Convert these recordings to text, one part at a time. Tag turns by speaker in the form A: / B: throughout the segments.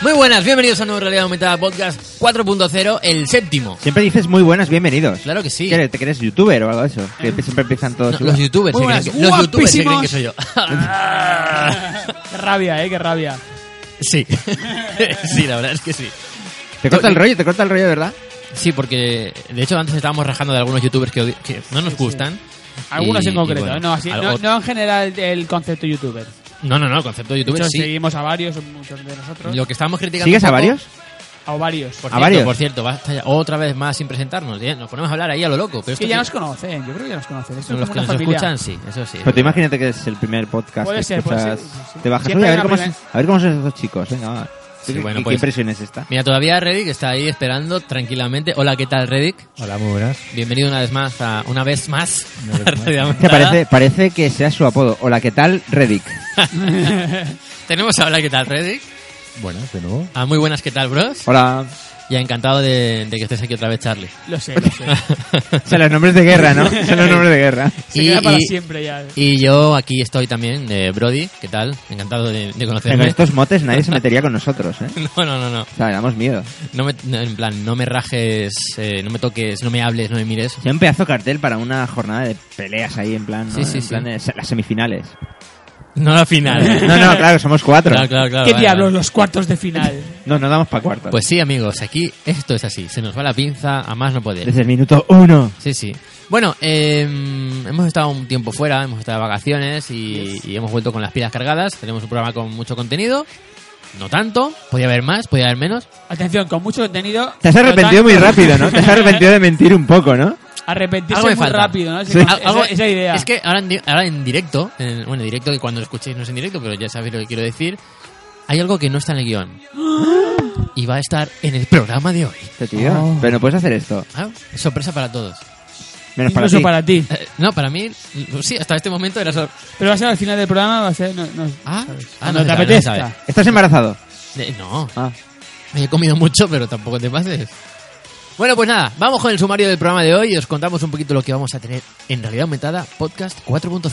A: Muy buenas, bienvenidos a Nuevo Realidad Aumentada Podcast 4.0, el séptimo.
B: Siempre dices muy buenas, bienvenidos.
A: Claro que sí.
B: ¿Qué eres? ¿Te crees youtuber o algo de eso? Que siempre empiezan todos
A: No,
B: igual.
A: los youtubers se
C: Muy
A: creen
C: buenas,
A: que, los youtubers se creen que
C: guapísimos.
A: soy yo.
C: Qué rabia, eh, qué rabia.
A: sí. sí, la verdad es que sí.
B: Te corta el rollo, te corta el rollo, ¿verdad?
A: Sí, porque de hecho antes estábamos rajando de algunos youtubers que, odi- que no nos gustan.
C: Algunos
A: Y-
C: en
A: y
C: concreto,
A: bueno,
C: eh, no, así, no,
A: algo-
C: no en general el concepto youtuber.
A: no, no, no, el concepto de
C: De
A: youtuber
C: hecho,
A: sí.
C: Seguimos a varios, muchos de nosotros.
A: Lo que estábamos criticando.
B: ¿Sigues
A: un
B: a
A: poco-
B: varios?
C: A varios.
A: Por
B: ¿A
A: cierto,
B: varios?
A: por cierto, basta ya, otra vez más sin presentarnos. ¿eh? Nos ponemos a hablar ahí a lo loco. Pero
C: Es
A: esto
C: que ya
A: sí-
C: nos conocen, yo creo que ya nos conocen. Esto es
A: los
C: como
A: que
C: una
A: nos
C: familia.
A: escuchan, sí, eso sí.
B: Pero te Pues imagínate que es el primer podcast
C: Puede
B: que
C: ser, puede
B: escuchas-
C: ser, sí, sí.
B: Te bajas,
C: Siempre
B: oye, a
C: hay
B: ver,
C: una
B: cómo son,
C: primera-
B: a ver cómo son esos dos chicos, venga, va.
A: Sí,
B: ¿Qué-
A: bueno,
B: ¿Qué,
A: pues-
B: impresión es esta?
A: Mira, todavía Reddick está ahí esperando tranquilamente. Hola, ¿qué tal, Reddick?
D: Hola, muy buenas.
A: Bienvenido una vez más a una vez más.
D: Una vez
A: a
D: más.
A: Radio
B: Que
A: Aumentada.
B: parece, parece que sea su apodo. Hola, ¿qué tal? Reddick.
A: Tenemos a Hola, ¿qué tal, Reddick?
D: Buenas, de nuevo.
A: A muy buenas, ¿qué tal, bros?
B: Hola.
A: Ya encantado de, de que estés aquí otra vez, Charlie.
C: Lo sé, lo sé.
B: Son los nombres de guerra, ¿no? Son los nombres de guerra.
C: Se
A: Y-
C: queda para
A: y-
C: siempre ya.
A: Y yo aquí estoy también, eh, Brody, ¿qué tal? Encantado de, de
B: Con
A: conocerme.
B: estos motes nadie se metería con nosotros, ¿eh?
A: No, no, no, no.
B: O sea, le damos miedo.
A: No me- no, en plan, no me rajes, eh, no me toques, no me hables, no me mires.
B: Sería un pedazo de cartel para una jornada de peleas ahí, en plan, ¿no?
A: Sí, sí,
B: En
A: sí.
B: plan de se- las semifinales.
A: No la
C: Ah,
A: final.
B: No, no, claro, somos cuatro.
A: Claro, claro, claro,
C: ¿Qué
A: vale,
C: diablos
A: vale.
C: los cuartos de final?
B: No, no damos para cuartos.
A: Pues sí, amigos, aquí esto es así. Se nos va la pinza a más no poder.
B: Desde el minuto uno.
A: Sí, sí. Bueno, eh, hemos estado un tiempo fuera, hemos estado de vacaciones y, y hemos vuelto con las pilas cargadas. Tenemos un programa con mucho contenido. No tanto, podía haber más, podía haber menos.
C: Atención, con mucho contenido.
B: Te has arrepentido muy rápido, ¿no? Te has arrepentido de mentir un poco, ¿no?
C: Arrepentirse
A: Algo me
C: muy
A: falta.
C: rápido, ¿no? Ese-
B: Sí.
C: esa-
A: Al- algo-
C: esa, idea.
A: Es que ahora en, di- ahora en directo, en- bueno, en directo que cuando lo escuchéis no es en directo, pero ya sabéis lo que quiero decir. Hay algo que no está en el guión.
C: ¡Ah!
A: Y va a estar en el programa de hoy.
B: Este tío. Pero no puedes hacer esto.
A: Ah, Sorpresa para todos.
B: Menos para
C: Incluso
B: ti.
C: para ti.
A: Eh, no, para mí, sí, hasta este momento era sor-
C: Pero va a ser al final del programa, va a ser. No, no,
A: Ah,
C: ¿sabes?
A: ah,
C: Cuando te
A: no se sabe, no se
C: apetezca.
A: sabe.
B: Estás embarazado.
A: Eh, no,
B: Ah.
A: he comido mucho, pero tampoco te pases. Bueno, pues nada, vamos con el sumario del programa de hoy y os contamos un poquito lo que vamos a tener en realidad aumentada, podcast 4.0.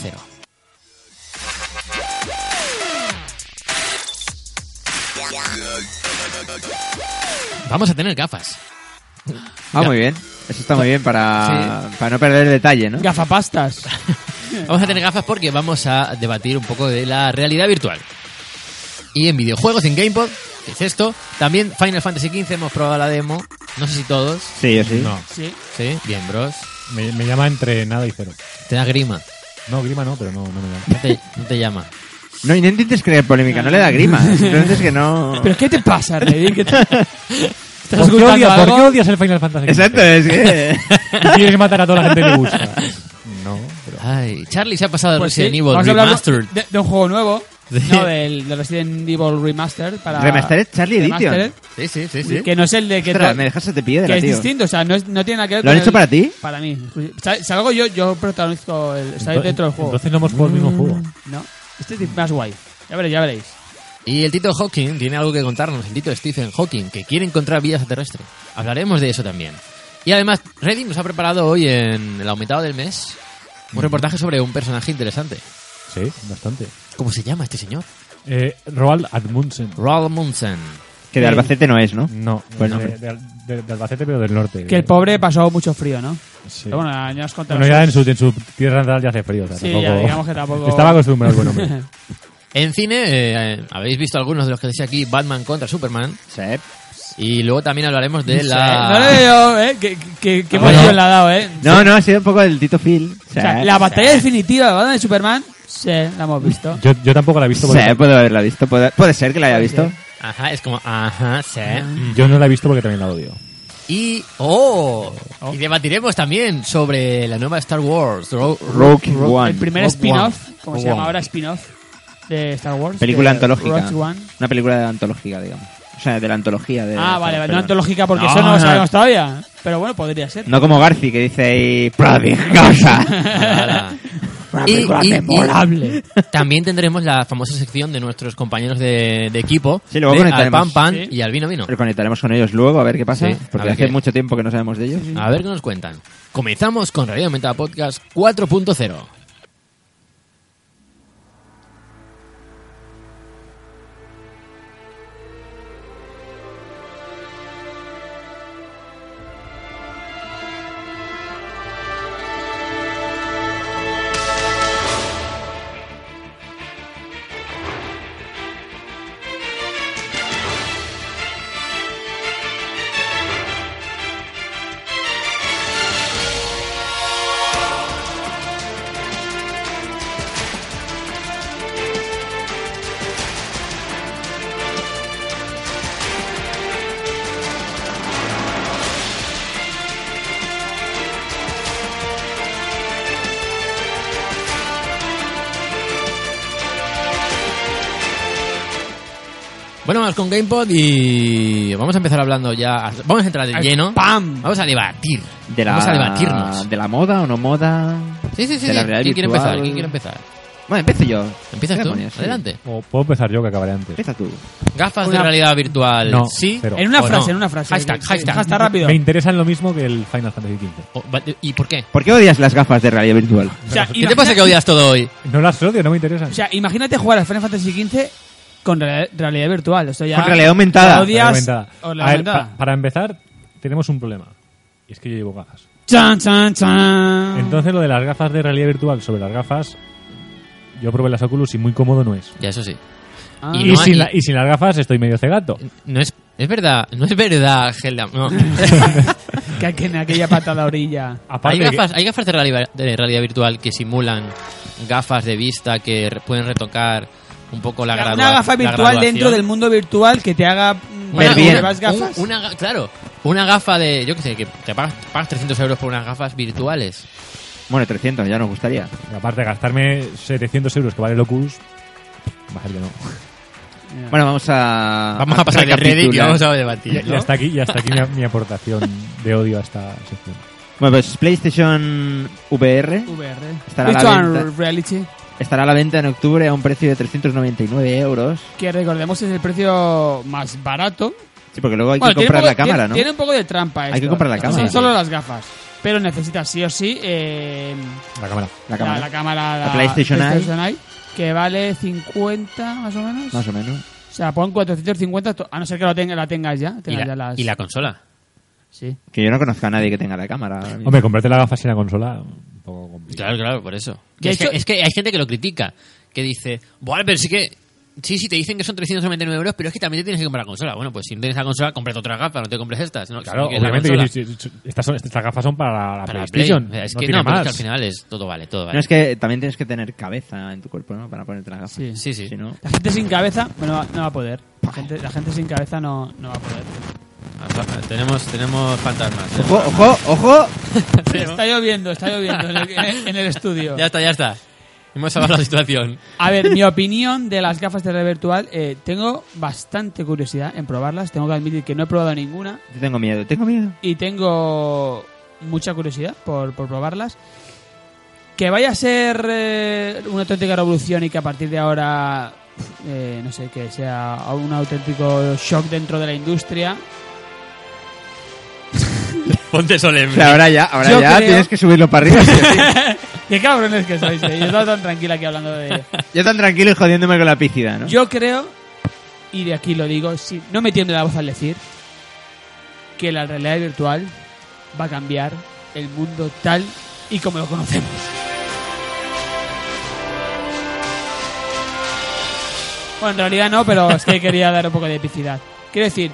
A: Vamos a tener gafas.
B: Ah, muy bien. Eso está muy bien para, para no perder el detalle, ¿no?
C: Gafapastas.
A: Vamos a tener gafas porque vamos a debatir un poco de la realidad virtual. Y en videojuegos, en GamePod, que es esto. También Final Fantasy XV, hemos probado la demo. No sé si todos.
B: Sí, yo sí.
D: No,
C: Sí.
A: Sí, bien, bros.
D: me, me llama entre nada y cero.
A: Te da grima.
D: No, grima no, pero no, no me llama.
A: No te, no te llama.
B: No, y no intentes crear polémica, no le da grima. Simplemente es que no...
C: ¿Pero qué te pasa, Reddy? ¿Qué te- ¿Estás
D: ¿Por qué,
C: escuchando
D: odias, por
C: algo?
D: qué odias el Final Fantasy?
B: Exacto, es que...
D: Y Tienes que matar a toda la gente que le gusta. No, pero...
A: Ay, Charlie se ha pasado
C: Pues sí,
A: Resident Evil
C: vamos a hablar
A: Remastered.
C: De, de un juego nuevo.
A: Sí.
C: No, del de Resident Evil Remastered. Para
B: Remastered Charlie
C: Remastered,
B: Edition.
A: Sí, sí, sí, sí.
C: Que no es el de que,
B: Ostras,
C: to-
B: me dejaste de
C: que
B: piedra,
C: es
B: tío.
C: distinto. O sea, no, es- no tiene nada que ver
B: ¿Lo han
C: con
B: hecho
C: el-
B: para ti?
C: Para mí. Sal- Salgo yo, yo protagonizo el. Estaré dentro del juego. Mm.
D: Entonces no hemos jugado el mismo juego.
C: No. Este es más guay. Ya veréis, ya veréis.
A: Y el Tito Hawking tiene algo que contarnos, el Tito Stephen Hawking, que quiere encontrar vida extraterrestre. Hablaremos de eso también. Y además, Redding nos ha preparado hoy en el aumentado del mes un reportaje sobre un personaje interesante.
D: Sí, bastante.
A: ¿Cómo se llama este señor?
D: Eh, Roald Admundsen.
A: Roald Munson.
B: Que de Albacete no es, ¿no?
D: No,
B: Pues no.
D: de, de- de- de Albacete, pero del norte.
C: Que el pobre pasó mucho frío, ¿no?
D: Sí.
C: Pero bueno, ya nos contará.
D: Bueno, ya en su, en su tierra natal ya hace frío. o sea,
C: Sí,
D: tampoco-
C: ya digamos que tampoco-
D: Estaba acostumbrado el buen hombre.
A: En cine, eh, habéis visto algunos de los que decía aquí, Batman contra Superman.
B: Sí.
A: Y luego también hablaremos de la...
C: No lo veo yo, ¿eh? Qué, qué, qué emoción
A: Ah. bueno.
C: le ha dado, ¿eh?
B: No, no, ha sido un poco el Tito Phil.
C: O sea, la batalla definitiva de Batman de Superman, sí, la hemos visto.
D: Yo, yo tampoco la he visto.
B: Sí,
D: porque-
B: puedo haberla visto. Puede, puede ser que la haya visto.
A: Ajá, es como, ajá, sí.
C: Ah.
A: mm.
D: Yo no la he visto porque también la odio.
A: Y, oh, y debatiremos también sobre la nueva Star Wars, Ro-
B: Rogue One.
C: El primer
A: Rogue
C: spin-off,
A: One.
C: como se
A: Rogue
C: llama
A: One.
C: ahora, spin-off de Star Wars.
B: Película
C: de
B: antológica.
C: Rogue One.
B: Una película de antológica, digamos. O sea, de la antología. De
C: Ah, vale, vale, no
B: perdón.
C: antológica porque
A: No,
C: eso no
A: no.
C: lo sabemos todavía. Pero bueno, podría ser.
B: No como Garci que dice ahí. prodigiosa.
A: Ala. Y- y- y- También tendremos la famosa sección de nuestros compañeros de, de equipo.
B: Sí, luego
A: de al
B: conectaremos.
A: pan pan
C: Sí.
A: y al vino vino.
B: Pero conectaremos con ellos luego a ver qué pasa.
A: Sí, a
B: porque
A: ver
B: hace
A: qué.
B: mucho tiempo que no sabemos de ellos.
A: A ver qué nos cuentan. Comenzamos con Radio Aumentada Podcast 4.0. Bueno, vamos con GamePod y vamos a empezar hablando ya. Vamos a entrar de lleno.
C: ¡Pam!
A: Vamos a debatir.
B: De la,
A: Vamos a debatirnos.
B: ¿De la moda o no moda?
A: Sí, sí, sí.
B: de la
A: sí.
B: realidad
A: ¿Quién quiere
B: virtual.
A: empezar? ¿Quién quiere empezar?
B: Bueno, empiezo yo.
A: ¿Empiezas
B: ¿Qué
A: tú?
B: demonios? Sí.
A: Adelante.
D: O puedo empezar yo que acabaré antes.
B: Empieza tú.
A: Gafas de
C: Una-
A: realidad virtual.
D: No,
A: sí.
D: cero.
C: En una
A: o no.
C: frase, en una frase.
A: Hashtag,
C: Sí,
A: hashtag.
C: hashtag rápido.
D: Me interesan lo mismo que el Final Fantasy XV.
A: O- va- ¿Y por qué?
B: ¿Por qué odias las gafas de realidad virtual?
C: O sea,
A: ¿Qué te pasa que odias todo hoy?
D: No las odio, no me interesan.
C: O sea, imagínate jugar al Final Fantasy XV con real- realidad virtual. Esto ya
B: Con realidad aumentada.
C: Lo odias.
D: Realidad aumentada.
C: o la
D: A ver,
C: aumentada.
D: pa- para empezar, tenemos un problema. Y es que yo llevo gafas.
C: Chan, chan,
A: Ah.
C: chan.
D: Entonces, lo de las gafas de realidad virtual sobre las gafas, yo probé las Oculus y muy cómodo no es.
A: Ya, eso sí.
C: Ah.
A: y
D: Y,
A: no hay-
D: sin, la- y sin las gafas estoy medio cegato.
A: No es, es verdad, no es verdad, Gelda. No.
C: que, que en aquella pata a la orilla.
D: Aparte
A: hay,
D: de que-
A: gafas, hay gafas de realidad, de realidad virtual que simulan gafas de vista que re- pueden retocar un poco la graduación.
C: una gafa virtual dentro del mundo virtual que te haga mm,
B: Ver
C: unas
B: bien.
C: nuevas gafas.
A: Una, ga- claro, una gafa de. Yo qué sé, que te pagas, pagas 300 euros por unas gafas virtuales.
B: Bueno, 300, ya nos gustaría.
D: aparte de gastarme 700 euros que vale el Oculus, va a ser que no.
B: Bueno, vamos
D: Ah,
B: a.
A: Vamos a pasar de Reddit y
B: recapitular.
A: vamos a debatir.
D: Ya,
A: ¿no?
D: ya está aquí, ya está aquí mi, mi aportación de odio a esta sección.
B: Bueno, pues PlayStation VR
C: VR.
B: Estará a la
C: Virtual
B: venta.
C: Reality.
B: estará a la venta en octubre a un precio de 399 euros.
C: Que recordemos es el precio más barato.
B: Sí, porque luego hay
C: Bueno,
B: que
C: tiene
B: comprar
C: un
B: la
C: poco- tiene-
B: cámara, ¿no?
C: Tiene un poco de trampa esto.
B: que comprar la
C: Esto
B: cámara.
C: Son solo las gafas. Pero necesitas sí o sí eh,
D: La cámara.
B: La cámara.
C: La, la cámara.
B: La PlayStation Eye.
C: Eye, Que vale 50 más o menos.
B: Más o menos.
C: O sea, pon 450, to- a no ser que lo tenga- la tengas ya.
A: Y,
C: tengas ya
A: la,
C: las-
A: y la consola.
C: Sí.
B: Que yo no conozco a nadie que tenga la cámara. ahora mismo.
D: Hombre, comprarte la gafa sin la consola, un poco complicado.
A: Claro, claro, por eso.
C: De
A: es,
C: hecho-
A: que, es que hay gente que lo critica, que dice, bueno, pero sí que... Sí, sí, te dicen que son 399 euros, pero es que también te tienes que comprar la consola. Bueno, pues si no tienes la consola, cómprate otra gafa, no te compres estas. ¿no?
D: Claro,
A: Si no quieres la
D: obviamente,
A: consola,
D: que si- si- estas, son- estas gafas son para la
A: para la Play.
D: PlayStation.
A: Es
D: no
A: que
D: tiene
A: no, pero es
D: más.
A: que al final es todo vale, todo vale.
B: No, es que también tienes que tener cabeza en tu cuerpo, ¿no? Para ponerte las gafas.
C: Sí.
A: Sí, sí.
B: Si no-
C: La gente sin cabeza bueno, no va, no va a poder. La gente, la gente sin cabeza no, no va a poder.
A: Ah, Tenemos, tenemos fantasmas. ¿eh? tenemos-
B: ¡Ojo, ojo, ojo!
D: Pues
C: Está lloviendo, está lloviendo en el, en el estudio.
A: Ya está, ya está. Hemos salvado la situación.
C: A ver, mi opinión de las gafas de realidad virtual, eh, tengo bastante curiosidad en probarlas. Tengo que admitir que no he probado ninguna
B: Yo tengo miedo, tengo miedo.
C: y tengo mucha curiosidad por, por probarlas. Que vaya a ser eh, una auténtica revolución y que a partir de ahora, eh, no sé, que sea un auténtico shock dentro de la industria.
A: Ponte solemne.
B: O sea, ahora ya, ahora
C: Yo
B: ya
C: creo-
B: tienes que subirlo para arriba. sí, sí.
C: ¡Qué cabrones que sois! eh! Yo estaba tan tranquila aquí hablando de...
B: Yo tan tranquilo y jodiéndome con la piscina, ¿no?
C: Yo creo, y de aquí lo digo, si no me tiembla la voz al decir, que la realidad virtual va a cambiar el mundo tal y como lo conocemos. Bueno, en realidad no, pero es que quería dar un poco de epicidad. Quiero decir,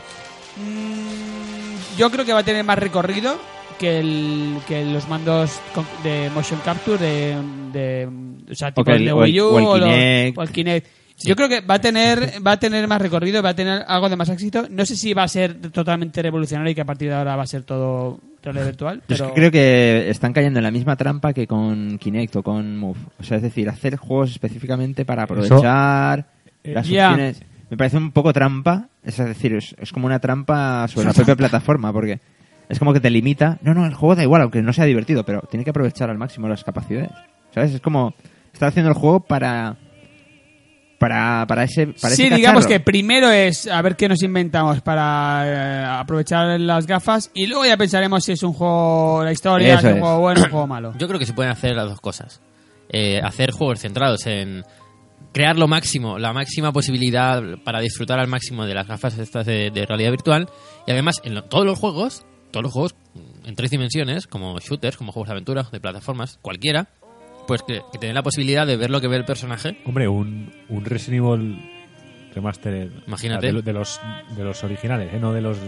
C: mm, yo creo que va a tener más recorrido que, el, que los mandos con- de motion capture de, de o sea, tipo
B: que
C: el
B: el-
C: de
B: o el-
C: Wii U
B: o el
C: los-
B: Kinect.
C: o el Kinect. Yo creo que va a tener va a tener más recorrido, va a tener algo de más éxito. No sé si va a ser totalmente revolucionario y que a partir de ahora va a ser todo realidad virtual,
B: Yo es
C: pero
B: que Pues creo que están cayendo en la misma trampa que con Kinect o con Move. O sea, es decir, hacer juegos específicamente para aprovechar
D: Eh,
B: las
C: ya.
B: opciones. Me parece un poco trampa. Es decir, es, es como una trampa sobre la propia plataforma porque es como que te limita. No, no, el juego da igual, aunque no sea divertido, pero tiene que aprovechar al máximo las capacidades. ¿Sabes? Es como estar haciendo el juego para. Para, para ese. Para
C: sí,
B: ese
C: digamos que
B: cacharro.
C: primero es a ver qué nos inventamos para eh, aprovechar las gafas y luego ya pensaremos si es un juego, la historia,
B: Eso
C: si es un
B: es.
C: juego bueno, un juego malo.
A: Yo creo que se pueden hacer las dos cosas. Eh, hacer juegos centrados en crear lo máximo, la máxima posibilidad para disfrutar al máximo de las gafas estas de, de realidad virtual. Y además, en lo- todos los juegos, todos los juegos mm, en tres dimensiones, como shooters, como juegos de aventura, de plataformas, cualquiera, pues que, que tener la posibilidad de ver lo que ve el personaje.
D: Hombre, un, un Resident Evil remastered.
A: Imagínate.
D: De, lo- de los, de los originales, ¿eh? No de los
C: O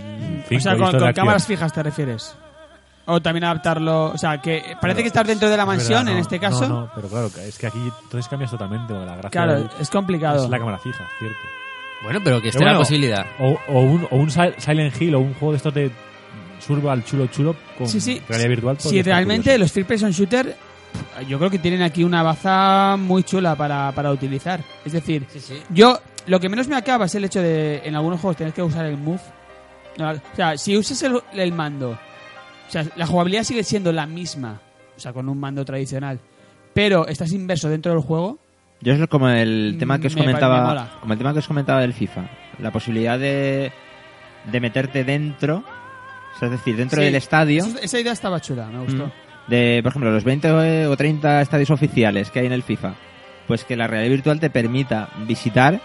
D: cinco
C: sea,
D: vistos
C: con,
D: de
C: con
D: acción.
C: cámaras fijas te refieres. O también adaptarlo. O sea, que parece que estás dentro de la
D: Es verdad,
C: mansión
D: no,
C: en este
D: no,
C: caso.
D: No, pero claro, es que aquí entonces cambias totalmente. porque La gracia
C: Claro,
D: del-
C: es complicado.
D: es la cámara fija, cierto.
A: Bueno, pero que esté
D: Pero
A: la
D: bueno,
A: posibilidad.
D: O, o un, o un Sil- Silent Hill o un juego de estos de survival chulo chulo con
C: Sí, sí.
D: realidad virtual.
C: Si
D: porque está
C: realmente
D: curioso.
C: los first person shooter, yo creo que tienen aquí una baza muy chula para, para utilizar. Es decir, yo lo que menos me acaba es el hecho de en algunos juegos tener que usar el move. No, o sea, si usas el, el mando, o sea, la jugabilidad sigue siendo la misma, o sea, con un mando tradicional, pero estás inverso dentro del juego.
B: Yo es como el tema que os
C: Me pa- me
B: comentaba,
C: mola.
B: como el tema que os comentaba del FIFA, la posibilidad de, de meterte dentro, o sea, es decir, dentro
C: Sí.
B: del estadio,
C: Esa- Esa idea estaba chula, me gustó.
B: mm, de por ejemplo los 20 o 30 estadios oficiales que hay en el FIFA, pues que la realidad virtual te permita visitar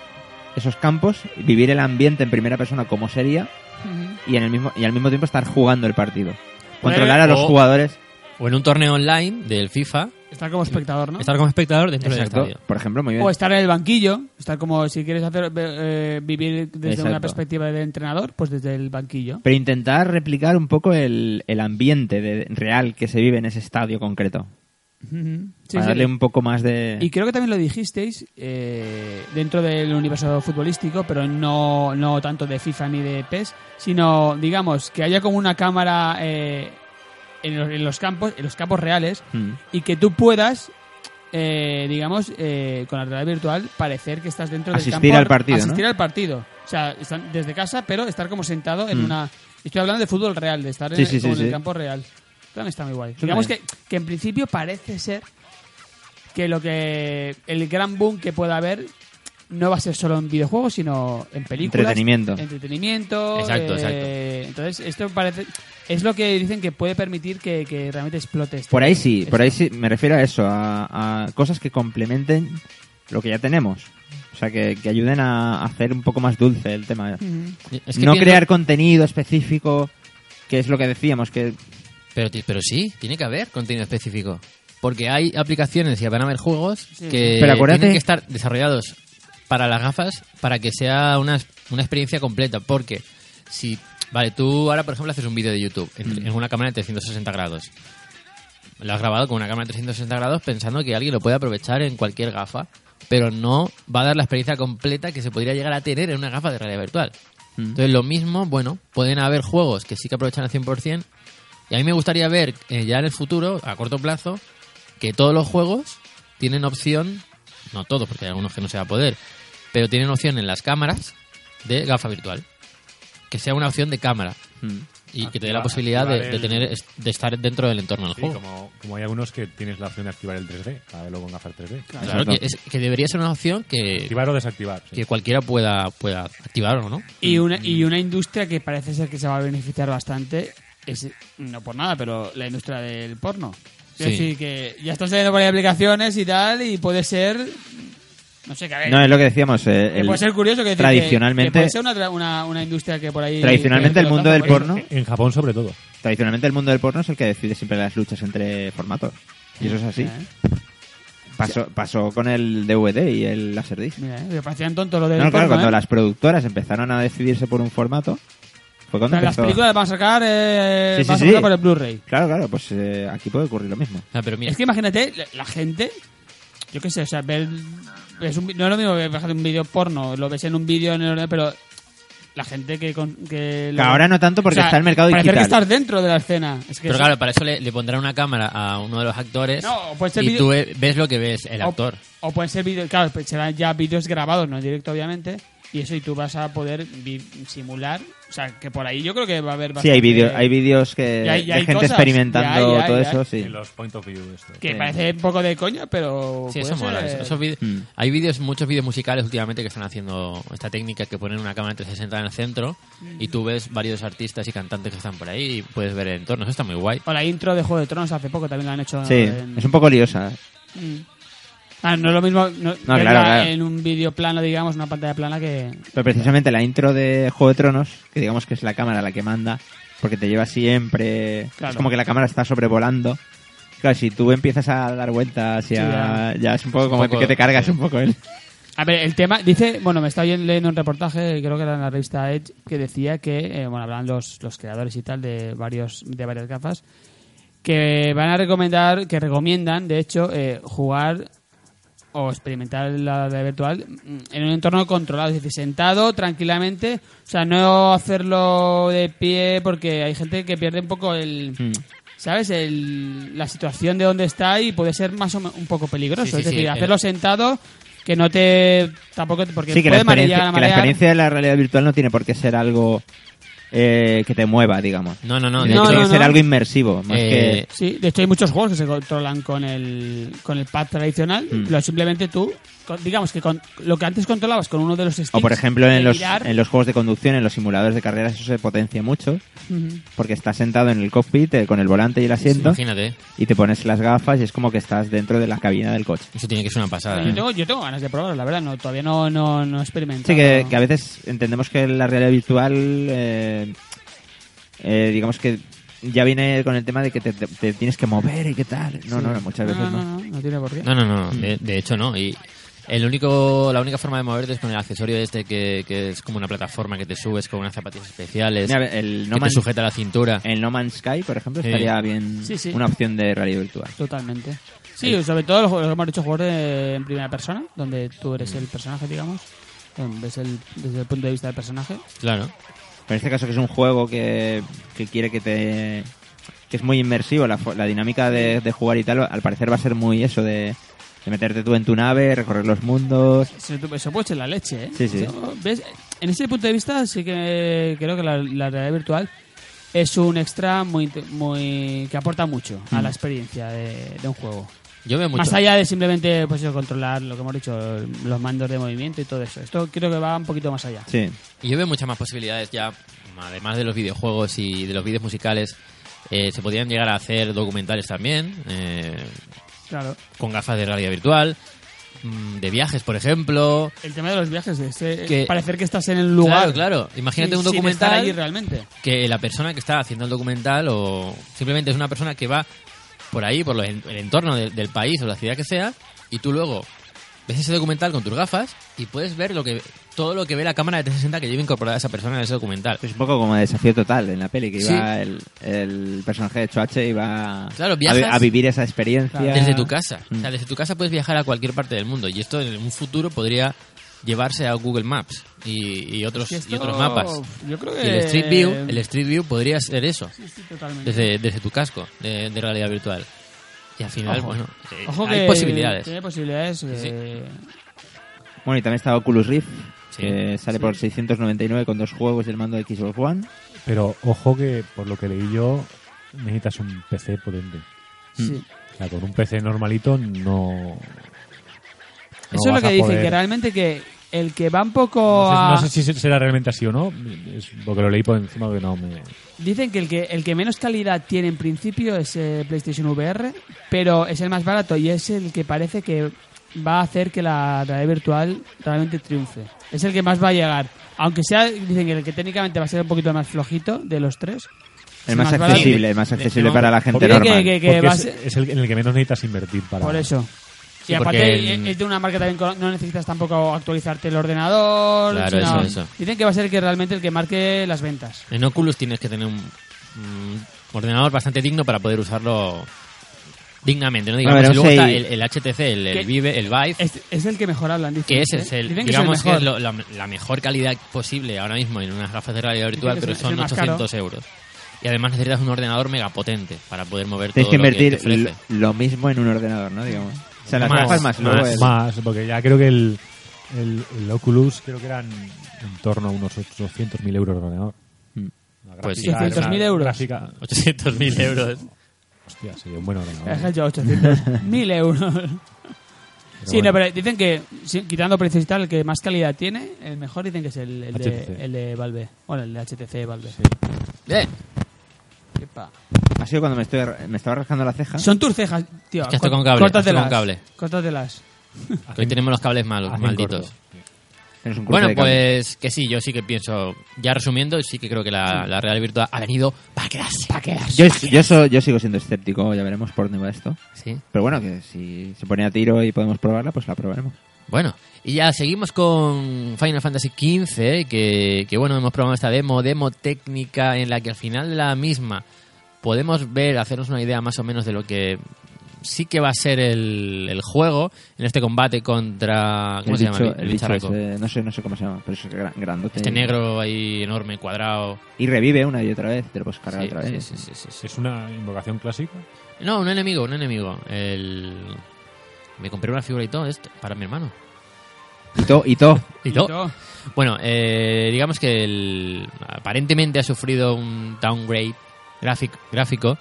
B: esos campos, vivir el ambiente en primera persona como sería
C: Ujú.
B: y en el mismo y al mismo tiempo estar jugando el partido, controlar a los
A: o-
B: jugadores,
A: O en un torneo online del FIFA,
C: Estar como espectador, ¿no?
A: estar como espectador dentro
B: Exacto.
A: del estadio.
B: por ejemplo, muy bien.
C: O estar en el banquillo, estar como si quieres hacer eh, vivir desde una
B: Exacto.
C: perspectiva de entrenador, pues desde el banquillo.
B: Pero intentar replicar un poco el, el ambiente de- real que se vive en ese estadio concreto.
C: Ujú. Sí,
B: para
C: sí.
B: darle un poco más de...
C: Y creo que también lo dijisteis eh, dentro del universo futbolístico, pero no, no tanto de FIFA ni de PES, sino, digamos, que haya como una cámara eh, en, los, en los campos, en los campos reales,
B: Mm.
C: y que tú puedas, eh, digamos, eh, con la realidad virtual, parecer que estás dentro del
B: Asistir
C: campo.
B: al partido, ¿no?
C: Asistir al partido. O sea, están desde casa, pero estar como sentado en
B: Mm.
C: una... Estoy hablando de fútbol real, de estar
B: Sí,
C: en,
B: sí, sí,
C: como en el
B: sí.
C: campo real. También está muy guay.
B: Suena
C: digamos que,
B: bien.
C: que en principio parece ser que lo que el gran boom que pueda haber no va a ser solo en videojuegos, sino en películas.
B: Entretenimiento.
C: Entretenimiento.
A: Exacto,
C: eh, Entonces, esto parece... Es lo que dicen que puede permitir que, que realmente explote esto.
B: Por ahí sí, por ahí sí, me refiero a eso, a, a cosas que complementen lo que ya tenemos. O sea, que, que ayuden a hacer un poco más dulce el tema.
C: Ujú.
A: Es que
B: no
A: pienso-
B: crear contenido específico, que es lo que decíamos, que
A: Pero, ti- pero sí, tiene que haber contenido específico. Porque hay aplicaciones y van a haber juegos
C: Sí.
A: que
B: Pero acuérdate-
A: Eh, tienen que estar desarrollados para las gafas para que sea una, una experiencia completa. Porque si, vale, tú ahora por ejemplo haces un vídeo de YouTube en,
B: Mm.
A: en una cámara de 360 grados. Lo has grabado con una cámara de 360 grados pensando que alguien lo puede aprovechar en cualquier gafa. Pero no va a dar la experiencia completa que se podría llegar a tener en una gafa de realidad virtual.
B: Mm.
A: Entonces, lo mismo, bueno, pueden haber juegos que sí que aprovechan al 100%. Y a mí me gustaría ver eh, ya en el futuro, a corto plazo, que todos los juegos tienen opción, no todos, porque hay algunos que no se va a poder, pero tienen opción en las cámaras de gafa virtual. Que sea una opción de cámara
B: mm,
A: y que te dé
D: Activar-
A: la posibilidad de,
D: activar
A: de
D: el-
A: tener es- de estar dentro del entorno del
D: Sí,
A: juego.
D: como, como hay algunos que tienes la opción de activar el 3D, para verlo con gafas 3D.
A: Claro, que, es- que debería ser una opción que,
D: Activar o desactivar. sí.
A: que cualquiera pueda, pueda activar o no.
B: Mm.
C: Y una, y una industria que parece ser que se va a beneficiar bastante, es, no por nada, pero la industria del porno. Es
A: Sí.
C: decir, que ya están saliendo por ahí aplicaciones y tal, y puede ser. No sé, que a ver,
B: No, es lo que decíamos. eh,
C: que
B: el-
C: puede ser curioso que decir que-
B: tradicionalmente-
C: que puede ser una, tra- una, una industria que por ahí.
B: Tradicionalmente
C: que-
B: el mundo del
C: por ahí.
B: porno
D: En Japón, sobre todo.
B: Tradicionalmente el mundo del porno es el que decide siempre las luchas entre formatos. Y eso es así.
C: Mira, eh,
B: Pasó, pasó con el DVD y el Laserdisc.
C: mira, eh, me parecían tontos lo del
B: No, claro,
C: porno,
B: cuando
C: ¿eh?
B: las productoras empezaron a decidirse por un formato, Fue cuando
C: sea, las
B: empezó.
C: películas las van a sacar, eh,
B: Sí, sí,
C: van a
B: sí.
C: sacar por el Blu-ray.
B: Claro, claro, pues eh, aquí puede ocurrir lo mismo.
A: O sea, pero mira,
C: Es que imagínate, la, la gente, yo qué sé, o sea, ver. Es un vi- no es lo mismo que ver un vídeo porno, lo ves en un vídeo en el ordenador, pero la gente que. Con, que
B: Que ahora no tanto porque está el mercado
C: Parece que
B: digital.
C: estás dentro de la escena. Es que
A: pero
C: eso-
A: claro, para eso le, le pondrán una cámara a uno de los actores
C: No, pues el
A: y
C: vídeo-
A: tú eh, ves lo que ves el
C: O-
A: actor.
C: O, pueden ser vídeos, claro, pues serán ya vídeos grabados, no en directo, obviamente. Y eso, y tú vas a poder vi- simular. O sea, que por ahí yo creo que va a haber
B: Sí, hay vídeos
C: bastante-
B: hay vídeos que
C: Y hay- y hay
B: de gente
C: cosas.
B: experimentando
C: Ya hay,
B: todo
C: ya hay,
B: eso,
D: Y
B: sí.
D: los point of view. esto.
C: Que
B: Sí.
C: parece un poco de coña, pero.
A: Sí,
C: Pues puede
A: eso mola.
C: ser-
A: eso- esos vídeos-
B: Mm.
A: Hay vídeos, muchos vídeos musicales últimamente que están haciendo esta técnica que ponen una cámara 360 en el centro y
C: Mm.
A: tú ves varios artistas y cantantes que están por ahí y puedes ver el entorno. Eso está muy guay.
C: O la intro de Juego de Tronos hace poco también la han hecho.
B: Sí,
C: en-
B: es un poco liosa.
C: Mm. Ah, no es lo mismo no, verla
B: claro, claro.
C: en un vídeo plano, digamos, una pantalla plana que...
B: Pero precisamente la intro de Juego de Tronos, que digamos que es la cámara la que manda, porque te lleva siempre...
C: Claro.
B: Es como que la cámara está sobrevolando. Claro, si tú empiezas a dar vueltas y a- ya es un poco
A: un
B: como
A: poco-
B: que te cargas
A: sí.
B: un poco el...
C: A ver, el tema, dice, bueno, me estaba yo leyendo un reportaje, creo que era en la revista Edge, que decía que, eh, bueno, hablaban los, los creadores y tal de varios de varias gafas, que van a recomendar, que recomiendan, de hecho, eh, jugar o experimentar la realidad virtual mm, en un entorno controlado, es decir, sentado tranquilamente, o sea, no hacerlo de pie porque hay gente que pierde un poco el... ¿Sabes? El- la situación de donde está y puede ser más o me- un poco peligroso.
A: Sí, sí,
C: es decir,
A: sí, el-
C: hacerlo sentado, que no te. Tampoco. te- Porque
B: Sí, que la,
C: puede marear,
B: experiencia, que la
C: marear.
B: experiencia de la realidad virtual no tiene por qué ser algo eh, que te mueva, digamos.
A: No, no, no. de
B: Tiene
C: No,
A: hecho,
B: que ser
C: no.
B: algo inmersivo, más
A: Eh,
C: Sí, de hecho hay muchos juegos que se controlan con el, con el pad tradicional.
B: Hmm.
C: Lo simplemente tú, con- digamos que con, lo que antes controlabas con uno de los sticks.
B: que... O por ejemplo
C: de
B: en los,
C: mirar,
B: en los juegos de conducción, en los simuladores de carreras, eso se potencia mucho,
C: ujú,
B: porque estás sentado en el cockpit eh, con el volante y el asiento
A: Imagínate.
B: y te pones las gafas y es como que estás dentro de la cabina del coche.
A: Eso tiene que ser una pasada.
B: Ah.
C: Yo
A: ¿eh?
C: tengo, yo tengo ganas de probarlo, la verdad. No, todavía no, no, no he experimentado.
B: Sí, que, que a veces entendemos que la realidad virtual, eh, eh, digamos que ya viene con el tema de que te, te- te tienes que mover y qué tal. No,
C: Sí.
B: no, no, muchas veces
C: no.
B: no.
C: no, no tiene por qué.
A: No, no, no. De,
B: Mm.
A: de hecho, no. Y el único, la única forma de moverte es con el accesorio este que, que es como una plataforma que te subes con unas zapatillas especiales
B: Mira, el, no Eh.
A: que te
B: Man-
A: sujeta la cintura.
B: el No Man's Sky, por ejemplo,
A: Sí.
B: estaría bien
C: Sí, sí.
B: una opción de realidad virtual.
C: Totalmente. Sí, sobre todo los, los hemos dicho juegos de- en primera persona, donde tú eres el personaje, digamos. Em, Ves el, desde el punto de vista del personaje.
A: Claro.
B: Pero en este caso que es un juego que, que quiere que te... que es muy inmersivo, la, fo- la dinámica de, de jugar y tal, al parecer va a ser muy eso de, de meterte tú en tu nave, recorrer los mundos...
C: Eso, eso puede ser la leche, ¿eh?
B: Sí, sí.
C: Eso, ¿ves? En ese punto de vista, sí que creo que la, la realidad virtual es un extra muy, inte- muy que aporta mucho a la experiencia de, de un juego.
A: Yo veo mucho.
C: Más allá de simplemente pues, eso, controlar lo que hemos dicho, los mandos de movimiento y todo eso. Esto creo que va un poquito más allá.
B: Sí.
A: Y yo veo muchas más posibilidades ya, además de los videojuegos y de los vídeos musicales, eh, se podían llegar a hacer documentales también, eh,
C: Claro.
A: con gafas de realidad virtual, mm, de viajes, por ejemplo.
C: El tema de los viajes, de este,
A: Que-
C: parecer que estás en el lugar.
A: Claro, claro. Imagínate
C: sin-
A: un
C: sin
A: documental
C: estar allí realmente.
A: que la persona que está haciendo el documental o simplemente es una persona que va por ahí, por los en- el entorno del- del país o la ciudad que sea, y tú luego ves ese documental con tus gafas y puedes ver lo que todo lo que ve la cámara de 360 que lleva incorporada esa persona en ese documental.
B: Es un poco como desafío total en la peli, que
A: Sí.
B: iba el, el personaje de Choache iba
A: Claro,
B: a vi-
A: viajas
B: a, vivir esa experiencia.
C: Claro.
A: Desde tu casa. O sea, desde tu casa puedes viajar a cualquier parte del mundo. Y esto en un futuro podría llevarse a Google Maps y, y otros,
C: Que esto-
A: y otros mapas.
C: Yo creo que...
A: Y el Street View, el Street View podría ser eso,
C: Sí, sí, totalmente.
A: desde, desde tu casco de, de realidad virtual. Y al final,
C: Ojo.
A: bueno, eh,
C: Ojo
A: hay
C: que
A: posibilidades.
C: Tiene posibilidades.
A: sí.
C: eh,
B: Bueno, y también está Oculus Rift,
A: Sí.
B: que sale por 699 con dos juegos y el mando de Xbox One.
D: Pero ojo que, por lo que leí yo, necesitas un PC potente.
A: Mm.
C: sí.
D: O sea, con un PC normalito no... no
C: Eso es lo
D: vas
C: que
D: a
C: dicen,
D: poder-
C: que realmente que el que va un poco
D: No
C: a...
D: sé, no sé si se- será realmente así o no. Es porque lo leí por encima que no me...
C: Dicen que el, que el que menos calidad tiene en principio es eh, PlayStation VR, pero es el más barato y es el que parece que va a hacer que la realidad virtual realmente triunfe. Es el que más va a llegar. Aunque sea, dicen que el que técnicamente va a ser un poquito más flojito de los tres.
B: El más,
C: barato.
B: accesible, el más accesible para la gente
C: Creo que-
B: normal.
C: que-
D: Porque
C: va a
D: es,
C: ser-
D: es el en el que menos necesitas invertir para...
C: Por eso. y aparte
A: porque
C: es-
A: en-
C: es de una marca también con- no necesitas tampoco actualizarte el ordenador.
A: Claro,
C: sino-
A: eso, eso.
C: Dicen que va a ser el que realmente el que marque las ventas.
A: En Oculus tienes que tener un, un ordenador bastante digno para poder usarlo dignamente, ¿no? Digamos, y
B: veremos
A: luego
B: si
A: está
B: hay-
A: el, el HTC, el, el
C: ¿Qué?
A: Vive, el Vive,
C: Es, es el que mejor hablan, dicen.
A: que ese
C: ¿eh?
A: es el,
C: Dicen que es el
A: digamos que
C: mejor.
A: es lo- la, la mejor calidad posible ahora mismo en unas gafas de realidad virtual,
C: que es
A: pero
C: el- es el
A: son
C: más caro.
A: 800 euros. Y además necesitas un ordenador megapotente para poder mover
B: Tienes
A: todo
B: que
A: lo que te
B: invertir
A: ofrece.
B: lo- lo mismo en un ordenador, ¿no? Digamos. O sea, las
A: Más,
B: gafas más, luego
A: más,
B: el-
D: Más, porque ya creo que el, el, el Oculus creo que eran en torno a unos 800.000 euros de ordenador. La
A: Pues
D: gráfica
C: 800.000
D: era una
C: Hmm. euros.
D: Gráfica,
A: 800.000 euros.
D: hostia, sí, un buen ordenador. ¿eh?
C: Es el yo, 800. 1000 euros.
D: Pero
C: sí,
D: bueno.
C: no, pero dicen que, sí, quitando precios y tal, el que más calidad tiene, el mejor dicen que es el, el de,
D: HTC.
C: el de Valve. Bueno, el de HTC de Valve.
A: Eh,
C: Epa.
B: Ha sido cuando me, estoy, me estaba rascando la ceja.
C: Son tus cejas, tío.
A: Es que esto
C: cor-
A: con cable,
C: Córtatelas.
A: esto con cable.
C: Córtatelas.
A: que hoy tenemos los cables malos,
D: Hacen
A: malditos.
D: corto.
B: Tienes un curso
A: Bueno,
B: de cambio.
A: pues que sí, yo sí que pienso, ya resumiendo, sí que creo que la, la realidad virtual ha venido para quedarse. Para quedarse.
B: Yo, yo, so- yo sigo siendo escéptico, ya veremos por dónde va esto.
A: Sí.
B: Pero bueno, que si se pone a tiro y podemos probarla, pues la probaremos.
A: Bueno, y ya seguimos con Final Fantasy XV, que, que bueno, hemos probado esta demo, demo técnica en la que al final de la misma podemos ver, hacernos una idea más o menos de lo que sí que va a ser el, el juego en este combate contra... ¿Cómo
B: El
A: se
B: bicho-
A: llama?
B: el bicho
A: bicharraco.
B: ese, no sé, no sé cómo se llama, pero es gran, grandote.
A: Este negro ahí enorme, cuadrado.
B: Y revive una y otra vez, te lo puedes cargar
A: Sí,
B: otra vez.
A: sí, sí, sí, sí.
D: Es una invocación clásica.
A: No, un enemigo, un enemigo. El... Me compré una figura y todo esto para mi hermano.
B: Y todo, y todo.
A: Y todo.
C: Yo-
A: Bueno, eh, digamos que el, aparentemente ha sufrido un downgrade gráfico. gráfico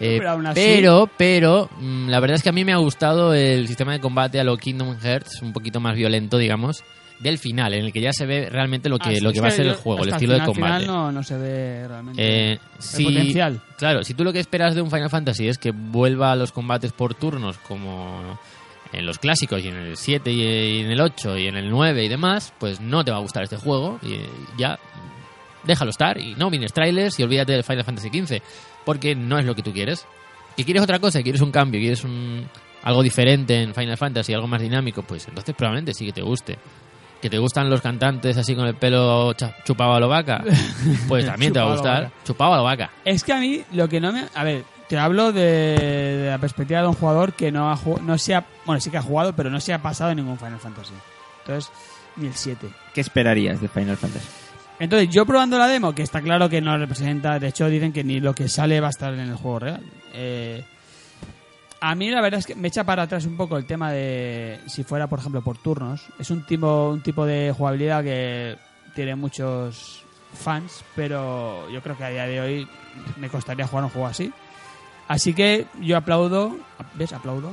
A: eh,
C: Pero aún así-
A: pero, pero, mm, la verdad es que a mí me ha gustado el sistema de combate a lo Kingdom Hearts, un poquito más violento, digamos, del final, en el que ya se ve realmente lo que,
C: Ah,
A: lo
C: es
A: que va a ser el
C: yo-
A: juego, el
C: hasta
A: estilo
C: final,
A: de combate.
C: Al final no, no se ve realmente.
A: Eh, si-
C: potencial.
A: Claro, si tú lo que esperas de un Final Fantasy es que vuelva a los combates por turnos como en los clásicos y en el 7 y y en el 8 y en el 9 y demás, pues no te va a gustar este juego y eh, ya déjalo estar y no mires trailers y olvídate del Final Fantasy XV porque no es lo que tú quieres. Que quieres otra cosa, quieres un cambio, quieres un, algo diferente en Final Fantasy, algo más dinámico, pues entonces probablemente sí que te guste. Que te gustan los cantantes así con el pelo cha- chupado a lo vaca, pues también te va a
C: Chupado a lo
A: gustar. Chupado a lo vaca.
C: Es que a mí lo que no me... A ver, te hablo de, de la perspectiva de un jugador que no ha jugado, no se ha... Bueno, sí que ha jugado, pero no se ha pasado ningún Final Fantasy. Entonces, ni el 7.
B: ¿Qué esperarías de Final Fantasy?
C: Entonces, yo probando la demo, que está claro que no representa... De hecho, dicen que ni lo que sale va a estar en el juego real. Eh, a mí la verdad es que me echa para atrás un poco el tema de... Si fuera, por ejemplo, por turnos. Es un tipo, un tipo de jugabilidad que tiene muchos fans, pero yo creo que a día de hoy me costaría jugar un juego así. Así que yo aplaudo, ¿ves? Aplaudo.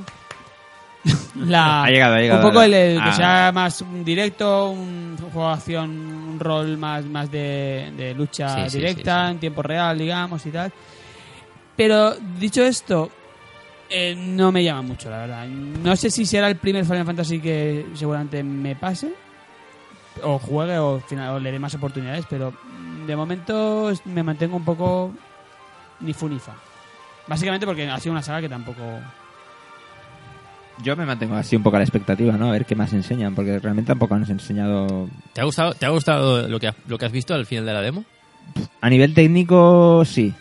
C: La,
B: Ha llegado, ha llegado.
C: Un poco el, el que
B: Ah.
C: sea más un directo, un juego de acción, un rol más, más de, de lucha
A: Sí, sí,
C: directa,
A: sí, sí.
C: en tiempo real, digamos, y tal. Pero dicho esto, eh, no me llama mucho, la verdad. No sé si será el primer Final Fantasy que seguramente me pase, o juegue, o, al final, o le dé más oportunidades, pero mm, de momento es- me mantengo un poco ni fu ni fa. Básicamente porque ha sido una saga que tampoco...
B: Yo me mantengo así un poco a la expectativa, ¿no? A ver qué más enseñan, porque realmente tampoco nos han enseñado...
A: ¿Te ha gustado, te ha gustado lo, que has, lo que has visto al final de la demo?
B: A nivel técnico, sí.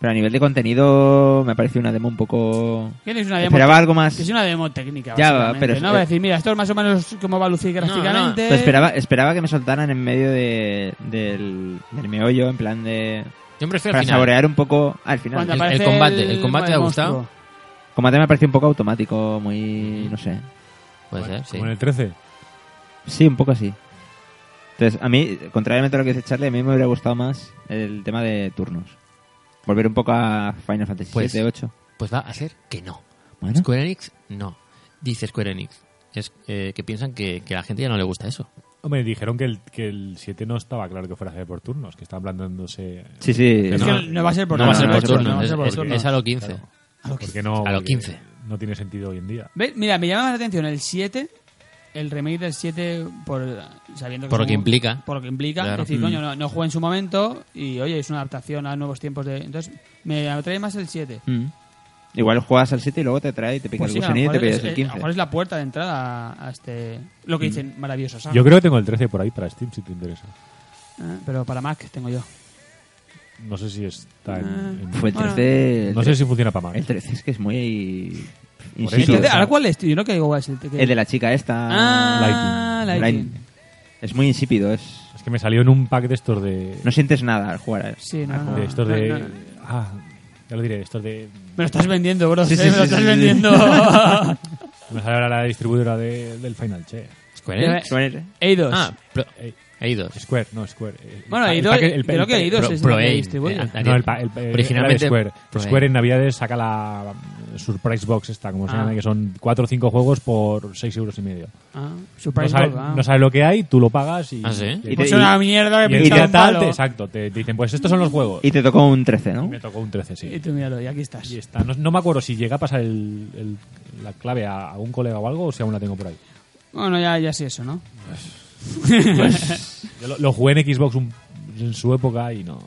B: Pero a nivel de contenido me parece una demo un poco...
C: ¿Qué es una demo?
B: Esperaba algo más...
C: Es una demo técnica,
B: Ya,
C: básicamente,
B: pero es-
C: ¿no? Va a decir, mira, esto es más o menos cómo va a lucir gráficamente.
A: no,
B: Pero esperaba, esperaba que me soltaran en medio de, del, del meollo, en plan de...
A: Yo me refiero
B: Para
A: al final.
B: saborear un poco... Al final.
C: Cuando
A: El- el
C: aparece
A: combate, el combate te ha
C: monstruo.
A: gustado.
B: El combate me parece un poco automático,
A: Mm.
B: muy... no sé.
A: Puede
D: Bueno,
A: ser, sí.
D: Como en el 13.
B: Sí, un poco así. Entonces, a mí, contrariamente a lo que dice Charlie, a mí me hubiera gustado más el tema de turnos. Volver un poco a Final Fantasy
A: Pues-
B: 7, 8.
A: Pues va a ser que no.
B: Bueno.
A: Square Enix, no. Dice Square Enix. Es eh, que piensan que, que a la gente ya no le gusta eso.
D: Hombre, dijeron que el, que el 7 no estaba claro que fuera a hacer por turnos, que estaban plantándose.
B: Sí, sí.
C: Es
D: No,
C: que
D: no,
C: no va a ser por
A: No, va a ser
B: no,
A: por
B: no,
A: turnos,
B: no,
A: es,
C: por
A: es-
C: turnos.
A: es a lo 15.
D: Porque no,
A: A lo
D: Porque
A: 15.
D: No tiene sentido hoy en día.
C: Ve, Mira, me llama más la atención el 7, el remake del 7, por, sabiendo
A: Por lo
C: es
A: que
C: un-
A: implica.
C: Por lo que implica.
A: Claro. Mm.
C: Es decir, coño, no, no jugué en su momento y, oye, es una adaptación a nuevos tiempos de... Entonces, me atrae más el 7.
B: Mm. Igual juegas al 7 y luego te trae y te pica
C: Pues sí,
B: el
C: a lo
B: gusanillo y
C: mejor
B: te pides
C: es-
B: el
C: eh, a lo
B: 15.
C: mejor es la puerta de entrada a- a este. Lo
A: Mm.
C: que dicen maravillosos.
D: Yo creo que tengo el 13 por ahí para Steam, si te interesa.
C: ¿eh? Pero para Mac tengo yo.
D: No sé si está en...
C: Ah.
D: en-
B: Fue el
C: Bueno.
B: 13. el
D: no sé si funciona para Mac.
B: El 13 es que es muy. in
D: Por
B: situ,
D: eso.
B: o sea,
C: ¿Ahora cuál es? tío? Yo no caigo guay. si te- que-
B: El de la chica esta.
C: Ah,
D: Lightning.
C: Lightning.
B: Lightning. Es muy insípido, es.
D: Es que me salió en un pack de estos de...
B: No sientes nada al jugar. a-
C: Sí, no,
B: al juego.
D: de estos de...
C: No, no, no.
D: Ah, ya lo diré, de estos de...
C: Me lo estás vendiendo, bro.
B: Sí,
C: eh,
B: sí,
C: me lo
B: sí, sí,
C: estás
B: sí.
C: vendiendo.
D: Me salió ahora la distribuidora de- del Final, che.
A: ¿Square Enix?
B: Suena- eh,
C: Eidos.
A: Ah, Pro-
D: Eh,
A: Eidos.
D: Square, no, Square. El-
C: Bueno,
D: el
C: Eidos-
D: pack- el-
C: creo
D: el-
C: que
D: el-
C: Eidos
A: Pro-
C: es el
A: Proei,
C: que distribuye.
A: eh,
D: No, el, pa- el, el-
A: Originalmente pues,
D: era de Square. Pues
A: Proei.
D: Square en Navidades saca la mm, Surprise Box esta, como se
C: Ah.
D: llama, que son cuatro o cinco juegos por seis euros y medio.
C: Ah,
D: No
C: Surprise
D: sabes
C: Box, ah.
D: no sabe lo que hay, tú lo pagas y...
A: Ah, ¿sí?
D: y-
B: Y te-
C: Pues una mierda
D: y
C: que
D: el
C: pinchaba
D: día
C: un
D: tal,
C: palo.
D: te- exacto, te te dicen, pues estos son los juegos.
B: Y te tocó un 13, ¿no?
D: Me tocó un 13,
C: Y
D: sí.
C: tú míralo, y aquí estás.
B: este.
D: Y está. No, no me acuerdo si llega a pasar el- el- la clave a, a un colega o algo o si aún la tengo por ahí.
C: Bueno, ya, ya sí eso, ¿no?
D: Yo lo, lo jugué en Xbox un- en su época y no...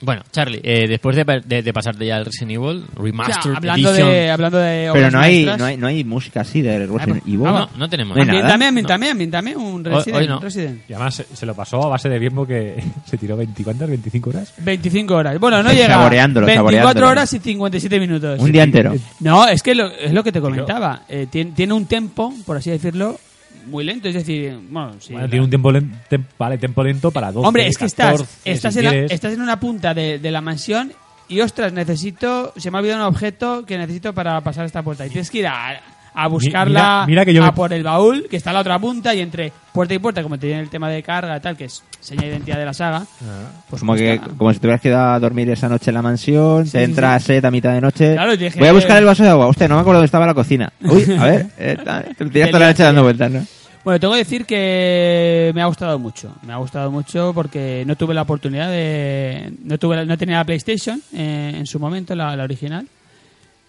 A: Bueno, Charlie, eh, después de, pa- de- de pasarte ya el Resident Evil
C: O sea,
A: Remastered
C: hablando,
A: Edition...
C: de, hablando de
B: Pero
C: obras
B: no hay,
C: maestras,
B: no, hay, no hay música así de Resident
C: pues,
B: Evil.
A: Ah, No, no tenemos.
B: No hay nada.
C: Ambientame, ambientame, ambientame un
A: Hoy-
C: Resident.
A: hoy no.
C: Resident.
D: Y además se, se lo pasó a base de tiempo que se tiró 20, ¿cuántas? ¿25 horas?
C: 25 horas. Bueno, no llega.
B: Saboreándolo,
C: 24
B: saboreándolo.
C: horas y 57 minutos.
B: Un día entero.
C: No, es que lo- es lo que te comentaba. Eh, tiene, tiene un tempo, por así decirlo, muy lento. Es decir, bueno, sí.
D: Bueno,
C: la-
D: tiene un tiempo lento, vale, tiempo lento para 12,
C: Hombre, es que
D: 14,
C: estás,
D: si
C: estás, en, la,
D: quieres.
C: estás en una punta de, de la mansión y ostras, necesito. Se me ha olvidado un objeto que necesito para pasar esta puerta. Y tienes que ir a, a buscarla
D: mira- mira que yo
C: a
D: me-
C: por el baúl, que está a la otra punta, y entre puerta y puerta, como te viene el tema de carga y tal, que es seña de identidad de la saga.
D: Ah,
C: Pues
B: como, que,
C: cuesta-
B: como si te hubieras quedado a dormir esa noche en la mansión, te
C: sí,
B: entra sed a mitad de noche.
C: Claro, y dije-
B: Voy a buscar el vaso de agua. Hostia, no me acuerdo dónde estaba la cocina. Uy, a ver, eh, ta- te lo tiras toda la noche dando vueltas, ¿no?
C: Bueno, tengo que decir que me ha gustado mucho. Me ha gustado mucho porque no tuve la oportunidad de. No, tuve, la- no tenía la PlayStation eh, en su momento, la, la original.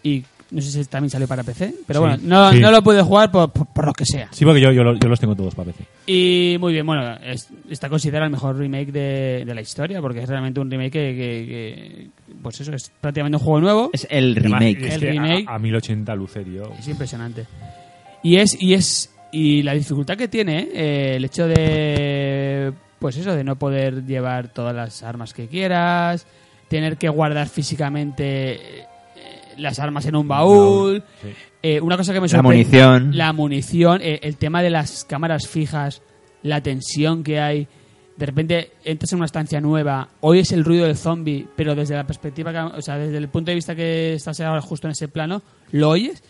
C: Y no sé si también salió para PC. Pero
D: Sí,
C: bueno, no,
D: sí.
C: no lo pude jugar por, por, por lo que sea.
D: Sí, porque yo, yo, lo- yo los tengo todos para PC.
C: Y muy bien, bueno, es- está considerado el mejor remake de, de la historia porque es realmente un remake que, que- que- Pues eso, es prácticamente un juego nuevo.
B: Es el
D: Además,
B: remake.
D: es
C: El
D: que a-
C: remake.
D: A, 1080 lucerio.
C: Es impresionante. Y es, y es, y la dificultad que tiene, ¿eh? Eh, el hecho de, pues eso, de no poder llevar todas las armas que quieras, tener que guardar físicamente eh, las armas en un baúl.
D: Sí.
C: Eh, una cosa que me
B: La
C: sorprende-
B: munición.
C: La munición, eh, el tema de las cámaras fijas, la tensión que hay. De repente entras en una estancia nueva, oyes el ruido del zombie, pero desde la perspectiva, que- o sea, desde el punto de vista que estás ahora justo en ese plano, lo oyes,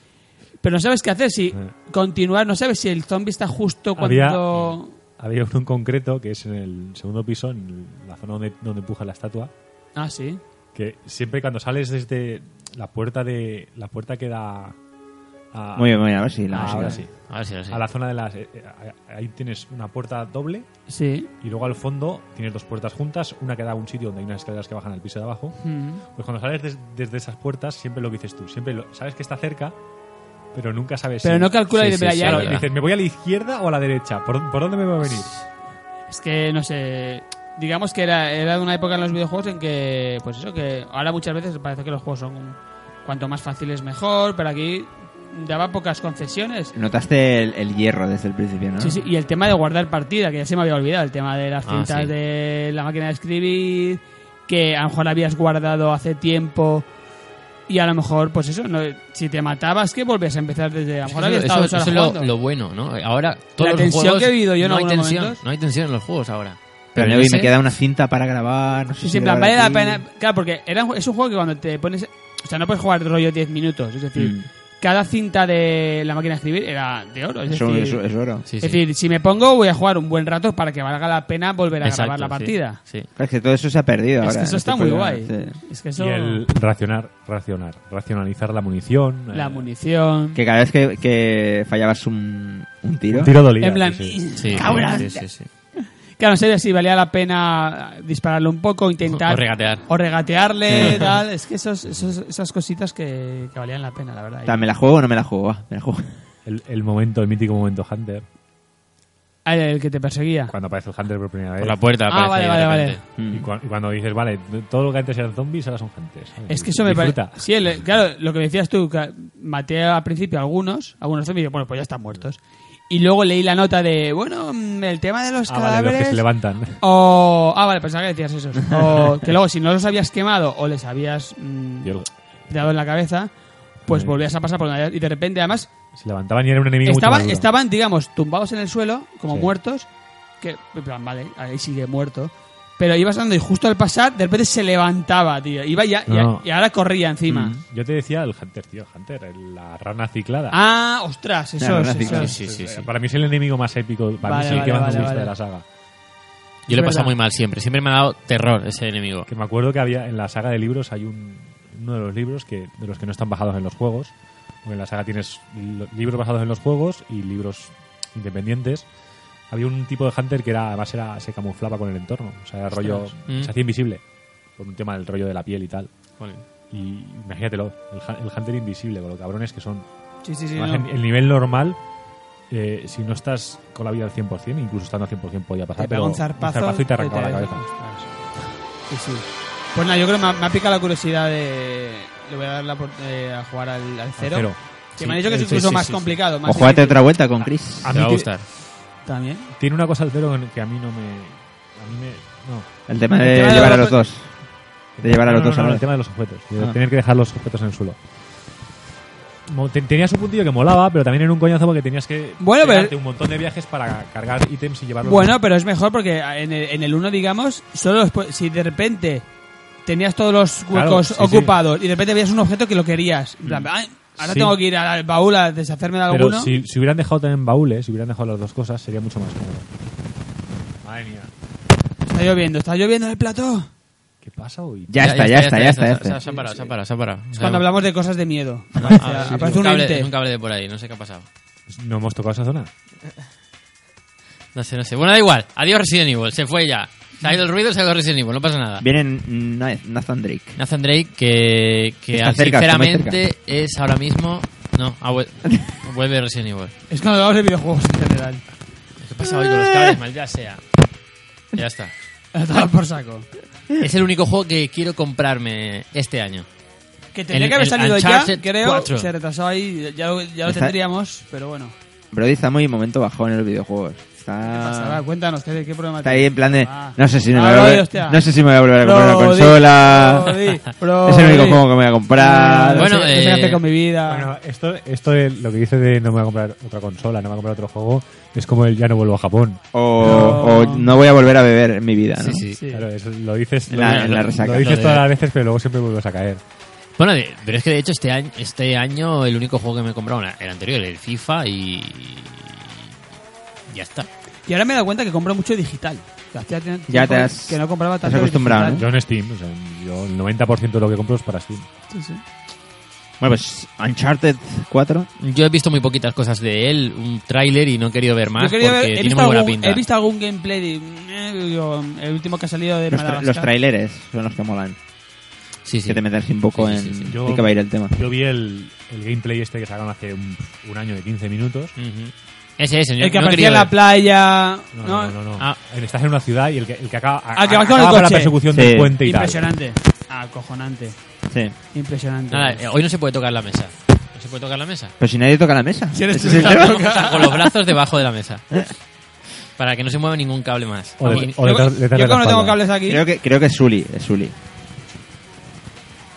C: pero no sabes qué hacer, si
A: Eh.
C: continuar, no sabes si el zombie está justo
D: Había-
C: cuando...
D: Había uno en concreto que es en el segundo piso, en la zona donde, donde empuja la estatua,
C: Ah, sí.
D: que siempre cuando sales desde la puerta de la puerta que da a,
B: Muy bien, muy bien, a ver si la
D: Ah,
B: música.
D: ahora sí.
A: A ver si lo sé.
D: a la zona de las eh, eh, ahí tienes una puerta doble
C: Sí.
D: y luego al fondo tienes dos puertas juntas, una que da a un sitio donde hay unas escaleras que bajan al piso de abajo.
C: Mm.
D: Pues cuando sales des- desde esas puertas, siempre lo que dices tú, siempre lo- sabes que está cerca, pero nunca sabes.
C: Pero
D: si-
C: no calcula
A: Sí,
C: el
A: sí,
C: de
A: sí,
C: ya-
D: Claro,
A: es verdad.
D: dices, ¿me voy a la izquierda o a la derecha? ¿Por, por dónde me va a venir?
C: Es que, no sé, digamos que era, era una época en los videojuegos en que, pues eso, que ahora muchas veces parece que los juegos son cuanto más fáciles mejor, pero aquí daba pocas concesiones.
B: Notaste el, el hierro desde el principio, ¿no?
C: Sí, sí, y el tema de guardar partida, que ya se me había olvidado, el tema de las
A: Ah,
C: cintas
A: sí.
C: de la máquina de escribir, que a lo mejor habías guardado hace tiempo. Y a lo mejor, pues eso, no- si te matabas, que volvías a empezar desde. A lo mejor habías
A: Eso-
C: estado dos
A: eso-
C: horas
A: eso es lo,
C: jugando.
A: lo bueno, ¿no? Ahora todos los
C: tensión
A: juegos
C: que he vivido yo en
A: no hay
C: algunos
A: tensión,
C: momentos.
A: no hay tensión en los juegos ahora.
B: Pero
A: en
B: luego
A: ese-
B: me queda una cinta para grabar. No sé
C: Sí,
B: si
C: en plan, vale
B: grabar
C: la
B: aquí.
C: pena. Claro, porque era, un- es un juego que cuando te pones. O sea, no puedes jugar rollo 10 minutos. Es decir,
B: Mm.
C: cada cinta de la máquina de escribir era de oro. Es,
B: Eso,
C: decir,
B: eso- es oro.
A: Sí,
C: es
A: sí.
C: decir, si me pongo, voy a jugar un buen rato para que valga la pena volver a
A: Exacto,
C: grabar la
A: sí,
C: partida.
A: Sí,
B: Claro, es que todo eso se ha perdido
C: Es
B: ahora.
C: que eso
B: en
C: está
B: este
C: muy
B: programa,
C: guay.
B: sí.
C: Es que Pues eso.
D: Y el eh, racionar, racionar, racionalizar la munición. eh,
C: La munición.
B: Que cada vez que, que fallabas un, un tiro,
D: un Tiro dolido.
C: En plan.
D: sí, sí.
A: sí,
C: Cabrón.
A: sí, sí, sí.
C: Claro, en serio, si valía la pena dispararle un poco, intentar.
A: O regatear.
C: O regatearle, tal. Es que esos, esos- esas cositas que, que valían la pena, la verdad.
B: Ta, ¿me la juego o no me la juego? Va, me la juego.
D: El, el momento, el mítico momento Hunter.
C: Ah, El que te perseguía.
D: Cuando aparece el Hunter por primera vez.
A: Por la puerta Mm.
C: Ah,
A: aparece
C: vale,
A: ahí de
C: vale,
A: repente.
D: Y, cua- y cuando dices, vale, todo lo que antes eran zombies ahora son gentes. ¿sabes?
C: Es que eso me
D: Disfruta. Ah,
C: parece. Sí, el- claro, lo que decías tú, que maté al principio a algunos, algunos zombies, y bueno, pues ya están muertos. Y luego leí la nota de, bueno, mm, el tema de los
D: Ah, vale, los
C: cadáveres.
D: que se levantan.
C: O. Ah, vale, pensaba que decías eso. O que luego, si no los habías quemado o les habías mm,
D: Y el-
C: dado en la cabeza, pues
D: Sí.
C: volvías a pasar por donde habías- Y de repente, además,
D: se levantaban y era un enemigo mucho más
C: estaban,
D: duro.
C: estaban, digamos, tumbados en el suelo, como
D: Sí.
C: muertos. Que, en plan, vale, ahí sigue muerto. Pero ibas andando y justo al pasar, de repente se levantaba, tío. Iba ya,
D: No,
C: ya-
D: no. Mm.
C: y ahora corría encima.
D: Yo te decía el Hunter, tío, el Hunter, el- la rana ciclada.
C: Ah, ostras, eso
B: Claro,
C: es.
B: gráfico.
C: eso es.
A: Sí, sí, sí.
D: Eh, Para mí es el enemigo más épico, para
C: Vale,
D: mí es el
C: vale,
D: que más
C: vale,
D: me gusta
C: vale.
D: de la saga.
A: Yo lo
C: Es
A: he
C: verdad.
A: pasado muy mal siempre. Siempre me ha dado terror ese enemigo.
D: Que me acuerdo que había en la saga de libros hay un, uno de los libros que de los que no están bajados en los juegos. Porque en la saga tienes lo- libros basados en los juegos y libros independientes. Había un tipo de hunter que era además era se camuflaba con el entorno, o sea, era rollo
A: Mm.
D: se hacía invisible por un tema del rollo de la piel y tal.
A: Joder.
D: Y imagínatelo, el, hu- el hunter invisible con los cabrones que son.
C: Sí, sí, sí,
D: Además,
C: no.
D: en- el nivel normal eh, si no estás con la vida al 100%, incluso estando al 100% podía pasar,
C: Te pega
D: pero
C: un zarpazo,
D: y te arrancaba la cabeza.
C: Sí, sí. Pues nada, yo creo que me ha, me ha picado la curiosidad de. Le voy a dar la por- eh, a jugar al, al cero.
D: Al cero.
C: Que me han dicho que es
A: Sí,
C: incluso
A: sí,
C: más
A: sí,
C: complicado. Más
B: O jugate
C: difícil.
B: otra vuelta con Chris.
D: A
A: Te
D: mí
A: va a
D: que-
A: gustar.
C: También.
D: Tiene una cosa al cero que a mí no me. A mí me. No.
B: El tema de
C: El tema de
B: llevar a
C: los
B: los dos. De llevar a
D: No,
B: los
D: no,
B: dos
D: no,
B: a la
D: el
B: vez.
D: tema de los objetos. de
B: Ah.
D: Tener que dejar los objetos en el suelo. Mo- te- Tenía su puntillo que molaba, pero también era un coñazo porque tenías que
C: Bueno, pero-
D: pegarte un montón de viajes para cargar ítems y llevarlos.
C: Bueno, pero es mejor porque en el, en el uno, digamos, solo los pu- si de repente tenías todos los
D: Claro,
C: huecos
D: sí, sí.
C: ocupados y de repente veías un objeto que lo querías. En plan, "Ay, ahora
D: Sí.
C: tengo que ir al baúl a deshacerme de
D: Pero
C: alguno.
D: si, si hubieran dejado también baúles, si hubieran dejado las dos cosas, sería mucho más cómodo. Madre mía.
C: Está lloviendo, está lloviendo en el plató.
D: ¿Qué pasa hoy?
B: Ya está, ya está, ya está. ya
A: Se ha-
B: está.
A: Se ha parado, se ha parado, se ha parado.
C: Es cuando hablamos de cosas de miedo.
A: Ah, sí, sí,
C: aparece
A: sí.
C: un
A: cable,
C: ente.
A: es un cable de por ahí, no sé qué ha pasado.
D: pues ¿No hemos tocado esa zona?
A: No sé, no sé. Bueno, da igual. Adiós Resident Evil, se fue ya. Se ha ido el ruido, se ha ido Resident Evil, no pasa nada.
B: Viene Na- Nathan Drake.
A: Nathan Drake, que, que
B: Está cerca, está muy
A: sinceramente es ahora mismo... No, ha vuel- vuelve Resident Evil.
C: Es cuando hablamos de videojuegos en general.
A: ¿Qué pasa hoy con los cables? Maldita sea. Ya está.
C: A tomar por saco.
A: Es el único juego que quiero comprarme este año.
C: Que tendría
A: El-
C: que haber
A: el
C: salido
A: Uncharted
C: ya, creo.
A: 4.
C: Se retrasó ahí, ya lo, ya lo
B: Está-
C: tendríamos, pero bueno.
B: Brody está muy momento bajón en los videojuegos.
C: ¿Qué pasa? Va,
B: Está,
C: Cuéntanos, ¿qué, qué problema
B: Ah. está ahí en plan de.
C: Ah.
B: No sé si me
C: Ah,
B: voy a
C: Brody,
B: volver,
C: hostia.
B: no sé si me voy a volver a comprar una
C: Brody,
B: consola.
C: Brody, Brody.
B: Es el único juego que me voy a comprar.
C: Bueno,
A: Bueno,
C: no sé, no sé qué
A: eh,
C: hacer con mi vida.
D: Bueno, esto, esto es lo que dice de no me voy a comprar otra consola, no me voy a comprar otro juego, es como el ya no vuelvo a Japón.
B: O,
C: No.
B: o no voy a volver a beber en mi vida. ¿no?
A: Sí.
C: Sí.
D: Claro, eso lo dices,
B: En la-
D: lo,
B: en la
D: lo
B: resaca.
D: dices
A: Lo de-
D: todas las veces, pero luego siempre vuelves a caer.
A: Bueno, de- pero es que de hecho este año, este año el único juego que me he comprado, era el anterior, el FIFA y... y Ya está.
C: Y ahora me he dado cuenta que compro mucho digital. Que hacía tiempo
B: Ya te has-
C: Que no compraba
B: te has
C: tanto.
B: acostumbrado,
C: digital.
D: Yo en Steam, o sea, yo el 90% de lo que compro es para Steam.
C: Sí, sí.
B: Bueno, pues Uncharted 4.
A: Yo he visto muy poquitas cosas de él, un tráiler y no he querido ver más
C: Yo quería
A: porque
C: ver- he,
A: tiene
C: visto
A: muy buena
C: algún,
A: pinta.
C: he visto algún gameplay. de- eh, digo, el último que ha salido de
B: Los, tra-
C: Madagascar.
B: los traileres son los que molan.
A: Sí, sí.
B: Que te metes un poco
A: Sí, sí, sí,
B: en.
A: sí.
D: Yo-
B: ¿De qué va a ir el tema?
D: Yo vi el, el gameplay este que sacaron hace un, un año de 15 minutos.
A: Ujú. Ese, ese. yo
C: El que
A: no
C: aparecía
A: quería
C: en la
A: ver.
C: playa.
D: No, no, no. no, no.
A: Ah.
D: El- Estás en una ciudad y el que, el que acaba,
C: Ah, que vas con el
D: acaba la
C: coche.
D: persecución
B: Sí.
D: del puente y tal.
C: Impresionante. Acojonante.
B: Sí.
C: Impresionante.
A: Nada, eh, hoy no se puede tocar la mesa. ¿No se puede tocar la mesa?
B: Pero si nadie toca la mesa.
C: Si eres
B: Ese
C: tú
B: es el
C: que la
B: tema.
C: toca.
A: O sea, con los brazos debajo de la mesa. Para que no se mueva ningún cable más.
D: O de-
A: Y-
D: o de-
C: yo,
D: de- de-
C: yo como no tengo
D: de-
C: cables aquí.
B: Creo que, creo que es Sully. Es Sully.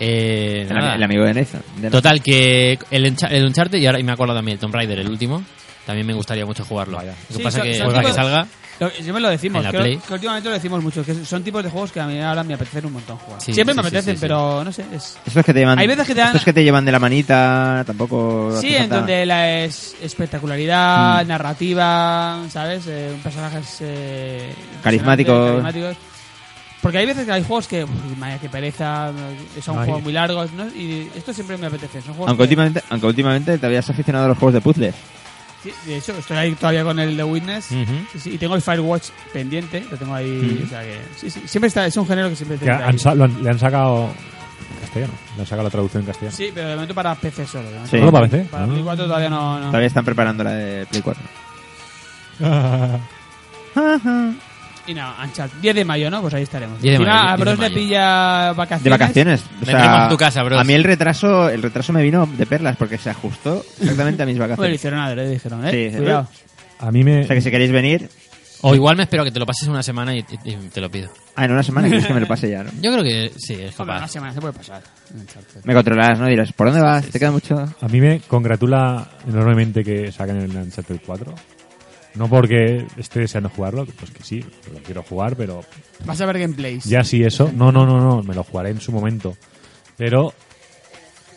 A: eh,
B: El,
A: nada.
B: ami- el amigo de Nathan. De Nathan.
A: Total, que el, Encha- el Uncharted, y ahora y me acuerdo también el Tomb Raider, el último, también me gustaría mucho jugarlo.
D: Vaya.
A: Lo que
C: Sí,
A: pasa
C: son-
A: que,
C: son
A: ahora que
C: tipos-
A: salga...
C: Lo- siempre lo decimos,
A: En la
C: creo
A: Play.
C: que últimamente lo decimos mucho, que son tipos de juegos que a mí ahora me apetecen un montón jugar.
A: Sí,
C: siempre
A: sí,
C: me
A: sí,
C: apetecen,
A: sí, sí.
C: pero no sé, es...
B: Estos que te llevan.
C: Hay veces que te dan-
B: estos que te llevan de la manita. Tampoco. hace
C: Sí, en
B: falta-
C: donde la es-
A: Mm.
C: espectacularidad, narrativa, ¿sabes? Eh, un personajes eh, impresionantes,
B: Carismáticos.
C: carismáticos. Porque hay veces que hay juegos que, uff, madre, que pereza, eh, son
D: Ay.
C: juegos muy largos, ¿no? Y esto siempre me apetece, son juegos
B: Aunque
C: que-
B: últimamente, aunque últimamente te habías aficionado a los juegos de puzzles.
C: Sí, de hecho, estoy ahí todavía con el The Witness.
A: Ujú.
C: Sí, sí, y tengo el Firewatch pendiente, lo tengo ahí, o sea que... Sí, sí, siempre está, es un género que siempre...
D: Que
C: tengo
D: han
C: ahí.
D: sa- lo han- le han sacado castellano, le han sacado la traducción en castellano.
C: Sí, pero de momento para PC solo. de momento.
B: Sí.
D: ¿No lo parece?
C: Para
D: Ah.
C: Play 4 todavía no. no.
B: Todavía están preparando la de Play 4.
C: Y nada, Uncharted. 10 de mayo, ¿no? Pues ahí estaremos.
A: 10 de
C: Encima
A: mayo,
C: a
A: 10 de
C: Bros le
A: mayo.
C: pilla vacaciones.
B: De vacaciones. O
A: Vendremos
B: sea,
A: a tu casa, bros.
B: A mí el retraso, el retraso me vino de perlas porque se ajustó exactamente a mis
C: Bueno, Pues lo
B: vacaciones.
C: hicieron adrede, dijeron, ¿eh?
B: Sí, sí.
C: Cuidado.
D: A mí me.
B: O sea que si queréis venir,
A: O igual me espero que te lo pases una semana y, y- y te lo pido.
B: ah, en una semana quieres que me lo pase ya, ¿no?
A: Yo creo que sí, es
C: Hombre, una
A: capaz.
C: semana se puede pasar. Uncharted.
B: Me controlarás, ¿no? Dirás, ¿por dónde vas? ¿Te queda mucho?
D: A mí me congratula enormemente que saquen el Uncharted 4. No porque esté deseando jugarlo, pues que sí, lo quiero jugar, pero
C: Vas a ver gameplays. Ah,
D: ya sí eso. No, no, no, no, me lo jugaré en su momento. Pero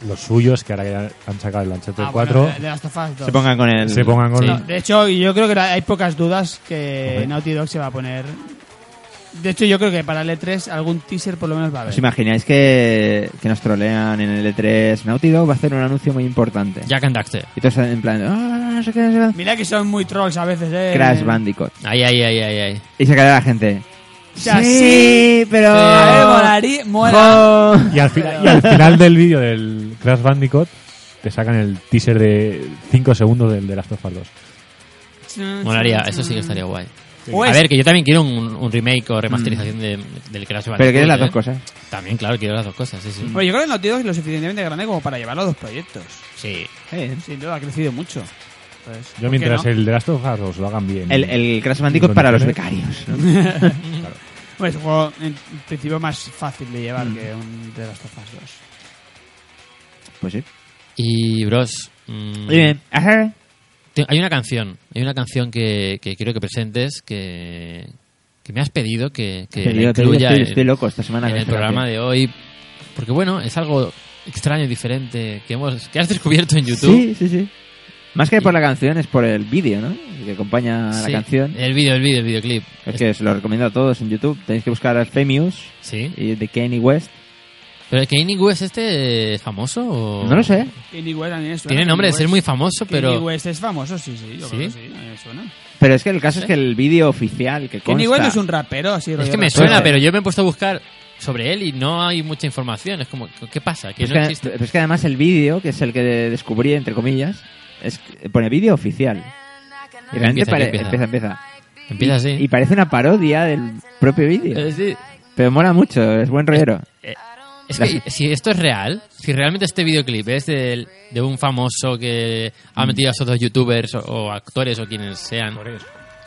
D: lo suyo es que ahora que ya han sacado el Uncharted
C: Ah,
D: 4,
C: bueno, de, de Last of Us 2.
B: Se pongan con el...
D: se pongan con...
A: Sí.
C: No, de hecho, yo creo que hay pocas dudas que
D: Hombre.
C: Naughty Dog se va a poner. De hecho, yo creo que para el E3 algún teaser por lo menos va a haber.
B: ¿Os imagináis que, que nos trolean en el E3? Naughty Dog va a hacer un anuncio muy importante.
A: Jack and Daxter.
B: Y todos en plan... "Ah, no sé qué, no sé
C: Mira que son muy trolls a veces, ¿eh?
B: qué". Crash Bandicoot.
A: Ay, ay, ay, ay, ay.
B: Y se queda la gente...
C: sea,
B: sí, pero...
A: Eh,
C: A ver, Eh, molaría- mola.
B: Jo".
D: Y al, final, y al final del vídeo del Crash Bandicoot te sacan el teaser de 5 segundos del de Last of Us 2.
C: Mm,
A: Molaría, eso sí que estaría guay.
C: Pues-
A: a ver, que yo también quiero un, un remake o remasterización de- del Crash Bandicoot.
B: Mm. Pero quieres las
A: ¿eh?
B: dos cosas. Pues-
A: También, claro, quiero las dos cosas, sí, sí.
C: Bueno, yo creo que Naughty Dog es lo suficientemente grande como para llevar los dos proyectos.
A: Sí.
C: Sin duda, ha crecido mucho. Pues, ¿por qué
D: Yo mientras
C: no?
D: el de Last of Us 2 lo hagan bien.
B: El, el Crash Bandicoot para los becarios.
A: Mm.
B: ¿no?
C: Bueno, es un Pues, juego en principio más fácil de llevar que un de las Tofas 2.
B: Pues sí.
A: Mm. Y, bros... mm,
B: Dime, ajá.
A: Te- Hay una canción, hay una canción que, que quiero que presentes que, que me has pedido que, que
B: Pedido,
A: la
B: pedido,
A: incluya
B: estoy,
A: en,
B: estoy loco esta semana.
A: en
B: con
A: el
B: esta
A: programa
B: canción.
A: de hoy porque bueno es algo extraño y diferente que hemos que has descubierto en YouTube.
B: Sí, sí, sí. Más que por la canción, es por el vídeo, ¿no? Que acompaña a
A: Sí, Eh,
B: la canción.
A: El vídeo, el vídeo, el videoclip.
B: Es que os lo recomiendo a todos en YouTube. Tenéis que buscar al Famous
A: Sí.
B: y de Kanye West.
A: Pero el Kanye West este eh, famoso o...
B: No lo sé.
C: Kanye West también es
A: Tiene nombre de ser muy famoso,
C: Kanye
A: pero
C: West es famoso, sí, sí. Yo
A: ¿Sí?
C: creo que sí, me suena.
B: Pero es que el caso es que el vídeo oficial que consta...
C: Kanye West no es un rapero así.
A: es
C: rollo
A: que me
C: rapero.
A: suena,
B: Bueno.
A: pero yo me he puesto a buscar sobre él y no hay mucha información. Es como ¿qué pasa? Que
B: Pero
A: no
B: es, que,
A: existe.
B: pero es que además el vídeo, que es el que de- descubrí, entre comillas, es que pone vídeo oficial. Y realmente
A: Empieza,
B: pare-
A: empieza.
B: empieza, empieza.
A: Empieza así.
B: Y parece una parodia del propio vídeo.
A: Eh, sí.
B: Pero mola mucho, es buen rollero.
A: Es que si esto es real, si realmente este videoclip es del- de, un famoso que
D: Mm.
A: ha metido a esos dos youtubers o, o actores o quienes sean,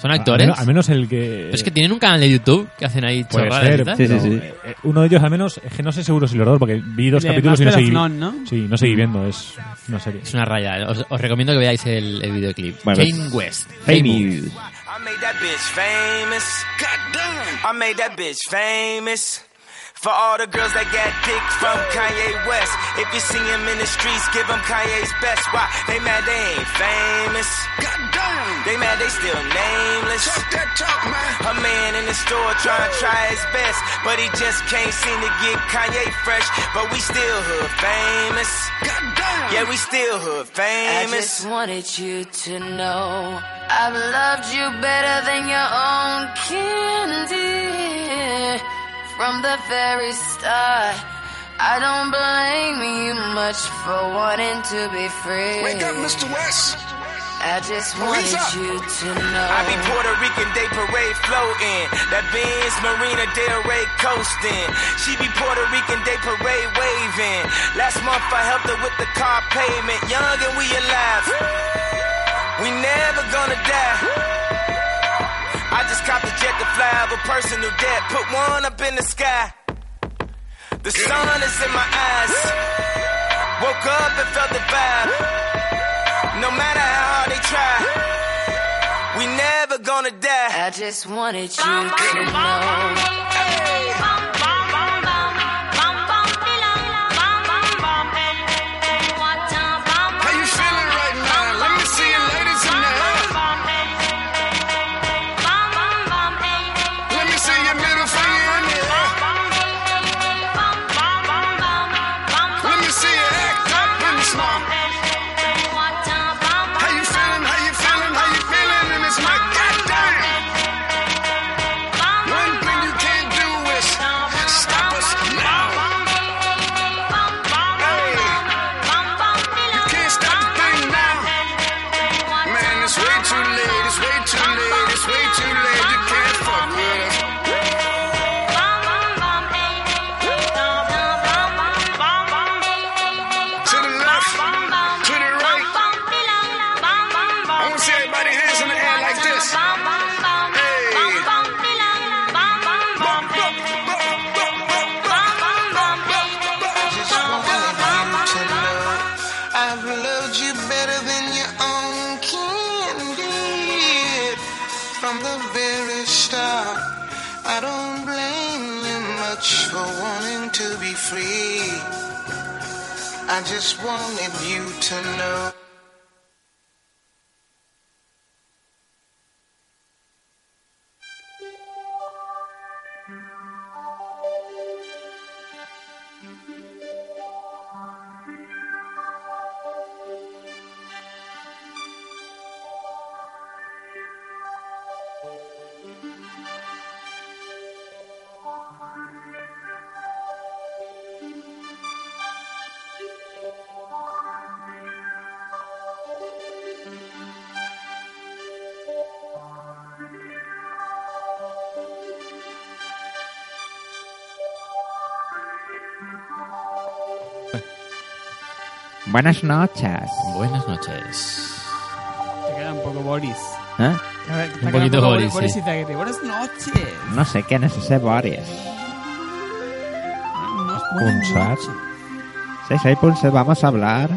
A: son actores.
D: Al menos, al menos el que...
A: Pero es que tienen un canal de YouTube que hacen ahí
D: Puede
A: chorradas
D: ser,
A: y tal.
B: Sí, sí,
D: pero,
B: sí.
D: eh, eh, Uno de ellos al menos, es que no sé seguro si los dos, porque vi dos
C: De
D: capítulos y no
C: Master of
D: seguí.
C: None, ¿no?
D: Sí, no seguí viendo, es una serie.
A: Es una raya. Os, os recomiendo que veáis el, el videoclip.
B: Bueno,
A: Kane
B: pues-
A: West.
B: Famous.
E: I made that bitch famous. Goddamn. I made that bitch famous. For all the girls that got dick from Kanye West. If you see him in the streets, give him Kanye's best. Why? They mad they ain't famous. Goddamn. They mad they still nameless. Talk that talk, man. A man in the store trying to try his best. But he just can't seem to get Kanye fresh. But we still hood famous. Goddamn. Yeah, we still hood
F: I
E: famous.
F: just wanted you to know I've loved you better than your own candy from the very start. I don't blame you much for wanting to be free.
G: Wake up, Mr. West.
F: I just wanted
G: up.
F: you to
E: I be
F: know.
E: Puerto Rican Day Parade floating. That Benz Marina Del Rey coasting. She be Puerto Rican Day Parade waving. Last month I helped her with the car payment. Young and we alive. We never gonna die. I just copped a jet to fly of a personal debt. Put one up in the sky. The sun is in my eyes. Woke up and felt the vibe. No matter how hard they try, we never gonna die.
F: I just wanted you to know.
G: How you feeling right now? Let me see you ladies in the house. Let me see your middle finger in the air. Let me see you act up and smile. How you feeling? How you feeling? How you feeling? And it's my goddamn. One thing you can't free. I just wanted you to know.
B: Buenas noches.
A: Buenas noches.
C: Te queda un poco Boris.
B: ¿Eh?
C: Te queda
A: Un poquito Boris,
C: Boris
A: sí.
C: Izaguirre. Buenas noches.
B: No sé quién es ese Boris.
C: No,
D: Con
C: buenas
D: Sar.
C: noches.
B: Sí, soy Pulse, vamos a hablar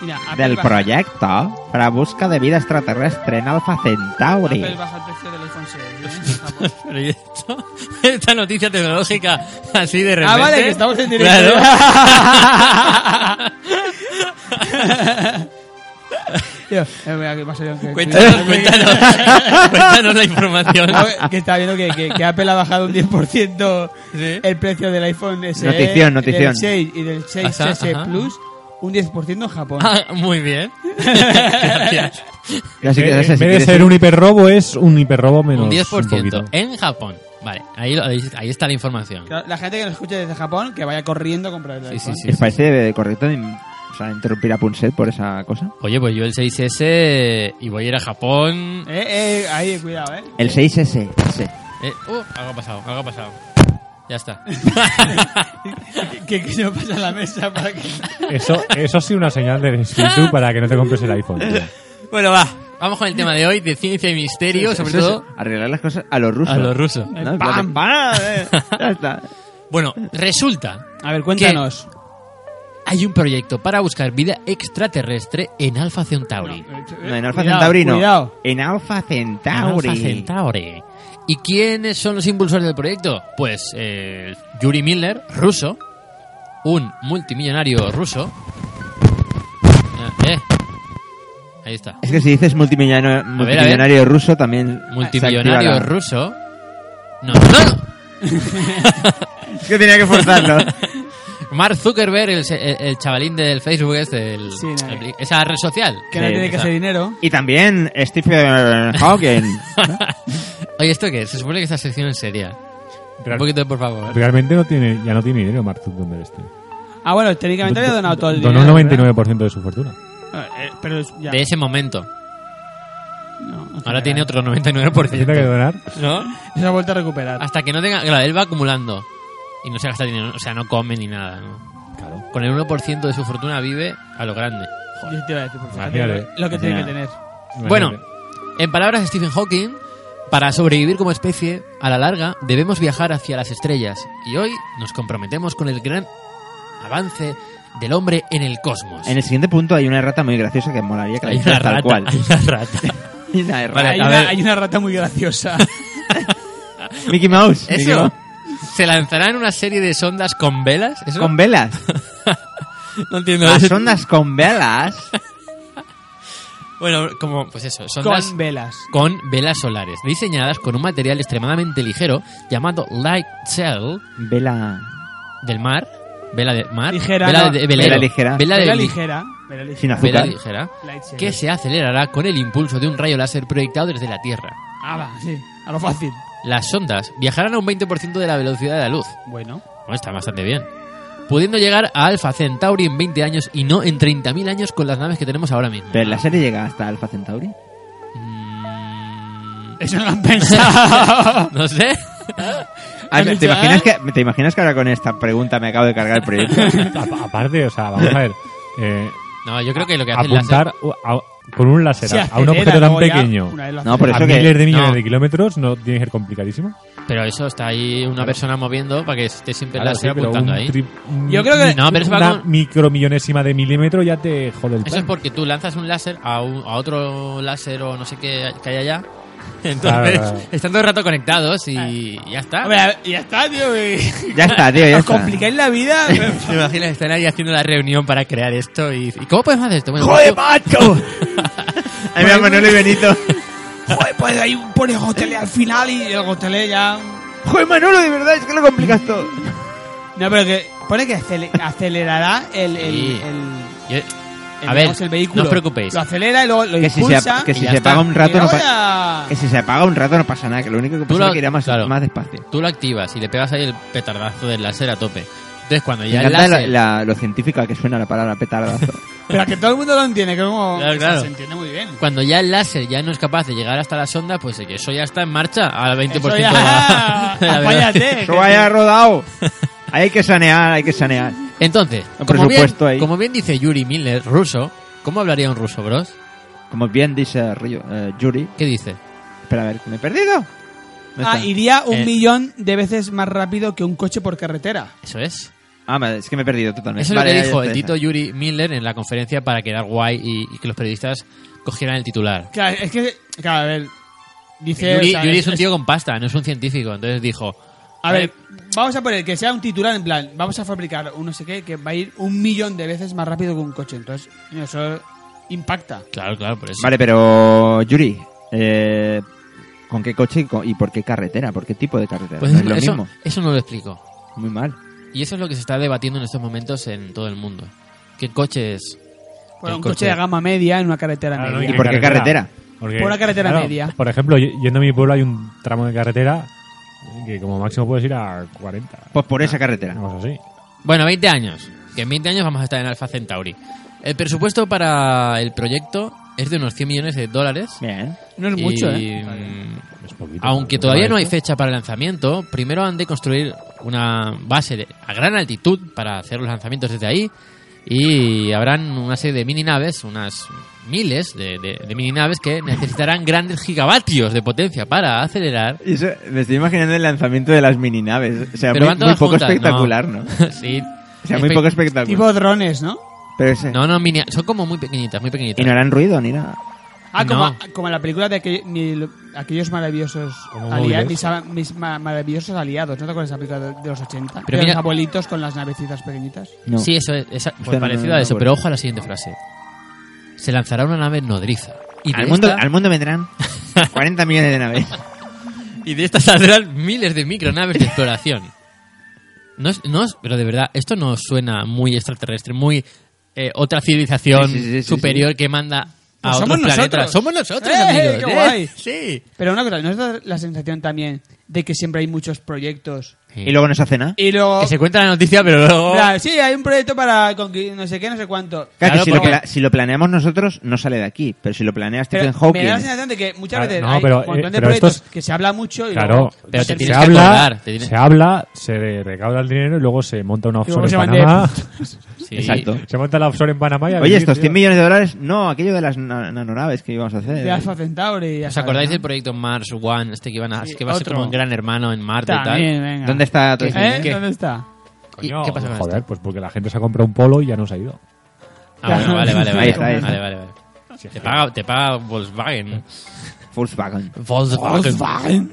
C: Mira, Apple
B: del
C: baja-
B: proyecto para busca de vida extraterrestre en Alpha Centauri.
C: Apple baja el precio del iPhone 6. ¿eh? Apple.
A: Pero ¿y esto? Esta noticia tecnológica así de repente.
C: Ah, vale, que estamos en directo.
A: Claro.
C: Tío, eh, mira, que me ha salido que-
A: cuéntanos, cuéntanos, cuéntanos la información.
C: Ah, bueno, que estaba viendo que, que- que Apple ha bajado un 10% el precio del iPhone SE.
B: Notición, notición.
C: Del 6 y del 6
A: Ajá,
C: S
A: ajá.
C: Plus, un 10% en Japón.
A: Ah, muy bien. Gracias.
B: Ya, si
D: Eh,
B: quieres,
D: en
B: si
D: vez de
B: quieres,
D: ser un hiperrobo, es un hiperrobo menos
A: Un
D: poquito.
A: 10% en Japón. Vale, ahí, lo- ahí- ahí está la información.
C: Claro, La gente que nos escucha desde Japón, que vaya corriendo a comprar el
A: Sí,
C: iPhone.
A: sí, sí.
B: ¿Les parece correcto in- o sea, interrumpir a Punset por esa cosa?
A: Oye, pues yo el 6S y voy a ir a Japón.
C: Eh, eh, ahí, cuidado, eh.
B: El 6S. S.
A: Eh, uh, algo ha pasado, algo ha pasado. Ya está.
C: Que, que se me pasa en la mesa para que...
D: Eso, eso sí una señal de espíritu para que no te compres el iPhone. tío.
A: bueno, va. Vamos con el tema de hoy, de ciencia y misterio, sobre
B: Eso es
A: todo
B: Arreglar las cosas a los rusos.
A: a los rusos.
B: ¿No?
C: ¡Pam! ¡Pam! eh.
B: Ya está.
A: Bueno, resulta
C: A ver, cuéntanos.
A: hay un proyecto para buscar vida extraterrestre en Alpha Centauri.
C: eh,
B: No, en Alfa
C: Cuidado,
B: Centauri no.
C: Cuidado.
B: En Alfa Centauri.
A: Alpha Centauri. ¿Y quiénes son los impulsores del proyecto? Pues eh, Yuri Milner, ruso, un multimillonario ruso. Ah, eh. Ahí está.
B: Es que si dices multimillonario, multimillonario ruso también. se
A: Multimillonario
B: activa la-
A: ruso. No, no, no.
B: Es que tenía que forzarlo.
A: Mark Zuckerberg, el, se- el- el chavalín del Facebook, este, el-
C: Sí, no.
A: el- esa red social.
C: Que no
B: Sí,
C: tiene que
A: esa.
C: ser dinero.
B: y también Stephen Hawking.
A: Oye, ¿esto qué? es? Se supone que esta sección es seria. Un
D: Real-
A: poquito, por favor.
D: realmente no tiene, ya no tiene dinero Mark Zuckerberg este.
C: Ah, bueno, técnicamente había donado todo el
D: Donó
C: dinero.
D: el 99% de su fortuna.
C: ¿verdad? Eh, Pero es- ya.
A: De ese momento.
C: No, no
A: Ahora
C: sé.
A: tiene otro
D: Tiene que
A: 99%.
D: donar.
A: ¿No?
C: Se ha vuelto a recuperar.
A: Hasta que no tenga... Claro, él va acumulando. Y no se gasta dinero. O sea, no come ni nada. ¿no? Con el 1% de su fortuna vive a lo grande.
C: Yo te iba a decir, por favor,
D: Imagínate.
C: lo que tiene que
B: Imagínate.
C: tener.
A: Bueno, en palabras de Stephen Hawking, para sobrevivir como especie, a la larga, debemos viajar hacia las estrellas. Y hoy nos comprometemos con el gran avance del hombre en el cosmos.
B: En el siguiente punto hay una rata muy graciosa que molaría que la
A: Hay una
B: hiciera tal
A: rata,
B: cual.
A: hay una rata.
B: Hay una rata.
A: Vale,
C: hay,
A: a
C: una,
A: ver.
C: hay una rata muy graciosa.
B: Mickey Mouse. Mickey
A: Eso
B: Mouse.
A: se lanzarán una serie de sondas con velas. ¿Eso?
B: Con velas.
A: no entiendo.
B: Las ondas con velas.
A: Bueno, como pues eso, sondas
C: con
A: con,
C: velas.
A: velas solares, diseñadas con un material extremadamente ligero llamado light cell
B: Vela.
A: del mar, vela de mar,
C: Ligera,
A: vela
C: no.
A: de, de velero,
B: Vela ligera.
A: vela, de
C: Vela
A: li-
C: ligera. Vela ligera.
B: Sin
A: vela
B: azúcar.
A: ligera,
C: Light saber.
A: que se acelerará con el impulso de un rayo láser proyectado desde la Tierra.
C: Ah, va, sí. A lo fácil.
A: Las sondas viajarán a un 20% de la velocidad de la luz.
C: Bueno.
A: Bueno, está bastante bien. Pudiendo llegar a Alpha Centauri en 20 años y no en 30.000 años con las naves que tenemos ahora mismo.
B: Pero la serie llega hasta Alpha Centauri.
A: Mm,
C: Eso no lo han pensado.
A: no sé.
B: Ah, ¿te,
C: dicho,
B: imaginas
C: ¿eh?
B: que, ¿Te imaginas que ahora con esta pregunta me acabo de cargar el proyecto?
D: A- Aparte, o sea, vamos a ver. eh,
A: No, yo creo que lo que hace el láser-
D: apuntar a- con un láser
C: Se
D: a- a un
C: acelera,
D: objeto tan
C: luego ya,
D: pequeño
C: una vez lo
B: No, por
C: acelera.
D: a
B: eso que-
D: miles de millones
A: No.
D: de kilómetros no tiene que ser complicadísimo.
A: Pero eso, está ahí una persona moviendo para que esté siempre el
D: Claro,
A: láser
D: sí, pero
A: apuntando
D: un
A: ahí.
D: tri- un-
C: Yo creo que-
A: No, pero eso va
D: una
A: con-
D: micromillonésima de milímetro ya te jode el
A: Eso es
D: plan.
A: porque tú lanzas un láser a, un- a otro láser o no sé qué que hay allá Entonces,
D: Claro, claro.
A: están todo el rato conectados y ya está.
C: Hombre, a- ya está, tío. y-
B: Ya está, tío, ya
C: Os
B: está.
C: complicáis la vida.
A: ¿Te imaginas? Están ahí haciendo la reunión para crear esto y... ¿y cómo podemos hacer esto? Bueno,
C: ¡Joder,
A: yo-
C: macho!
B: Ahí
A: Pues
B: me va Manolo y Benito.
C: Joder, pues ahí pones Gotelé al final y el Gotelé ya...
B: Joder, Manolo, de verdad, es que lo complicas todo.
C: No, pero que pone que acele- acelerará el... el,
A: Sí.
C: el-
A: yo-
C: el-
A: a ver,
C: digamos, el vehículo.
A: no os preocupéis.
C: Lo acelera y luego lo
B: Que si se,
C: impulsa.
B: que
A: y
B: si
A: ya
B: se
A: está.
B: apaga un
C: y
B: rato no
C: luego
B: pasa
C: ya-
B: Que si se apaga un rato no pasa nada, que lo único que pasa
A: lo-
B: es que irá más,
A: claro.
B: más despacio.
A: Tú lo activas y le pegas ahí el petardazo del láser a tope. Entonces, cuando
B: Me
A: ya el
B: encanta la-
A: láser...
B: la- lo científica que suena la palabra petardazo.
C: Pero que todo el mundo lo entiende, que como...
A: Claro,
C: o sea,
A: claro.
C: Se entiende muy bien.
A: Cuando ya el láser ya no es capaz de llegar hasta la sonda, pues eh, que eso ya está en marcha al 20%
C: Eso
A: de la-
C: ya...
A: de la velocidad.
C: Apáñate.
B: ¡Eso vaya rodado! Hay que sanear, hay que sanear.
A: Entonces,
B: Un
A: como bien,
B: presupuesto ahí.
A: como bien dice Yuri Miller, ruso, ¿cómo hablaría un ruso, bros?
B: Como bien dice Río- eh, Yuri.
A: ¿Qué dice?
B: Espera, a ver, ¿me he perdido? ¿Dónde
C: Ah,
B: está?
C: iría un
A: Eh.
C: millón de veces más rápido que un coche por carretera.
A: Eso es.
B: Ah, ma- es que me he perdido totalmente.
A: Eso es
B: Vale,
A: lo
B: ya-
A: que
B: ya
A: dijo el
B: estoy.
A: Tito Yuri Miller en la conferencia para quedar guay y, y que los periodistas cogieran el titular.
C: Claro, es que... Claro, a ver... Dice...
A: Yuri,
C: o sea,
A: Yuri es un
C: es-
A: tío con pasta, no es un científico. Entonces dijo...
C: A ver, vamos a poner que sea un titular en plan, vamos a fabricar un no sé qué que va a ir un millón de veces más rápido que un coche. Entonces, coño, eso impacta.
A: Claro, claro, por eso.
B: Vale, pero Yuri, eh, ¿con qué coche y, co- y por qué carretera? ¿Por qué tipo de carretera?
A: Pues
B: no
A: eso,
B: es lo
A: eso-
B: mismo.
A: eso no lo explico.
B: Muy mal.
A: Y eso es lo que se está debatiendo en estos momentos en todo el mundo. ¿Qué coches?
C: Bueno,
A: El
C: un
A: coche.
C: coche. de gama media en una carretera
D: Claro,
C: media.
B: ¿Y por qué carretera?
D: Porque,
C: Por una carretera media.
D: Por ejemplo, y- yendo a mi pueblo hay un tramo de carretera que como máximo puedes ir a 40.
B: Pues por esa carretera.
A: Ah.
D: Vamos así.
A: Bueno, 20 años. Que en 20 años vamos a estar en Alpha Centauri. El presupuesto para el proyecto es de unos 100 millones de dólares.
B: Bien.
C: No es mucho,
A: Y,
C: ¿eh?
A: mm,
D: Es poquito.
A: Aunque
D: Pero
A: todavía no hay
D: esto-
A: fecha para el lanzamiento, primero han de construir una base de- a gran altitud para hacer los lanzamientos desde ahí. Y habrán una serie de mini naves, unas miles de, de, de mini naves que necesitarán grandes gigavatios de potencia para acelerar
B: Y eso, me estoy imaginando el lanzamiento de las mini naves. O sea,
A: Pero
B: muy,
A: van
B: muy
A: todas
B: poco
A: juntas,
B: espectacular, ¿no?
A: sí.
B: O sea, muy
A: Espe-
B: poco espectacular.
C: Tipo drones, ¿no?
B: Pero ese-
A: No, no, mini- son como muy pequeñitas, muy
B: Y
A: pequeñitas.
B: no harán ruido ni nada.
C: Ah, como,
A: No.
C: como en la película de aquel- mi- aquellos maravillosos
D: Como
C: aliados,
D: móviles.
C: mis, a- mis ma- maravillosos aliados. ¿No te acuerdas de esa película de, de los 80?
A: Pero
C: de
A: mira-
C: los abuelitos con las navecitas pequeñitas.
B: No.
A: Sí, eso es, es- pues
B: no,
A: parecido
B: no,
A: a
B: no,
A: eso,
B: bueno.
A: pero ojo a la siguiente frase. Se lanzará una nave nodriza. Y de,
B: al, mundo,
A: esta-
B: al mundo vendrán 40 millones de naves.
A: y de esta saldrán miles de micronaves de exploración. No es- no es- pero de verdad, esto no suena muy extraterrestre, muy eh, otra civilización
B: Sí, sí, sí, sí,
A: superior que manda a
C: Pues
A: otros
C: somos
A: planetas.
C: nosotros.
A: Somos nosotros,
C: ¡Eh,
A: amigos!
C: qué
A: ¡Eh!
C: guay!
A: Sí.
C: Pero una cosa, ¿no os da la sensación también de que siempre hay muchos proyectos?
B: Y luego no se hace nada.
C: Y luego...
A: Que se cuenta la noticia, pero luego...
C: Claro, sí, hay un proyecto para conqui- no sé qué, no sé cuánto.
B: Claro,
A: Claro,
B: que si, lo
A: porque-
B: pla- si lo planeamos nosotros, no sale de aquí. Pero si lo planea
C: Pero
B: Stephen
C: me da la
B: Hawking.
C: sensación de que muchas
A: Ah,
D: Claro,
C: veces
D: no,
C: hay
D: pero,
C: un montón
D: eh,
C: de
D: pero
C: proyectos
D: estos-
C: que se habla mucho y
D: Claro,
C: luego-
A: Pero te
D: se,
A: tienes que
D: habla,
A: acordar, te tienes-
D: se habla, se recauda el dinero y luego se monta una
C: luego
D: offshore
C: se
D: en
C: van de-
D: Panamá.
A: Sí.
B: Exacto.
D: Se monta la offshore en Panamá y a
B: Oye,
D: vivir,
B: estos
D: tío.
B: 100 millones de dólares, no, aquello de las na- nanonaves que íbamos a hacer. ¿eh?
C: de Alpha Centauri. ya
A: ¿Os
C: sabes,
A: acordáis
C: ¿no?
A: del proyecto Mars One, este que, iban a,
C: Sí,
A: que va a ser
C: otro.
A: como un gran hermano en Marte y
C: También,
A: tal?
C: venga.
B: ¿Dónde está todo
C: ¿Eh?
B: ese-
C: ¿Dónde está?
A: ¿Y
D: Coño,
A: ¿Qué pasa con este?
D: Joder,
A: esto?
D: pues porque la gente se ha comprado un polo y ya no se ha ido.
A: Ah, bueno, vale, vale, vale.
B: Ahí está, ahí está.
A: Vale, vale, vale. Te paga, te paga Volkswagen.
B: Volkswagen.
A: Volkswagen.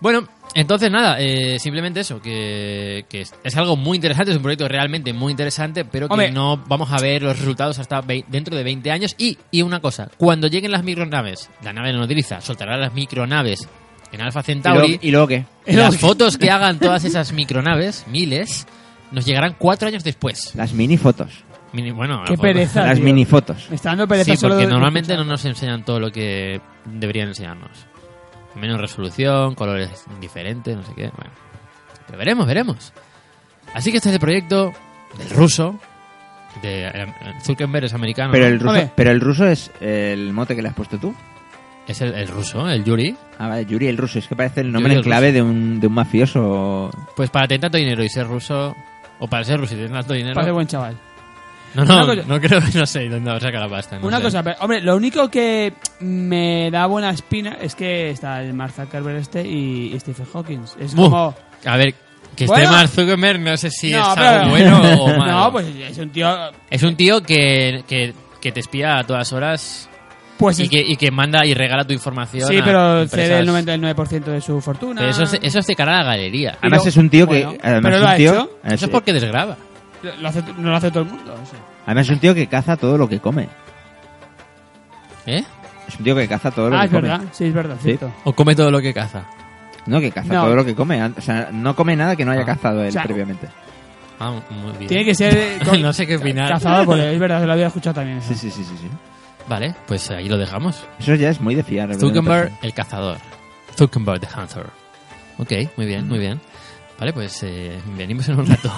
A: Bueno, entonces nada, eh, simplemente eso, que, que es, es algo muy interesante, es un proyecto realmente muy interesante, pero que
C: Hombre.
A: no vamos a ver los resultados hasta vei- dentro de 20 años. Y, y una cosa, cuando lleguen las micronaves, la nave no utiliza, soltará las micronaves en Alpha
B: ¿Y luego,
A: Centauri.
B: ¿Y luego qué?
A: las fotos que hagan todas esas micronaves, miles, nos llegarán cuatro años después.
B: Las minifotos.
A: Mini- Bueno,
C: Qué
A: pues, la foto-
C: pereza.
B: Las
C: tío.
B: minifotos.
C: Me está dando pereza
A: Sí,
C: solo
A: porque
C: de
A: normalmente no
C: escuchar.
A: nos enseñan todo lo que deberían enseñarnos. Menos resolución, colores diferentes, no sé qué. Bueno, pero veremos, veremos. Así que este es el proyecto del ruso. De, eh, Zuckerberg es americano.
B: Pero
A: ¿no?
B: el, ruso,
C: Hombre.
B: pero el ruso es el mote que le has puesto tú.
A: Es el, el ruso, el Yuri.
B: Ah, vale, Yuri el ruso. Es que parece el
A: Yuri
B: nombre
A: el
B: en clave de un, de un mafioso.
A: Pues para tener tanto dinero y ser ruso. O para ser ruso y tener tanto dinero.
C: Parece buen chaval.
A: No, no,
C: Una cosa-
A: no creo, no sé dónde saca la pasta. no
C: Una
A: sé.
C: cosa, pero, hombre, lo único que me da buena espina es que está el Mark Zuckerberg este y Stephen Hawking. Es
A: Buh,
C: como...
A: Uh, A ver, que
C: Bueno.
A: esté Mark Zuckerberg, no sé si
C: No,
A: es
C: pero-
A: algo bueno o malo.
C: No, pues es un tío...
A: Es un tío que, que, que te espía a todas horas.
C: Pues
A: y
C: es-
A: que, y que manda y regala tu información.
C: sí,
A: a
C: pero
A: empresas.
C: cede el 99% de su fortuna.
A: Pero eso, es, eso es de cara a la galería.
C: Ah,
B: Además
C: no.
B: es un tío
C: Bueno,
B: que... Además
C: pero
B: es
C: lo
B: un
C: ha
B: tío, eh,
C: hecho.
B: además-
A: Eso es porque desgraba.
C: Lo hace- no lo hace todo el mundo. o sea.
B: Además es un tío que caza todo lo que come.
A: ¿Eh?
B: Es un tío que caza todo lo
C: Ah,
B: que
C: es
B: come.
C: verdad. Sí, es verdad.
B: Sí.
C: Cierto.
A: O come todo lo que caza.
B: No, que caza
C: No.
B: todo lo que come. O sea, no come nada que no haya
A: Ah.
B: cazado él
C: O sea,
B: previamente.
A: Ah, muy bien.
C: Tiene que ser... eh, con-
A: no sé qué opinar.
C: Cazado por él. Es verdad, lo había escuchado también. eso.
B: Sí, sí, sí, sí, sí.
A: Vale, pues ahí lo dejamos.
B: Eso ya es muy de fiar.
A: Zuckerberg, el cazador. Zuckerberg, the hunter. Ok, muy bien, muy bien. Vale, pues eh, venimos en un rato.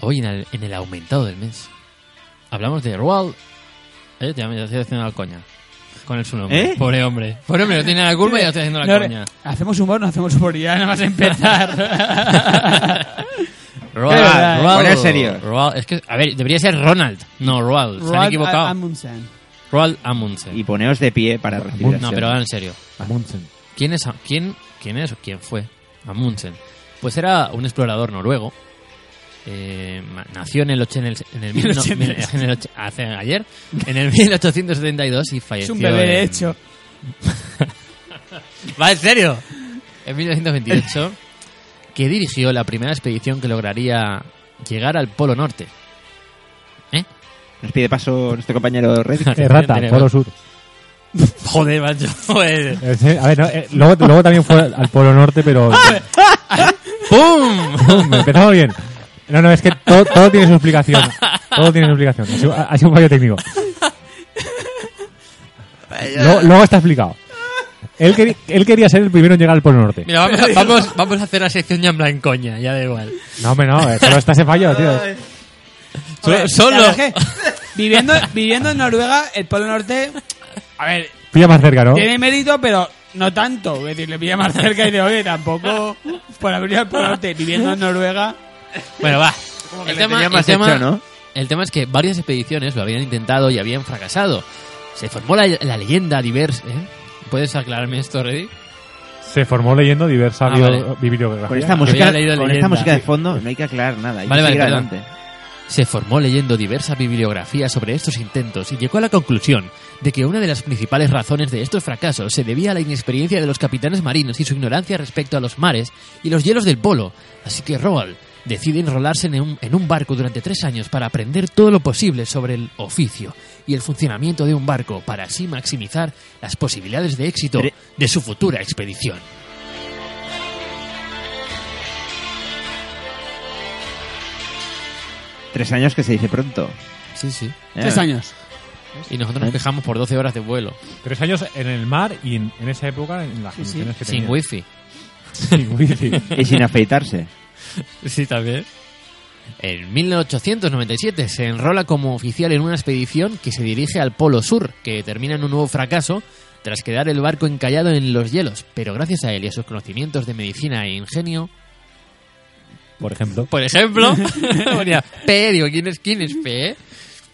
A: Hoy en el, en el aumentado del mes. Hablamos de Roald. Eh, ya me ya estoy haciendo la coña. Con el su nombre.
B: ¿Eh?
A: Pobre hombre. Pobre hombre, no tiene la culpa y ya estoy haciendo la
C: No,
A: Ah, coña.
C: Hacemos humor, no hacemos humor. Ya nada más empezar. verdad,
A: Roald,
C: eh.
A: Roald.
B: Poner serio.
A: Roald. Es que, a ver, debería ser Ronald. No, Roald. Se han
C: Roald
A: equivocado. Eh,
C: Amundsen.
A: Roald Amundsen.
B: Y poneos de pie para recibir
A: No,
B: acción.
A: pero ahora en serio.
D: Amundsen.
A: ¿Quién es, Am- quién, quién es o quién fue Amundsen? Pues era un explorador noruego. Eh, ma- nació en el, och- en el, en el mil- no, mil- en el och- hace ayer, en el 1872 y
C: Es
A: falleció.
C: un bebé de
A: en-
C: hecho.
A: Va, en serio. En 1928, que dirigió la primera expedición que lograría llegar al Polo Norte.
B: Nos pide paso nuestro compañero Reddick.
D: Errata,
A: Tiene-
D: Polo Sur.
A: Joder, macho. joder.
D: Eh, sí, A ver, no, eh, luego, luego también fue al Polo Norte, pero
A: ¡Pum!
D: Empezamos bien. No, no, es que todo, todo tiene su explicación. Todo tiene su explicación. Ha sido, ha sido un fallo técnico. Luego, luego está explicado. Él, queri- él quería ser el primero en llegar al Polo Norte.
A: Mira, vamos, a- vamos, vamos a hacer la sección ya en blanco, coña, ya da igual.
D: No, hombre, no, eh, solo está ese fallo, tío.
A: Solo,
C: La
A: solo-
C: verdad es que viviendo, viviendo en Noruega, el Polo Norte, a ver,
D: Pilla más cerca, ¿no?
C: tiene mérito, pero no tanto. Es decir, le pilla más cerca y de oye, tampoco por abrir el Polo Norte. Viviendo en Noruega,
A: Bueno, va.
B: Como que
A: El
B: le
A: tema,
B: tenía
A: el
B: más
A: tema-
B: hecho, ¿no?
A: el tema es que varias expediciones lo habían intentado y habían fracasado. Se formó la, la leyenda diversa. ¿eh? ¿Puedes aclararme esto, Reddy?
D: Se formó leyendo diversa
A: Ah,
D: bio-
A: vale.
D: bibliografía.
A: Pues
B: Con esta música, con
A: leído leyenda.
B: esta música de fondo no hay que aclarar nada. hay que
A: Vale, vale,
B: seguir
A: perdón.
B: adelante.
A: Se formó leyendo diversa bibliografía sobre estos intentos y llegó a la conclusión de que una de las principales razones de estos fracasos se debía a la inexperiencia de los capitanes marinos y su ignorancia respecto a los mares y los hielos del polo. Así que Roald decide enrolarse en un, en un barco durante tres años para aprender todo lo posible sobre el oficio y el funcionamiento de un barco para así maximizar las posibilidades de éxito
B: Pero-
A: de su futura expedición.
B: Tres años que se dice pronto.
A: Sí, sí.
C: tres
B: Eh,
C: años.
A: Y nosotros nos quejamos por 12 horas de vuelo,
D: Tres años en el mar y en, en esa época en las condiciones que
A: sin
D: tenía.
A: wifi.
D: Sin wifi.
B: Y sin afeitarse.
A: Sí, también. En 1897 se enrola como oficial en una expedición que se dirige al Polo Sur, que termina en un nuevo fracaso tras quedar el barco encallado en los hielos. Pero gracias a él y a sus conocimientos de medicina e ingenio,
D: Por ejemplo.
A: por ejemplo, ponía P, digo, ¿quién es, quién es P?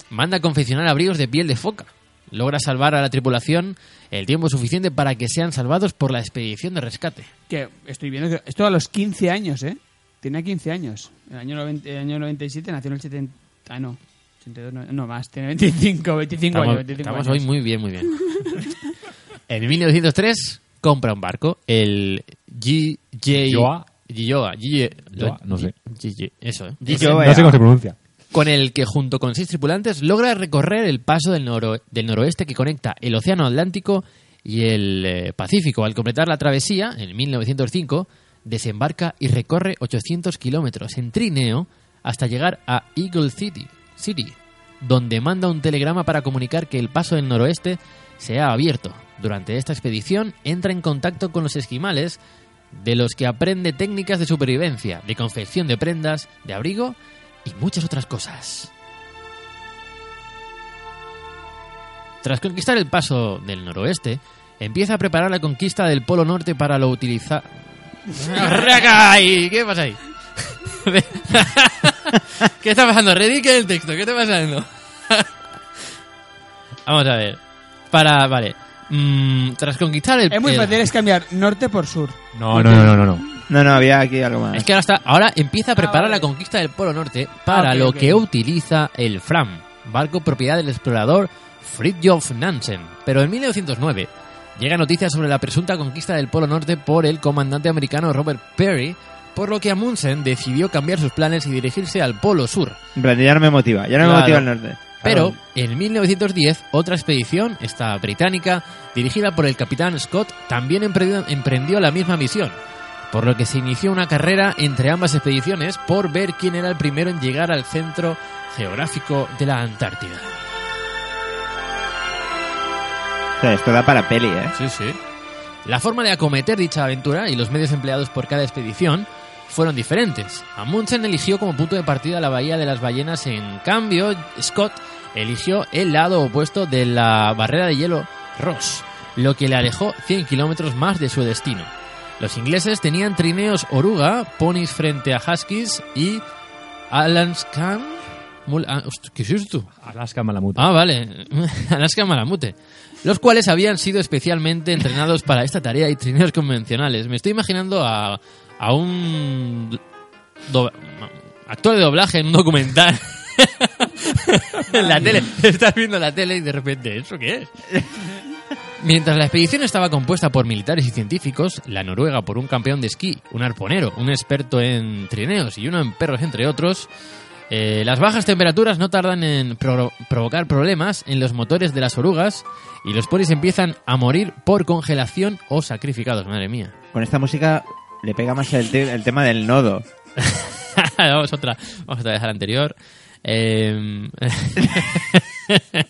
A: Manda a confeccionar abrigos de piel de foca. Logra salvar a la tripulación el tiempo suficiente para que sean salvados por la expedición de rescate.
C: Que estoy viendo que esto a los 15 años, ¿eh? Tenía 15 años. El año, 90 el año 97 nació en el 70. Ah, no. 82, no, no más, tiene 25, 25
A: Estamos,
C: años. 25
A: estamos
C: años.
A: hoy muy bien, muy bien. en 1903 compra un barco, el GJ.
D: Joa.
A: Gilloa, Gille-
D: Joa, no sé.
A: Gille- eso, ¿eh?
B: Gilloa.
A: Ese-
D: No sé cómo se pronuncia.
A: Con el que, junto con seis tripulantes, logra recorrer el paso del, noro- del noroeste que conecta el Océano Atlántico y el eh, Pacífico. Al completar la travesía, en 1905, desembarca y recorre 800 kilómetros en trineo hasta llegar a Eagle City, City, donde manda un telegrama para comunicar que el paso del noroeste se ha abierto. Durante esta expedición entra en contacto con los esquimales, de los que aprende técnicas de supervivencia, de confección de prendas, de abrigo y muchas otras cosas. Tras conquistar el paso del noroeste, empieza a preparar la conquista del Polo Norte para lo utilizar... ¿Qué pasa ahí? ¿Qué está pasando? Reddy, ¿qué es el texto? ¿Qué está pasando? Vamos a ver. Para, vale. Mm, tras conquistar el...
C: Es muy
A: el-
C: fácil, es cambiar norte por sur.
D: No, no, no, no, no. no.
B: No, no, había aquí algo más.
A: Es que ahora, está, ahora empieza a preparar
C: Ah, vale.
A: la conquista del Polo Norte para
C: Ah, ok,
A: lo
C: ok.
A: que utiliza el Fram, barco propiedad del explorador Fridtjof Nansen. Pero en 1909 llega noticia sobre la presunta conquista del Polo Norte por el comandante americano Robert Perry, por lo que Amundsen decidió cambiar sus planes y dirigirse al Polo Sur.
B: En plan, ya no me motiva. Ya no
A: Claro.
B: me motiva el norte.
A: Pero en 1910, otra expedición, esta británica, dirigida por el capitán Scott, también emprendió, emprendió la misma misión, por lo que se inició una carrera entre ambas expediciones por ver quién era el primero en llegar al centro geográfico de la Antártida.
B: O sea, esto da para peli, ¿eh?
A: Sí, sí. La forma de acometer dicha aventura y los medios empleados por cada expedición fueron diferentes. Amundsen eligió como punto de partida la bahía de las ballenas, en cambio, Scott eligió el lado opuesto de la barrera de hielo Ross, lo que le alejó 100 kilómetros más de su destino. Los ingleses tenían trineos oruga, ponis frente a huskies y Alanskan. Mul- ah, host- ¿Qué es esto?
D: Alaska Malamut.
A: Ah, vale. Alaska Malamute. Los cuales habían sido especialmente entrenados para esta tarea y trineos convencionales. Me estoy imaginando a, a un do- actor de doblaje en un documental. en la tele. Estás viendo la tele y de repente, ¿eso qué es? Mientras la expedición estaba compuesta por militares y científicos, la Noruega por un campeón de esquí, un arponero, un experto en trineos y uno en perros, entre otros, eh, las bajas temperaturas no tardan en pro- provocar problemas en los motores de las orugas y los polis empiezan a morir por congelación o sacrificados, madre mía.
B: Con esta música le pega más el, te- el tema del nodo.
A: vamos otra, vamos otra vez a la anterior. Em,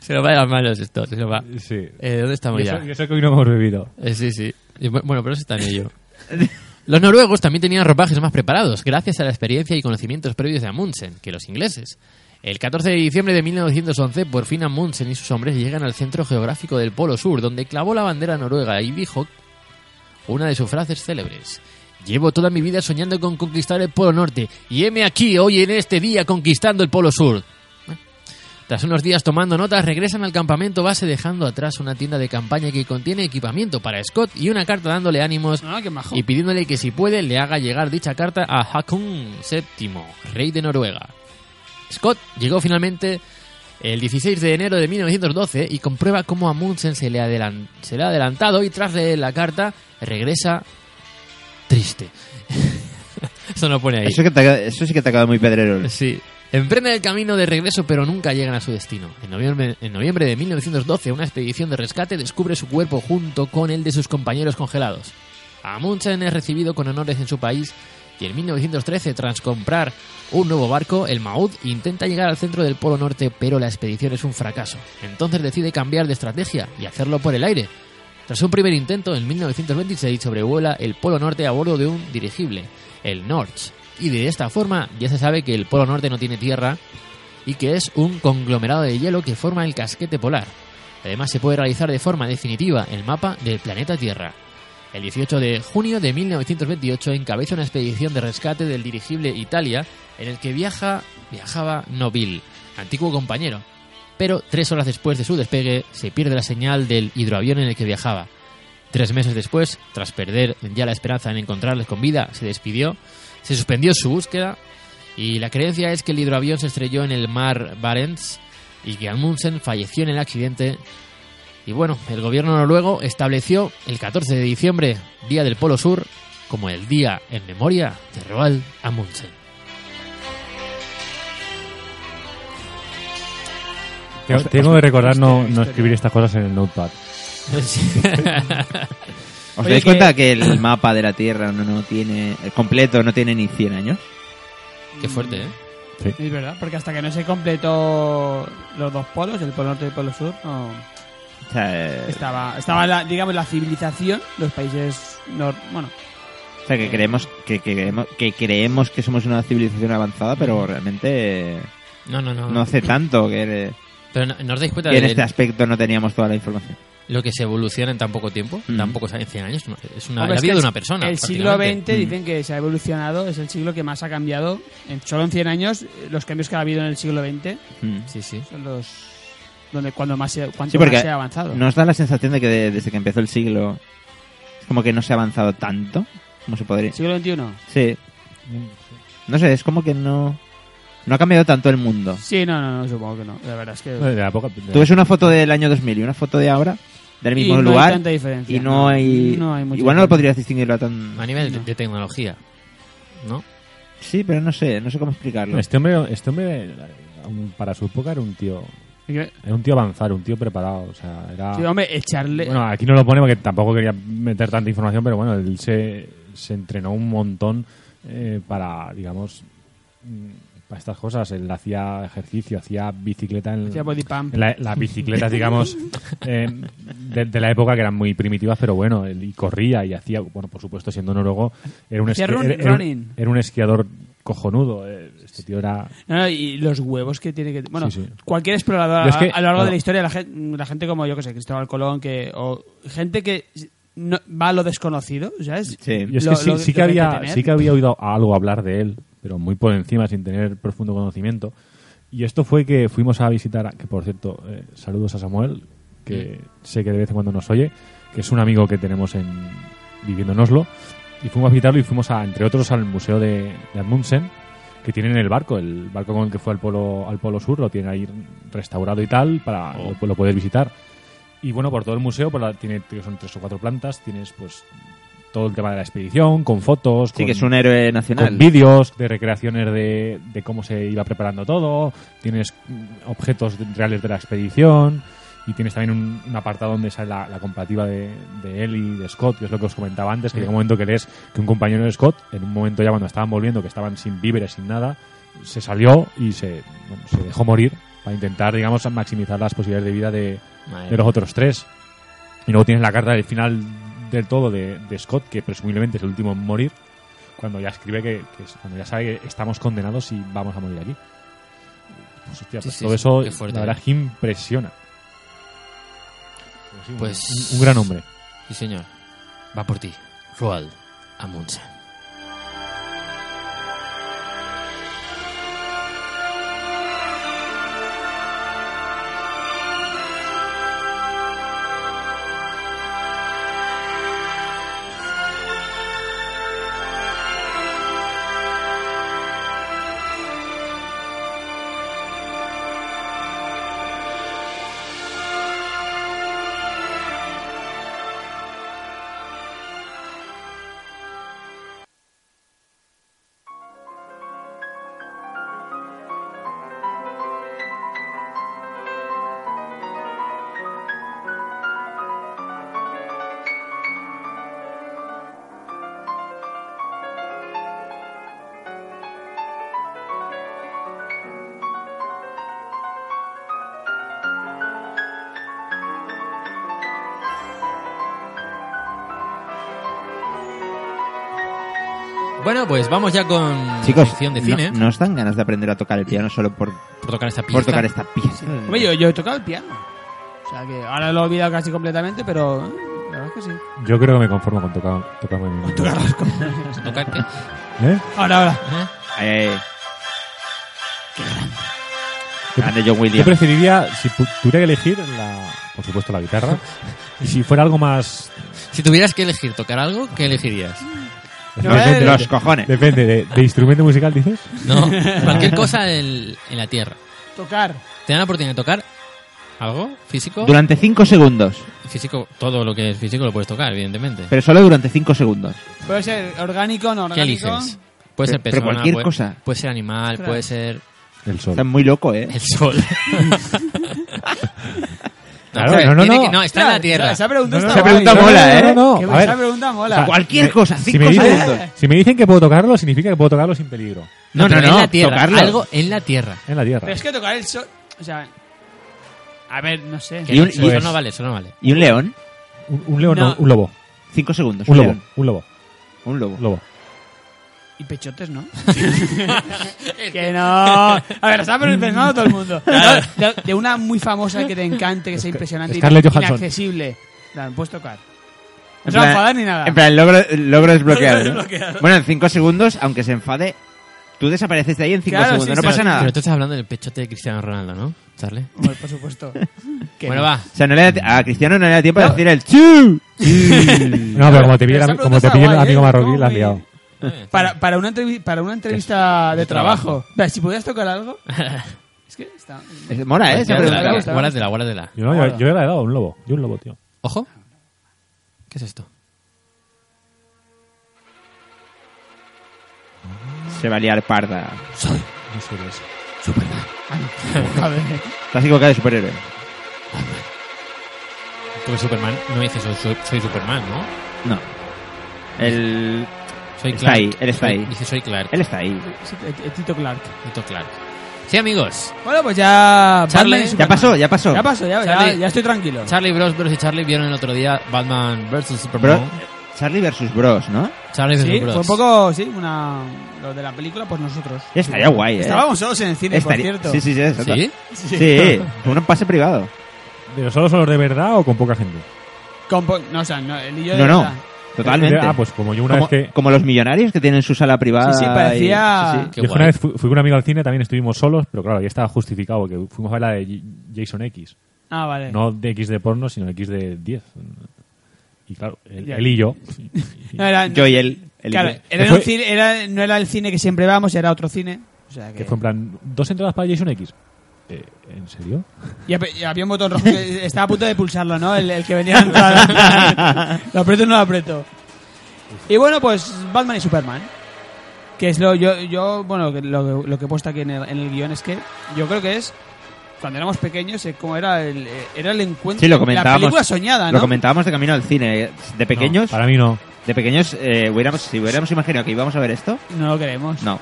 A: se nos va de las manos esto, se nos va.
D: Sí.
A: Eh, ¿Dónde estamos
D: y, eso,
A: ya?
D: y eso que hoy no hemos bebido.
A: Eh, sí, sí. Y bu- Bueno, pero eso está en ello. Los noruegos también tenían ropajes más preparados, gracias a la experiencia y conocimientos previos de Amundsen, que los ingleses. El 14 de diciembre de 1911, por fin Amundsen y sus hombres llegan al centro geográfico del Polo Sur, donde clavó la bandera noruega y dijo una de sus frases célebres. Llevo toda mi vida soñando con conquistar el Polo Norte, y heme aquí hoy en este día conquistando el Polo Sur. Tras unos días tomando notas, regresan al campamento base dejando atrás una tienda de campaña que contiene equipamiento para Scott y una carta dándole ánimos
C: Ah, qué majo.
A: y pidiéndole que si puede le haga llegar dicha carta a Hakon VII, rey de Noruega. Scott llegó finalmente el 16 de enero de 1912 y comprueba cómo Amundsen se le, adelan- se le ha adelantado y tras leer la carta regresa triste. Eso no pone ahí.
B: Eso, que te ha- eso sí que te ha quedado muy pedrero.
A: Sí. Emprenden el camino de regreso, pero nunca llegan a su destino. En noviembre, en noviembre de 1912, una expedición de rescate descubre su cuerpo junto con el de sus compañeros congelados. Amundsen es recibido con honores en su país y en 1913, tras comprar un nuevo barco, el Maud intenta llegar al centro del Polo Norte, pero la expedición es un fracaso. Entonces decide cambiar de estrategia y hacerlo por el aire. Tras un primer intento, en 1926 sobrevuela el Polo Norte a bordo de un dirigible, el Norch. Y de esta forma ya se sabe que el Polo Norte no tiene tierra y que es un conglomerado de hielo que forma el casquete polar. Además se puede realizar de forma definitiva el mapa del planeta Tierra. El 18 de junio de 1928 encabeza una expedición de rescate del dirigible Italia en el que viaja, viajaba Noville, antiguo compañero, pero tres horas después de su despegue se pierde la señal del hidroavión en el que viajaba. Tres meses después, tras perder ya la esperanza en encontrarles con vida, se despidió, se suspendió su búsqueda y la creencia es que el hidroavión se estrelló en el mar Barents y que Amundsen falleció en el accidente. Y bueno, el gobierno noruego estableció el 14 de diciembre, Día del Polo Sur, como el día en memoria de Roald Amundsen.
D: Tengo, tengo que recordar no, no escribir estas cosas en el notepad.
B: ¿Os
C: Oye, que-
B: dais cuenta que el mapa de la Tierra no, no tiene el completo no tiene ni 100 años?
A: Qué fuerte, ¿eh?
C: Es verdad, porque hasta que no se completó los dos polos, el polo norte y el polo sur, no-
B: O sea, eh,
C: estaba, estaba la, digamos, la civilización, los países nor- bueno,
B: o sea, que creemos que, que creemos que creemos que somos una civilización avanzada, pero realmente eh,
A: No, no,
C: Ah.
A: no.
B: no hace tanto que,
A: Pero no, ¿no os dais cuenta
B: que en
A: de
B: este aspecto no teníamos toda la información.
A: lo que se evoluciona en tan poco tiempo,
B: Mm.
A: tan pocos años, 100 años, no, es una,
C: Hombre,
A: la
C: es
A: vida
C: que
A: de
C: el-
A: una persona.
C: El siglo XX
A: prácticamente.
C: dicen que se ha evolucionado, es el siglo que más ha cambiado. En, solo en 100 años, eh, los cambios que ha habido en el siglo XX
B: Mm.
A: Sí, sí.
C: son los. donde cuando más se, cuanto
B: Sí, porque
C: más se ha avanzado.
B: Nos da la sensación de que de- desde que empezó el siglo es como que no se ha avanzado tanto, como se podría.
C: Siglo XXI.
B: Sí. No sé, es como que no no ha cambiado tanto el mundo.
C: Sí, no, no, no, supongo que no. La verdad es que.
D: De la época- de-
B: Tú ves una foto del año 2000 y una foto de ahora del
C: y
B: mismo
C: no Hay
B: lugar
C: tanta diferencia.
B: y no hay,
C: No hay mucha
B: igual no lo
C: diferencia.
B: podrías distinguirlo tan
A: A nivel de,
C: No.
A: de tecnología, ¿no?
B: sí pero no sé no sé cómo explicarlo
D: Este hombre, este hombre aún para su época era un tío, era un tío avanzado, un tío preparado, o sea, era
C: Sí, hombre, echarle.
D: Bueno, aquí no lo pone porque tampoco quería meter tanta información, pero bueno, él se, se entrenó un montón eh, para, digamos, mm, para estas cosas. Él hacía ejercicio, hacía bicicleta en,
C: Hacía body pump.
D: en la- las bicicletas, digamos, eh, de, de la época que eran muy primitivas, pero bueno, él y corría y hacía, bueno, por supuesto, siendo noruego, era un,
C: Hacía
D: esqui-
C: run-
D: era- era un-
C: running.
D: era un esquiador cojonudo. eh, Este tío era...
C: No, no, y los huevos que tiene que. Bueno,
D: Sí, sí.
C: cualquier explorador
D: Yo es
C: a-
D: que-
C: a lo largo de
D: no.
C: la historia, la gente, la gente como yo que sé, Cristóbal Colón, que o gente que no- va a lo desconocido, ¿sabes?
B: sí
D: Yo es
C: Lo-
D: que sí,
C: lo-
D: sí que
C: lo que hay que
D: había,
C: tener.
D: sí que había oído algo hablar de él, pero muy por encima, sin tener profundo conocimiento. Y esto fue que fuimos a visitar, que por cierto, eh, saludos a Samuel, que sé que de vez en cuando nos oye, que es un amigo que tenemos en viviendo en Oslo. Y fuimos a visitarlo y fuimos, a, entre otros, al Museo de, de Amundsen, que tienen el barco, el barco con el que fue al polo, al polo Sur, lo tienen ahí restaurado y tal, para
B: Oh.
D: lo, lo puedes visitar. Y bueno, por todo el museo, por la- tiene, creo que son tres o cuatro plantas, tienes pues todo el tema de la expedición, con fotos,
B: sí
D: con,
B: que es un héroe
D: con
B: nacional
D: vídeos de recreaciones de, de cómo se iba preparando todo, tienes mm, objetos de- reales de la expedición, Y tienes también un, un apartado donde sale la, la comparativa de, de él y de Scott, que es lo que os comentaba antes, que llega un momento que lees que un compañero de Scott, en un momento ya cuando estaban volviendo, que estaban sin víveres, sin nada, se salió y se, bueno, se dejó morir para intentar, digamos, maximizar las posibilidades de vida de,
A: Madre
D: de los otros tres. Y luego tienes la carta del final del todo de, de Scott, que presumiblemente es el último en morir, cuando ya escribe que, que es- cuando ya sabe que estamos condenados y vamos a morir aquí. Pues, hostia,
A: Sí, sí,
D: pues
A: sí,
D: todo
A: qué
D: eso,
A: fuerte. ¿eh?
D: la verdad, es que impresiona. Pero sí, un-
A: Pues-
D: un, un gran hombre.
A: Sí, señor. Va por ti. Roald Amundsen. Bueno, pues vamos ya con
B: Chicos,
A: sección de
B: no-
A: cine.
B: no, os dan ganas de aprender a tocar el piano solo por,
A: Por tocar esta pieza.
B: por tocar esta pieza.
C: Hombre, yo, yo he tocado el piano. O sea que ahora lo he olvidado casi completamente, pero eh, la verdad es que sí.
D: Yo creo que me conformo con tocar, tocarme mi-
A: ¿Tocar qué?
D: ¿Eh?
C: Ahora, ahora.
A: Ajá.
B: Ay, ay, ay. Grande John
D: Yo
B: Williams.
D: preferiría, si pu- tuviera que elegir, la, por supuesto la guitarra. y si fuera algo más...
A: Si tuvieras que elegir tocar algo, ¿qué elegirías?
C: No,
D: depende,
C: eh,
D: de-
B: Los cojones.
D: depende, de, de instrumento musical, dices.
A: No, cualquier cosa en, en la tierra.
C: Tocar.
A: Te dan la oportunidad de tocar algo físico.
B: Durante 5 segundos.
A: Físico, todo lo que es físico lo puedes tocar, evidentemente.
B: Pero solo durante 5 segundos.
C: Puede ser orgánico, no orgánico.
A: ¿Qué eliges? Puede ser
B: Pero- pero
A: persona,
B: cualquier
A: puede,
B: cosa.
A: puede ser animal,
C: Claro.
A: puede ser
D: El sol.
B: Estás muy loco, ¿eh?
A: el sol.
D: Claro,
A: ¿sabes?
D: no, no,
A: Tiene
D: no.
A: que- está en la tierra.
C: Esa pregunta
D: No, no,
C: está
B: esa
C: guay.
B: pregunta mola, ¿eh?
D: No, no,
C: Qué
D: no.
C: buena,
D: A ver,
C: Esa pregunta
D: o sea,
C: mola.
B: Cualquier
D: me-
B: cosa,
D: si
B: cinco
D: me, dicen,
B: segundos.
D: si me dicen que puedo tocarlo, significa que puedo tocarlo sin peligro.
B: No, no,
A: pero En
B: no,
A: la tierra.
B: tocarlo.
A: Algo en la tierra.
D: En la
C: Pero
D: tierra.
C: es que tocar el sol. O sea. A ver, no sé.
A: Que
B: Y un-
A: eso,
B: y-
A: eso no vale, eso no vale.
B: ¿Y un león?
D: Un, un león, no,
C: No.
D: un lobo.
B: 5 segundos.
D: Un lobo,
B: león.
D: un lobo,
B: Un lobo.
D: un lobo.
C: Y pechotes, ¿no? que no. A ver, está pensando todo el mundo. De, de una muy famosa que te encante, que sea impresionante
D: Scarlett
C: y
D: Johansson.
C: inaccesible. La puedes tocar. No
B: En
C: se va a
B: plan-
C: enfadar ni nada.
B: En plan, el logro, el logro es bloqueado.
C: Logro
B: ¿no?
C: desbloqueado.
B: Bueno, en 5 segundos, aunque se enfade, tú desapareces de ahí en 5
C: Claro,
B: segundos.
C: sí,
B: no
C: sí,
B: pasa
C: sí.
B: nada.
A: Pero tú estás hablando del pechote de Cristiano Ronaldo, ¿no, Charlie?
C: Hombre, por supuesto. Que
A: Bueno,
C: no.
A: va.
B: O sea, no le da- a Cristiano no le da tiempo de decir el chu.
D: No, pero como te pille,
C: Pero esa
D: el
C: pregunta
D: ami- como te pille
C: está
D: el
C: guay,
D: amigo
C: ¿eh?
D: marroquí,
C: Muy-
D: la has liado.
C: Para, para, una, entrevi- para una entrevista de,
A: de
C: trabajo. Va, Si pudieras tocar algo. es que está.
B: Mola, ¿eh? Esa
C: guárdatela,
B: pregunta.
C: gusta.
A: Guárdatela, guárdatela.
D: Yo, no, yo, yo le he dado un lobo. Yo un lobo, tío.
A: Ojo. ¿Qué es esto?
B: Se va a liar parda.
A: Soy
D: No sé qué es.
A: Superman.
C: A ver.
B: Estás equivocado de superhéroe.
A: Porque Superman no dice soy, soy- soy Superman, ¿no?
B: No. El...
A: Soy
B: Está
A: Clark.
B: ahí, él está
A: Soy-
B: ahí.
A: Dice soy Clark.
B: Él está ahí.
C: Sí, eh, Tito Clark.
A: Tito Clark. Sí, amigos.
C: Bueno, pues ya.
A: Charlie,
C: Batman y
A: ya
C: Superman.
B: Ya pasó, ya pasó.
C: Ya pasó, ya, ya,
A: Charlie.
C: ya estoy tranquilo.
A: Charlie Bros. Bros. y Charlie vieron el otro día Batman vs.
B: Bro,
A: Superman.
B: Charlie versus Bros, ¿no?
A: Charlie
C: Sí,
A: vs.
C: fue
A: Bros.
C: un poco, sí, una, lo de la película, pues nosotros.
B: Ya estaría guay, ¿eh?
C: Estábamos solos en el cine,
B: Estaría-
C: por cierto.
B: Sí, sí, sí. es otra.
A: ¿Sí?
B: Sí, un pase privado.
D: ¿Pero solo son los de verdad o con poca gente?
C: Con po- no, o sea, no, el y yo de
B: No, no.
C: verdad.
B: Totalmente.
D: Ah, pues como yo una
B: como,
D: vez que...
B: como los millonarios que tienen su sala privada.
C: Sí, sí, parecía-
B: y- sí, sí.
A: Qué
D: yo
A: guay.
D: una vez fui, fui con un amigo al cine, también estuvimos solos, pero claro, ya estaba justificado porque fuimos a ver la de J- Jason X.
C: Ah, vale.
D: No de X de porno, sino X de 10. Y claro, él,
C: Ya.
D: él y yo.
C: No, era,
B: Yo y él. el-
C: claro,
B: el-
C: era
D: Fue-
C: un cine- era- no era el cine que siempre vamos, era otro cine. O sea que...
D: Que fue en plan, dos entradas para Jason X. Eh, ¿En serio?
C: y, hab- y había un botón rojo que estaba a punto de pulsarlo, ¿no? El, el que venía en plan, ¿Lo aprieto o no lo aprieto? Y bueno, pues Batman y Superman. Que es lo yo, yo bueno, que lo, lo que he puesto aquí en el, en el guión es que yo creo que es cuando éramos pequeños, eh, como era el, eh, era el encuentro.
B: Sí, lo comentábamos.
C: La película soñada, ¿no?
B: Lo comentábamos de camino al cine. De pequeños,
D: No, para mí no.
B: de pequeños, eh, hubiéramos, si hubiéramos imaginado que íbamos a ver esto,
C: no lo queremos.
B: no.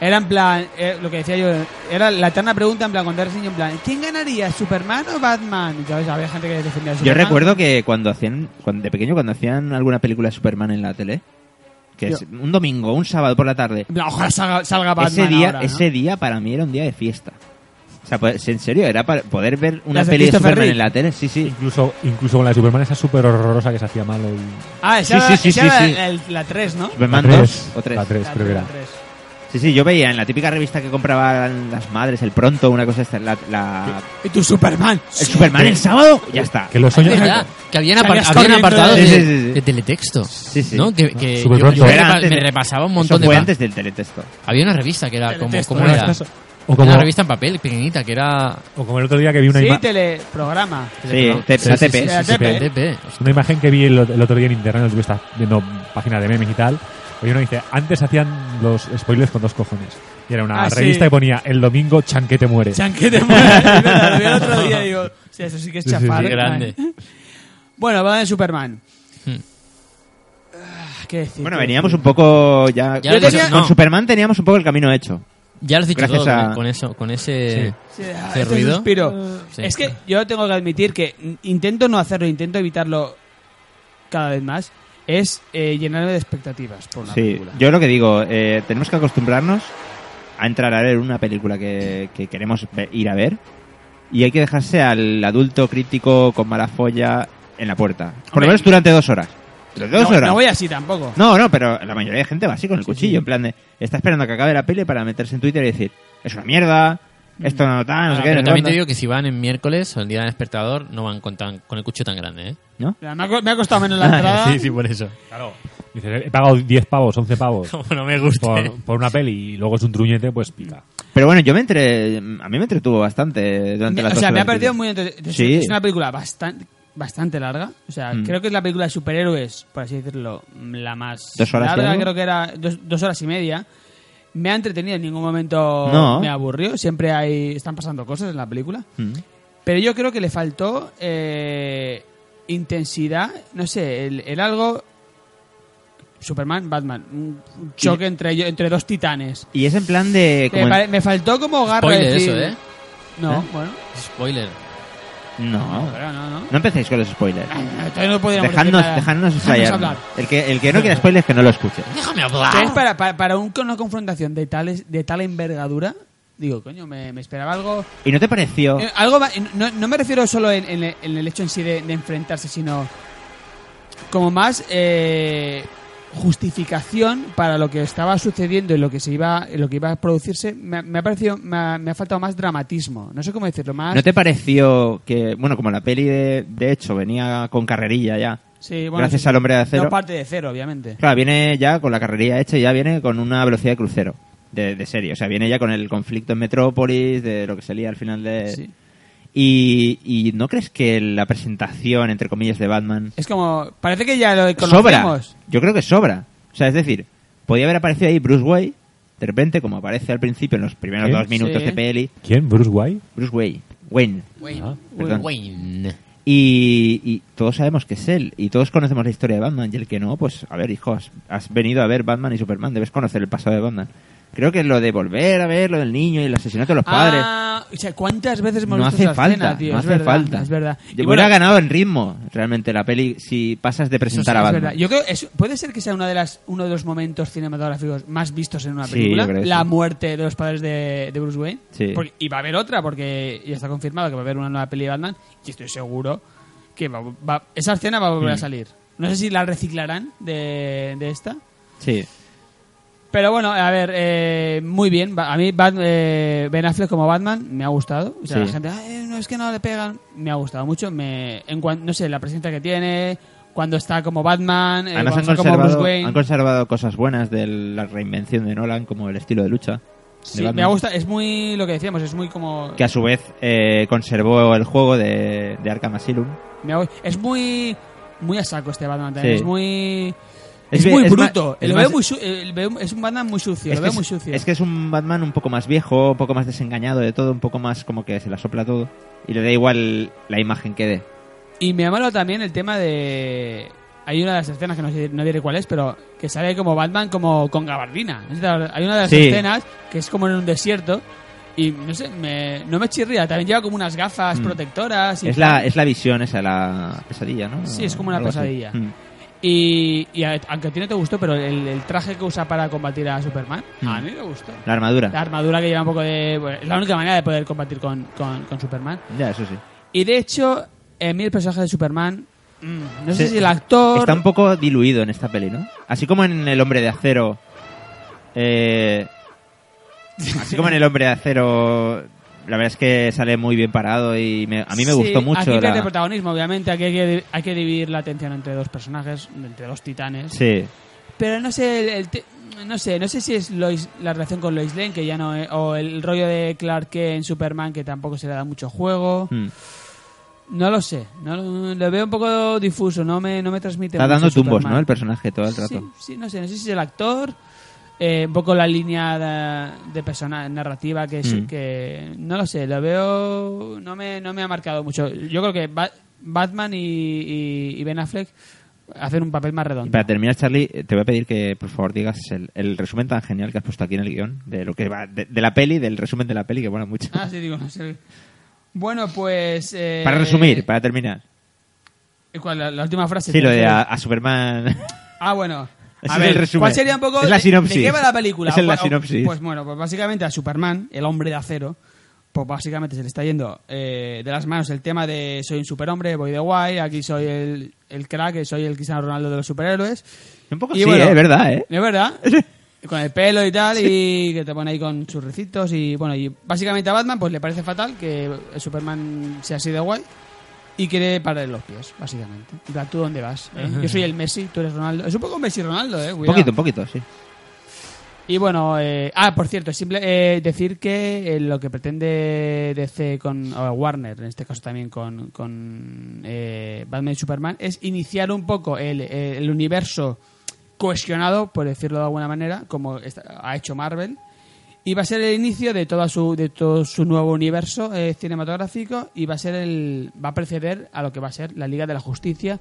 C: Era en plan, eh, lo que decía yo, era la eterna pregunta en plan, cuando eras niño, en plan, ¿quién ganaría, Superman o Batman? Y, ¿sabes? Había gente que defendía a
B: Yo
C: Superman.
B: recuerdo que cuando hacían, cuando, de pequeño, cuando hacían alguna película de Superman en la tele, que es un domingo, un sábado por la tarde,
C: En plan, ojalá salga, salga Batman.
B: ese día,
C: ahora, ¿no?
B: ese día para mí era un día de fiesta. O sea, pues, en serio, era para poder ver una
C: ¿Las de
B: peli de
C: Christopher
B: Superman
C: Reeve?
B: en la tele, sí, sí.
D: Incluso, incluso con la de Superman, esa súper horrorosa que se hacía mal el.
C: Ah, esa
B: Sí,
C: era,
B: sí,
C: esa
B: sí, sí,
C: era
B: sí. Pues
C: el- la 3, ¿no?
B: Superman
D: la
B: 2 o 3.
D: La 3, creo que era.
C: La 3.
B: Sí, sí, yo veía en la típica revista que compraban las madres, el pronto, una cosa esta, la, la-
C: Y tu Superman.
B: el Superman el sábado, ya está.
D: Que los sueños.
A: Es verdad, que habían, apar-
C: Salías
A: habían
C: corriendo.
A: apartados de,
B: Sí, sí, sí, sí.
A: de teletexto.
B: Sí, sí.
A: ¿no? Que, que
D: Súper
A: yo,
D: pronto.
A: yo me,
B: Era
A: repa-
B: antes
A: me
B: de-
A: repasaba un
B: Eso
A: montón de.
B: fue
A: pa-
B: antes del teletexto.
A: Había una revista que era como.
C: Teletexto.
A: ¿Cómo
D: Bueno,
A: era?
D: estas- o,
A: Una
D: como,
A: revista en papel, pequeñita, que era.
D: o como el otro día que vi una,
C: Sí,
D: ima-
C: teleprograma.
B: Sí, te-
D: Sí,
B: la
D: sí,
B: TP.
D: sí, sí, sí,
C: TP.
D: sí.
A: TP.
D: Una imagen que vi el, el otro día en internet, yo estaba viendo páginas de memes y tal. Y uno dice, antes hacían los spoilers con dos cojones. Y era una
C: Ah, sí.
D: revista que ponía, el domingo Chanquete muere.
C: Chanquete mola. Lo vi el otro día y digo, o sea, eso sí que es
D: Sí, sí, sí,
C: chafar.
A: grande.
C: Bueno, va de Superman.
A: Hmm.
C: Ah, ¿Qué decir?
B: Bueno, veníamos un poco ya...
A: Ya
B: con-
A: lo tenía-
B: Con
A: no.
B: Superman teníamos un poco el camino hecho.
A: Ya lo has dicho
B: Gracias
A: todo,
B: a-
A: con eso, con ese.
D: Sí.
C: Sí, ah,
A: ¿Hace
C: este
A: ruido?
C: suspiro.
A: Sí.
C: Es que yo tengo que admitir que in- intento no hacerlo, intento evitarlo cada vez más. Es eh, llenarme de expectativas por una
B: Sí,
C: película.
B: yo lo que digo, eh, tenemos que acostumbrarnos a entrar a ver una película que, que queremos ve- ir a ver y hay que dejarse al adulto crítico con mala folla en la puerta. Por
C: Hombre,
B: lo menos durante dos horas. Durante dos
C: no,
B: horas.
C: no voy así tampoco.
B: No, no, pero la mayoría de gente va así con el cuchillo, en plan de, está esperando a que acabe la peli para meterse en Twitter y decir, es una mierda, esto no tal, no
A: Ah,
B: sé qué, no
A: pero también
B: sé
A: te
B: cuánto".
A: digo que si van en miércoles o el día del espectador, no van con, tan- con el cuchillo tan grande, ¿eh?
B: ¿No?
C: Me ha, co- me ha costado menos la entrada.
A: sí, por eso.
D: Claro. Dice, he pagado 10 pavos, 11 pavos
A: Como no me gusta.
D: por, por una peli y luego es un truñete, pues pica.
B: Pero bueno, yo me entre, a mí me entretuvo bastante durante
C: Me-
B: las
C: o
B: dos
C: sea, me ha
B: horas de
C: parecido
B: película.
C: muy entre- es-
B: Sí.
C: Es una película bastante bastante larga. O sea,
B: Mm.
C: creo que es la película de superhéroes, por así decirlo, la más
B: ¿Dos horas y
C: larga.
B: algo?
C: Creo que era dos, dos horas y media. Me ha entretenido, en ningún momento
B: No.
C: me aburrió. Siempre hay están pasando cosas en la película.
B: Mm.
C: Pero yo creo que le faltó eh, intensidad, no sé, el, el algo... Superman, Batman, un un choque entre, ellos- entre dos titanes.
B: Y es en plan de... como
C: Me,
B: en-
C: pare- me faltó como garra
A: Spoiler
C: decir-
A: eso, ¿eh?
C: No,
B: ¿Eh?
C: bueno.
A: Spoiler.
B: No,
C: pero no, no.
B: no empecéis con los spoilers.
C: Todavía Ah, no podríamos
B: Dejadnos,
C: decir nada.
B: dejadnos
C: hablar.
B: ensayar. Ah. El que, el que no quiera spoilers, que no lo escuche.
A: Déjame
C: Entonces,
A: hablar.
C: para, para, para un- una confrontación de, tales, de tal envergadura, digo, coño, me, me esperaba algo...
B: ¿Y no te pareció?
C: eh, algo va- no, no me refiero solo en, en el- en el hecho en sí de, de enfrentarse, sino como más eh, justificación para lo que estaba sucediendo y lo que se iba lo que iba a producirse me, ha- me ha parecido me ha, me ha faltado más dramatismo no sé cómo decirlo más
B: ¿No te pareció que, bueno, como la peli de, de hecho venía con carrerilla ya,
C: Sí, bueno,
B: gracias
C: sí.
B: al hombre de acero?
C: no parte de cero obviamente
B: Claro, viene ya con la carrerilla hecha y ya viene con una velocidad de crucero, de, de serie. O sea, viene ya con el conflicto en Metrópolis, de lo que se lía al final de...
C: Sí.
B: Y, y ¿no crees que la presentación, entre comillas, de Batman
C: es como parece que ya lo
B: sobra?
C: conocemos
B: Yo creo que sobra. O sea, es decir, podía haber aparecido ahí Bruce Wayne, de repente, como aparece al principio en los primeros
D: Sí.
B: dos minutos
C: Sí.
B: de peli,
D: ¿Quién? ¿Bruce Wayne?
B: Bruce Wayne. Wayne.
D: Ah.
B: Perdón.
A: Wayne.
B: Y, y todos sabemos que es él, y todos conocemos la historia de Batman, y el que no, pues, a ver, hijos, has venido a ver Batman y Superman, debes conocer el pasado de Batman. Creo que lo de volver a ver lo del niño y el asesinato de los padres,
C: Ah, o sea, ¿cuántas veces hemos
B: no
C: visto
B: hace
C: esa
B: falta,
C: escena, tío?
B: no
C: es
B: hace
C: verdad,
B: falta.
C: Es verdad.
B: Yo hubiera ganado en ritmo, realmente, la peli, si pasas de
C: eso sí
B: presentar
C: que
B: a
C: es
B: Batman.
C: verdad. Yo creo es- puede ser que sea una de las, uno de los momentos cinematográficos más vistos en una
B: Sí,
C: película.
B: yo creo que
C: la
B: sí.
C: muerte de los padres de, de Bruce Wayne.
B: Sí.
C: Porque- y va a haber otra, porque ya está confirmado que va a haber una nueva peli de Batman. Y estoy seguro que va- va- esa escena va a
B: Mm.
C: volver a salir. No sé si la reciclarán de, de esta.
B: Sí.
C: Eh, Pero bueno, a ver, eh, muy bien. Ba- A mí Bat- eh, Ben Affleck como Batman me ha gustado. O sea,
B: Sí.
C: la gente, "Ay, no es que no le pegan. Me ha gustado mucho. Me, en cuan- no sé, la presencia que tiene, cuando está como Batman, eh,
B: Además
C: cuando está
B: han
C: como Bruce
B: conservado,
C: Wayne.
B: han conservado cosas buenas de la reinvención de Nolan, como el estilo de lucha.
C: Sí,
B: de
C: me
B: Batman.
C: ha gustado. Es muy lo que decíamos, es muy como...
B: que a su vez eh, conservó el juego de, de Arkham Asylum.
C: me ha gu- es muy... Muy a saco este Batman también.
B: Sí.
C: Es muy... Es,
B: ve-
C: muy
B: ma-
C: bruto.
B: es
C: lo
B: más-
C: veo muy su- eh, lo veo- es un Batman muy sucio.
B: es
C: lo
B: que
C: veo
B: es-
C: muy sucio.
B: Es que es un Batman un poco más viejo, un poco más desengañado de todo, un poco más como que se la sopla todo. Y le da igual la imagen que dé.
C: Y me ha malo también el tema de. Hay una de las escenas que no, sé, no diré cuál es, pero que sale como Batman como con gabardina. Es la- Hay una de las
B: Sí.
C: escenas que es como en un desierto y no sé, me- no me chirría. También lleva como unas gafas
B: Mm.
C: protectoras. Y
B: es, la, es la visión esa, la pesadilla, ¿no?
C: Sí, es como una
B: Algo así.
C: pesadilla.
B: Mm.
C: Y, y a- aunque a ti no te gustó, pero el, el traje que usa para combatir a Superman,
B: Mm.
C: a mí me gustó.
B: La armadura.
C: La armadura que lleva un poco de... bueno, es la única manera de poder combatir con, con- con Superman.
B: Ya, eso sí.
C: Y de hecho, en mí el personaje de Superman, mm, no sé
B: Sí,
C: si el actor...
B: Está un poco diluido en esta peli, ¿no? Así como en El Hombre de Acero. eh, así como en El Hombre de Acero. La verdad es que sale muy bien parado y me- a mí me
C: Sí,
B: gustó mucho.
C: Aquí pierde
B: la-
C: protagonismo, obviamente. Aquí hay que, hay que dividir la atención entre dos personajes, entre dos titanes.
B: Sí.
C: Pero no sé, el- el te- no sé, no sé si es Lois- la relación con Lois Lane, que ya no, es- o el rollo de Clark Kent en Superman, que tampoco se le da mucho juego.
B: Mm.
C: No lo sé, no lo, lo veo un poco difuso, no me, no me transmite.
B: Está
C: mucho
B: dando tumbos,
C: Superman.
B: ¿no? El personaje todo el
C: Sí,
B: rato.
C: sí, no sé, no sé si es el actor, eh, un poco la línea de, de persona narrativa que, es-
B: Mm.
C: que no lo sé, lo veo, no me, no me ha marcado mucho. Yo creo que Ba- Batman y, y- y Ben Affleck hacen un papel más
B: Y
C: redondo.
B: para terminar, Charlie, eh, te voy a pedir que por favor digas el, el resumen tan genial que has puesto aquí en el guión de lo que va de, de la peli, del resumen de la peli que mola mucho.
C: Ah, sí, digo, no sé. Bueno, pues... eh,
B: para resumir, para terminar.
C: ¿cuál? la, la última frase.
B: Sí, lo de
C: Ah,
B: a, a Superman.
C: bueno.
B: Ese
C: A
B: es
C: ver,
B: el resumen.
C: ¿cuál sería un poco
B: Es la
C: de-
B: sinopsis.
C: de qué va la película?
B: Es en la
C: Bueno,
B: sinopsis.
C: Pues bueno, pues básicamente a Superman, el hombre de acero, pues básicamente se le está yendo eh, de las manos el tema de soy un superhombre, voy de guay, aquí soy el, el crack, soy el Cristiano Ronaldo de los superhéroes.
B: un poco
C: Y
B: sí,
C: bueno,
B: eh, verdad, ¿eh?
C: Es verdad. Con el pelo y tal, y que te pone ahí con churricitos. Y bueno, y básicamente a Batman pues le parece fatal que el Superman sea así de guay y quiere parar los pies, básicamente. En plan, ¿tú dónde vas? eh? Yo soy el Messi, tú eres Ronaldo. Es un poco Messi Ronaldo, eh.
B: Un
C: cuidado.
B: poquito, un poquito, sí.
C: Y bueno, eh, ah, por cierto, simple eh, decir que eh, lo que pretende DC con o Warner, en este caso también con, con eh, Batman y Superman, es iniciar un poco el, eh, el universo cohesionado, por decirlo de alguna manera, como está- ha hecho Marvel. Y va a ser el inicio de toda su de todo su nuevo universo eh, cinematográfico y va a ser el va a preceder a lo que va a ser la Liga de la Justicia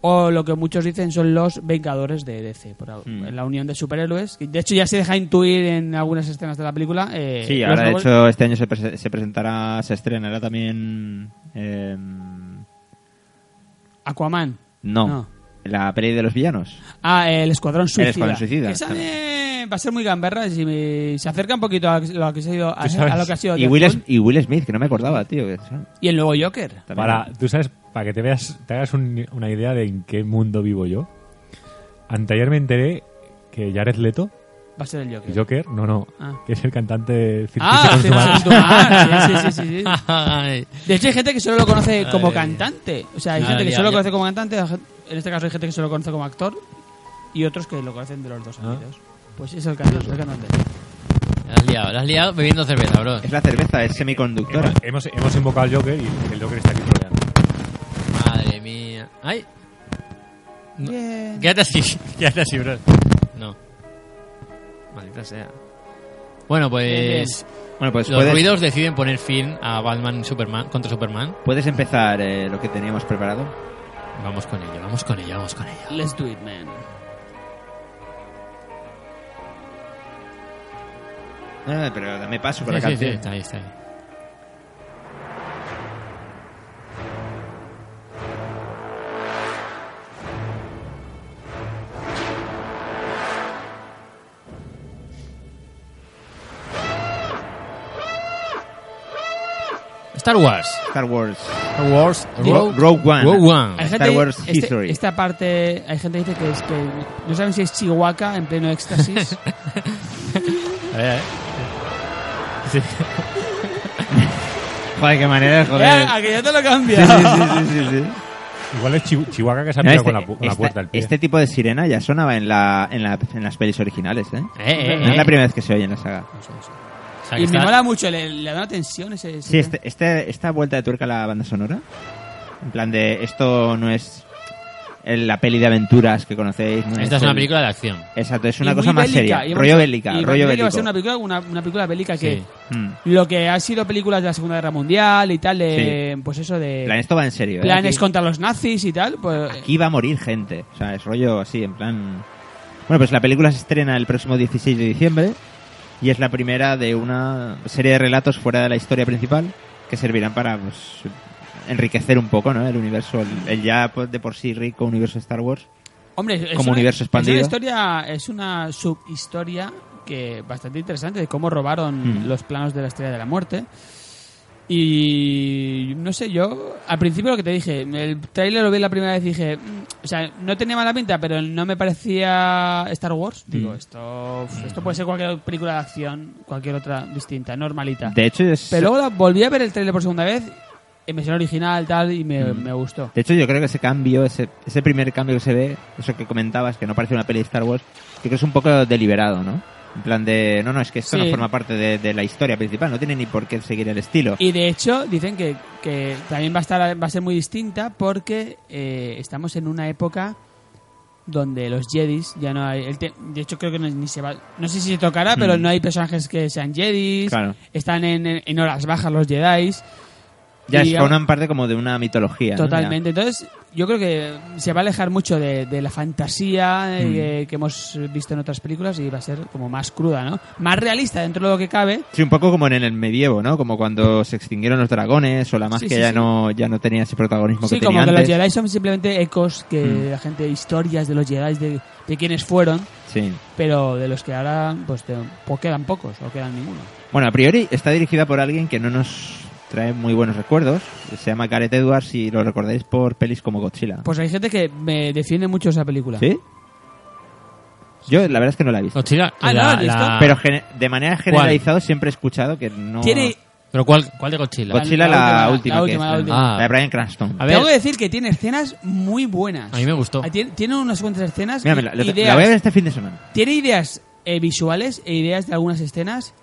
C: o lo que muchos dicen son los Vengadores de DC, por algo-
B: Hmm.
C: la unión de superhéroes. que De hecho ya se deja intuir en algunas escenas de la película. eh,
B: Sí,
C: los
B: ahora de
C: nuevos-
B: hecho este año se, prese- se presentará, se estrenará también. eh,
C: Aquaman.
B: no,
C: No.
B: la peli de los villanos.
C: Ah, el Escuadrón Suicida.
B: Escuadrón Suicida,
C: Esa
B: claro.
C: me- va a ser muy gamberra si me- se acerca un poquito a lo que, se ha ido- a,
D: Tú sabes.
C: a lo que ha sido
B: Y Will,
C: Deadpool
B: y Will Smith, que no me acordaba, tío. que-
C: y el nuevo Joker.
B: también-
D: Para, tú sabes, para que te veas, te hagas un- una idea de en qué mundo vivo yo. Anteayer me enteré que Jared Leto,
C: Va a ser el Joker.
D: Joker, no, no,
C: Ah.
D: que es el cantante de Circense
C: Ah, sí, sí, sí, sí,
D: Consumado.
C: sí, sí.
A: Ay.
C: De hecho, hay gente que solo lo conoce como
A: Madre mía.
C: cantante. O sea, hay
A: Ya,
C: gente que
A: ya,
C: solo lo
A: ya.
C: conoce como cantante. hay gen- En este caso, hay gente que solo lo conoce como actor. Y otros que lo conocen de los
A: Ah.
C: dos ámbitos. Pues es el cantante. El cantante.
A: La has liado, la has liado bebiendo cerveza, bro.
B: Es la cerveza, es semiconductora.
D: Hemos, hemos, hemos invocado al Joker y el Joker está aquí troleando.
A: Madre mía. Ay,
C: Bien.
A: quédate así, quédate así, bro. No. Maldita sea. Bueno, pues.
B: Bueno, pues
A: los
B: puedes,
A: ruidos deciden poner fin a Batman y Superman contra Superman.
B: puedes empezar eh, lo que teníamos preparado.
A: Vamos con ello, vamos con ello, vamos con ello.
C: Let's do it, man.
B: Ah, pero dame paso por
A: Sí,
B: la
A: sí, sí,
B: canción.
A: está ahí, está ahí. Star Wars.
B: Star Wars.
A: Star Wars.
B: Ro- Rogue One. Eh.
A: Rogue One.
C: Hay gente,
B: Star Wars
C: este-
B: History.
C: Esta parte, hay gente que dice que es que no saben si es Chihuahua en pleno éxtasis. Eh,
A: A ver, a ver. Sí.
B: Joder, qué manera de
C: Eh,
B: joder.
C: a que ya te lo cambia.
B: Sí, sí, sí, sí, sí, sí.
D: Igual es Chi- Chihuahua que se ha
B: No,
D: pillado
B: este-
D: con, la, pu- con la
B: esta-
D: puerta al pie.
B: este tipo de sirena ya sonaba en, la, en, la- en las pelis originales, ¿eh?
A: Eh, eh,
B: No es la
A: eh.
B: primera vez que se oye en la saga.
A: O sea, que
C: Y me
A: estás-
C: mola mucho, le, le da una tensión ese. ese
B: Sí, este, este- esta vuelta de tuerca a la banda sonora. En plan de, esto no es en la peli de aventuras que conocéis. ¿no?
A: Esta es una
B: el-
A: película de acción.
B: Exacto, es
C: Y
B: una
C: muy
B: cosa más
C: bélica, y
B: seria.
C: hemos-
B: Rollo bélica,
C: y
B: rollo
C: parece que va a ser
B: bélico.
C: una película, una, una película bélica
A: Sí.
C: que
B: Mm.
C: lo que ha sido películas de la Segunda Guerra Mundial y tal, de, pues eso de
B: plan, esto va en serio. ¿eh?
C: planes
B: Aquí-
C: contra los nazis y tal, pues
B: Aquí va a morir gente. O sea, es rollo así, en plan... Bueno, pues la película se estrena el próximo 16 de diciembre y es la primera de una serie de relatos fuera de la historia principal que servirán para pues, enriquecer un poco ¿no? el universo, el, el ya pues, de por sí rico universo Star Wars.
C: Hombre, es
B: como
C: una-
B: universo expandido.
C: Es una historia, es una subhistoria que bastante interesante de cómo robaron
B: Mm.
C: los planos de la Estrella de la Muerte. Y no sé, yo al principio lo que te dije, el tráiler lo vi la primera vez y dije, mm, o sea, no tenía mala pinta, pero no me parecía Star Wars.
B: Mm.
C: Digo, esto pf, esto puede ser cualquier película de acción, cualquier otra distinta, normalita.
B: De hecho, es-
C: pero luego la- volví a ver el tráiler por segunda vez, en versión original tal, y me,
B: Mm.
C: me gustó.
B: De hecho, yo creo que ese cambio, ese, ese primer cambio que se ve, eso que comentabas, que no parece una peli de Star Wars, yo creo que es un poco deliberado, ¿no? En plan de, no, no, es que esto
C: Sí.
B: no forma parte de, de la historia principal, no tiene ni por qué seguir el estilo.
C: Y de hecho, dicen que, que también va a, estar, va a ser muy distinta porque eh, estamos en una época donde los Jedis ya no hay. el te- de hecho, creo que no- ni se va. No sé si se tocará, pero no hay personajes que sean Jedis.
B: Mm. Claro.
C: Están en, en- en horas bajas los Jedis.
B: ya es
C: digamos-
B: forman parte como de una mitología. ¿no?
C: Totalmente. Entonces, yo creo que se va a alejar mucho de, de la fantasía eh,
B: Mm.
C: que, que hemos visto en otras películas y va a ser como más cruda, ¿no? Más realista dentro de lo que cabe.
B: Ya. Sí, un poco como en el medievo, ¿no? Como cuando se extinguieron los dragones o la magia
C: sí,
B: ya
C: sí.
B: no ya no tenía ese protagonismo
C: Sí,
B: que
C: como
B: tenía
C: que los
B: antes. Mm.
C: Jedi son simplemente ecos que la gente, historias de los Jedi, de, de quienes fueron,
B: Sí.
C: pero de los que ahora pues, te- pues quedan pocos o quedan ninguno.
B: Bueno, a priori está dirigida por alguien que no nos trae muy buenos recuerdos. Se llama Gareth Edwards y lo recordáis por pelis como Godzilla.
C: Pues hay gente que me defiende mucho esa película.
B: ¿Sí? Yo la verdad es que no la he visto.
A: Godzilla,
C: Ah,
A: la-
C: ¿no? ¿Listo?
A: la-
B: Pero gene- de manera generalizada siempre he escuchado que no...
C: Tiene,
A: ¿Pero cuál, cuál de Godzilla?
C: Godzilla.
B: Godzilla la,
C: la
B: última,
C: última, la última, Ah. la
B: que es,
A: última.
B: la de Brian Cranston.
A: A ver,
C: tengo que decir que tiene escenas muy buenas.
A: A mí me gustó.
C: Ah, Tiene, tiene unas cuantas escenas.
B: Mira, me la, la-
C: ideas-
B: la voy a ver este fin de semana.
C: Tiene ideas eh, visuales e ideas de algunas escenas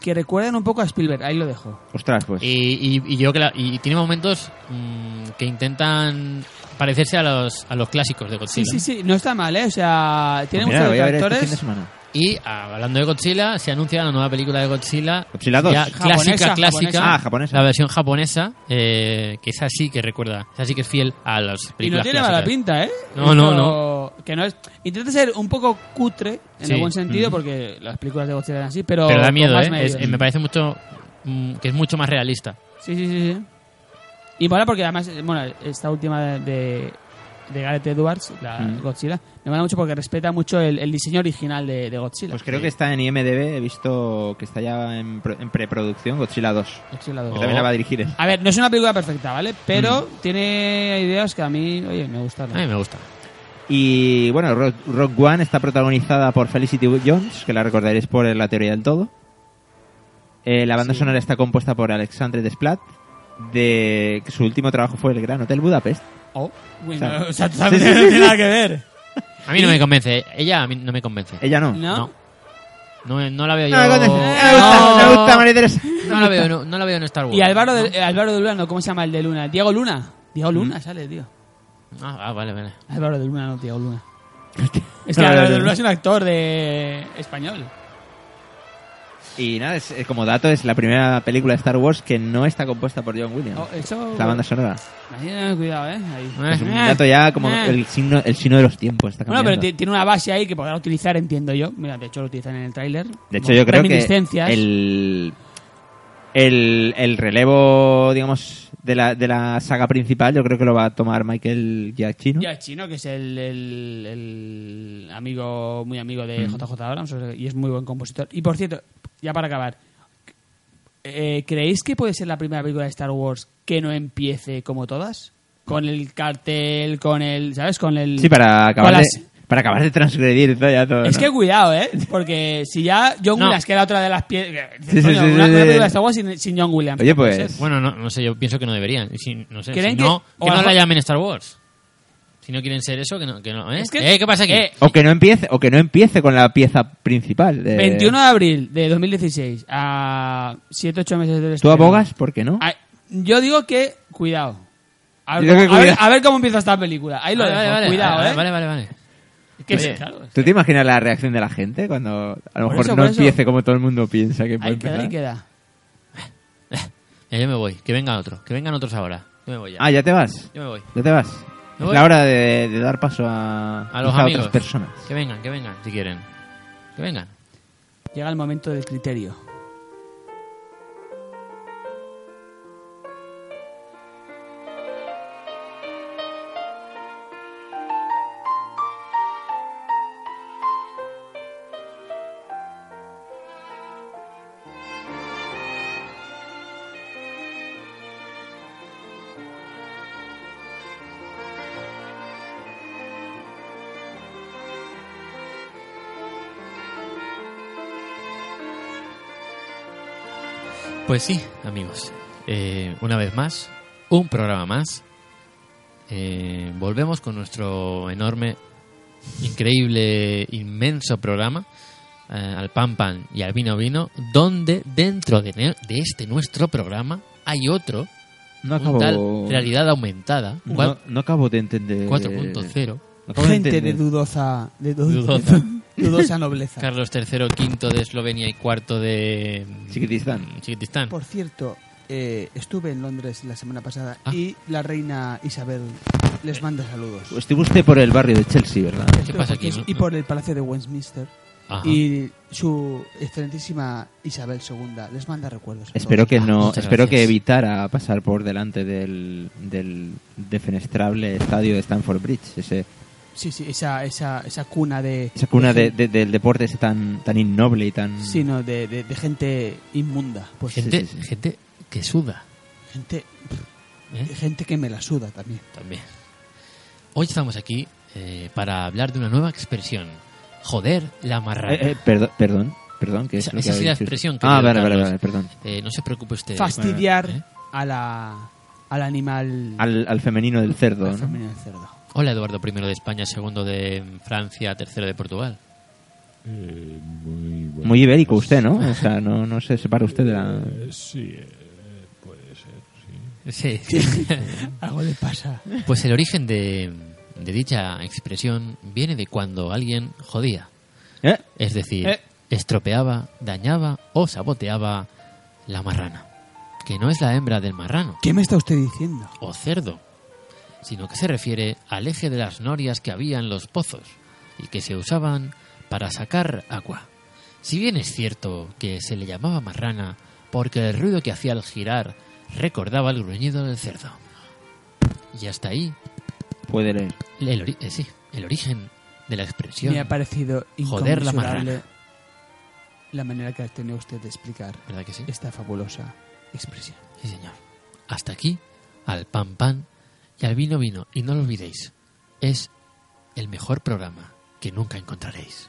C: que recuerdan un poco a Spielberg. Ahí lo dejo.
B: Ostras, pues.
A: Y, y- y yo que la- y tiene momentos mm, que intentan parecerse a los, a los clásicos de
C: Sí,
A: Godzilla.
C: sí, sí. No está mal, ¿eh? O sea, tiene
B: Pues mira, la
C: muchos
B: voy a ver este
C: detractores.
B: fin de semana.
A: Y ah, hablando de Godzilla, se anuncia la nueva película de Godzilla.
B: Godzilla 2.
A: ya clásica,
C: Japonesa,
A: clásica.
C: japonesa.
B: Ah, japonesa.
A: La versión japonesa, eh, que es así que recuerda, es así que es fiel a las
C: Y no
A: películas
C: tiene mala
A: clásicas.
C: pinta, ¿eh?
A: No, no,
C: Pero Que no es... Intenta ser un poco cutre, en
A: Sí. Mm.
C: el buen sentido, porque las películas de Godzilla eran así, pero...
A: Pero da
C: con
A: miedo,
C: más
A: ¿eh? Es-
C: medios.
A: eh, me parece mucho mm, que es mucho más realista.
C: Sí, sí, sí, sí. Y mola porque además, eh, bueno, esta última de, de, de Gareth Edwards, la
A: Mm.
C: Godzilla, me mola mucho porque respeta mucho el, el diseño original de, de Godzilla.
B: Pues creo que está en IMDB, he visto que está ya en, pro- en preproducción Godzilla 2.
C: Godzilla
B: Que
C: dos.
B: también la va a dirigir él.
C: A ver, no es una película perfecta, ¿vale? Pero
A: Mm.
C: tiene ideas que a mí, oye, me gustan.
A: A mí me gusta.
B: Y bueno, Rock, Rock One está protagonizada por Felicity Jones, que la recordaréis por La teoría del todo. Eh, la banda sonora está compuesta por Alexandre Desplat, de que su último trabajo fue el Gran Hotel Budapest.
C: Oh, bueno,
B: sea,
C: o sea, totalmente
B: sí, sí,
C: no tiene nada que ver.
A: A mí no me convence. eh. Ella a mí no me convence.
B: Ella no.
C: ¿No?
A: No. No, no la veo yo.
B: No, coño, no me gusta, no me gusta María Teresa.
A: No la veo, no, no la veo en Star Wars.
C: Y Álvaro de, eh, Álvaro de Luna, no, ¿cómo se llama el de Luna? Diego Luna. Diego Luna sale, tío.
A: Ah, ah, vale, vale.
C: Álvaro de Luna, no, Diego Luna. Es que Álvaro de Luna es un actor de español.
B: Y nada, es, eh, como dato, es la primera película de Star Wars que no está compuesta por John Williams.
C: Oh, eso.
B: Es La banda sonora.
C: Ahí, Cuidado, eh. Ahí.
A: Eh.
B: Es un dato ya como
C: Eh.
B: el signo, el signo de los tiempos. Está
C: Bueno, pero
B: cambiando.
C: ti- tiene una base ahí que podrá utilizar, entiendo yo. Mira, de hecho lo utilizan en el tráiler.
B: De hecho,
C: Como
B: yo creo que
C: reminiscencias.
B: el, el, el relevo, digamos, de la, de la saga principal, yo creo que lo va a tomar Michael Giacchino.
C: Ya, Chino, que es el, el- el amigo, muy amigo de JJ Abrams o sea, y es muy buen compositor. Y por cierto, ya para acabar, eh, ¿creéis que puede ser la primera película de Star Wars que no empiece como todas? Con el cartel, con el. ¿Sabes? Con el.
B: Sí, para acabar,
C: con
B: de,
C: las-
B: para acabar de transgredir todo, ya todo.
C: Es
B: ¿no?
C: que cuidado, ¿eh? Porque si ya John
A: No.
C: Williams, que era otra de las piezas.
B: Sí, sí, sí, sí,
C: una, una
B: sí.
C: película de Star Wars sin, sin John Williams.
B: Oye,
C: no puede
B: pues,
C: ser.
A: Bueno, no, no sé, yo pienso que no deberían. Y Si, no sé,
C: ¿Creen
A: si no,
C: que- o a lo
A: que, no la
C: mejor-
A: llamen Star Wars. Si no quieren ser eso, que no. Que no ¿eh?
C: Es que-
A: ¿Eh? ¿Qué pasa aquí?
C: eh,
B: O que no empiece, o que no empiece con la pieza principal. de-
C: 21 de abril de 2016 a 7-8 meses del
B: ¿Tú
C: estreno.
B: abogas? ¿Por qué no?
C: Ah, Yo digo que, cuidado. A ver,
B: Yo creo que
C: a ver-
B: cuidado.
C: a ver cómo empieza esta película. Ahí lo dejo. Cuidado,
A: vale,
C: ¿eh?
A: Vale, vale, vale.
C: Es que
A: Oye,
C: sí, claro.
B: ¿Tú te imaginas la reacción de la gente cuando a lo
C: Por
B: mejor
C: eso,
B: no
C: por eso.
B: empiece como todo el mundo piensa que puede
C: Ahí queda, ahí
B: empezar?
C: queda.
A: Ya, eh, yo me voy. Que vengan otros. Que vengan otros ahora. Yo me voy ya.
B: Ah, ya te vas.
A: Yo me voy.
B: Ya te vas.
A: Me
B: es
A: voy.
B: la hora de, de dar paso a,
A: A los
B: quizá
A: amigos.
B: otras personas.
A: Que vengan, que vengan, si quieren. Que vengan.
C: Llega el momento del criterio.
A: Pues sí, amigos. Eh, una vez más, un programa más. Eh, volvemos con nuestro enorme, increíble, inmenso programa eh, al pan pan y al vino vino, donde dentro de, ne- de este nuestro programa hay otro,
B: No
A: un tal realidad aumentada,
B: no,
A: cua-
B: no acabo de entender. eh,
A: 4.0.
B: No acabo
C: Gente de
B: entender.
C: dudosa, de du-
A: Dudosa.
C: dudosa nobleza.
A: Carlos III, quinto de Eslovenia y cuarto de mm,
B: Chiquitistán.
A: Chiquitistán.
C: Por cierto, eh, estuve en Londres la semana pasada
A: Ah.
C: y la reina Isabel les manda saludos.
B: Estuvo usted Pues por el barrio de Chelsea, ¿verdad?
C: Estuve
A: pasa
C: por
A: aquí,
C: Chelsea
A: no?
C: Y por el Palacio de Westminster.
A: Ajá.
C: Y su excelentísima Isabel II les manda recuerdos. a
B: Espero que
A: Ah,
B: no,
A: muchas
B: espero que
A: gracias.
B: evitara pasar por delante del, del defenestrable estadio de Stanford Bridge, ese,
C: todos. Sí, sí, esa, esa, esa cuna de...
B: esa cuna de-
C: de...
B: de- del deporte ese tan, tan innoble y tan.
C: gen- Sí, no, de, de- de gente inmunda. Pues
A: gente,
B: sí, sí, sí.
A: gente que suda.
C: gente,
A: ¿eh?
C: gente que me la suda también.
A: También. Hoy estamos aquí eh, para hablar de una nueva expresión. Joder la marrana.
B: Eh, eh, perdón, perdón, perdón, que es
A: Esa-
B: lo que
A: esa sí la
B: habéis dicho.
A: expresión que
B: Ah,
A: dio
B: vale, vale,
A: Carlos.
B: vale, perdón.
A: Eh, no se preocupe usted.
C: Fastidiar
A: ¿eh?
C: a la, al animal...
B: Al, al femenino del cerdo,
C: al
B: ¿no?
C: femenino del cerdo.
A: Hola, Eduardo I de España, segundo de Francia, tercero de Portugal.
D: Eh, muy buenas
B: Muy ibérico usted, ¿no? O sea, no, no se separa usted de la.
D: Eh, sí, eh, puede ser, sí.
A: Sí.
C: Algo le pasa.
A: pues el origen de, de dicha expresión viene de cuando alguien jodía.
B: ¿Eh?
A: Es decir,
C: Eh.
A: estropeaba, dañaba o saboteaba la marrana. Que no es la hembra del marrano.
C: ¿Qué me está usted diciendo?
A: o cerdo, sino que se refiere al eje de las norias que había en los pozos y que se usaban para sacar agua. Si bien es cierto que se le llamaba marrana porque el ruido que hacía al girar recordaba el gruñido del cerdo. Y hasta ahí
B: Puede leer.
A: el, ori- eh, sí, el origen de la expresión.
C: Me ha parecido
A: Joder, la
C: inconmensurable
A: marrana.
C: la manera que ha tenido usted de explicar
A: ¿Verdad que sí?
C: esta fabulosa expresión.
A: Sí, señor. Hasta aquí, al pan pan y al vino vino. Y no lo olvidéis, es el mejor programa que nunca encontraréis.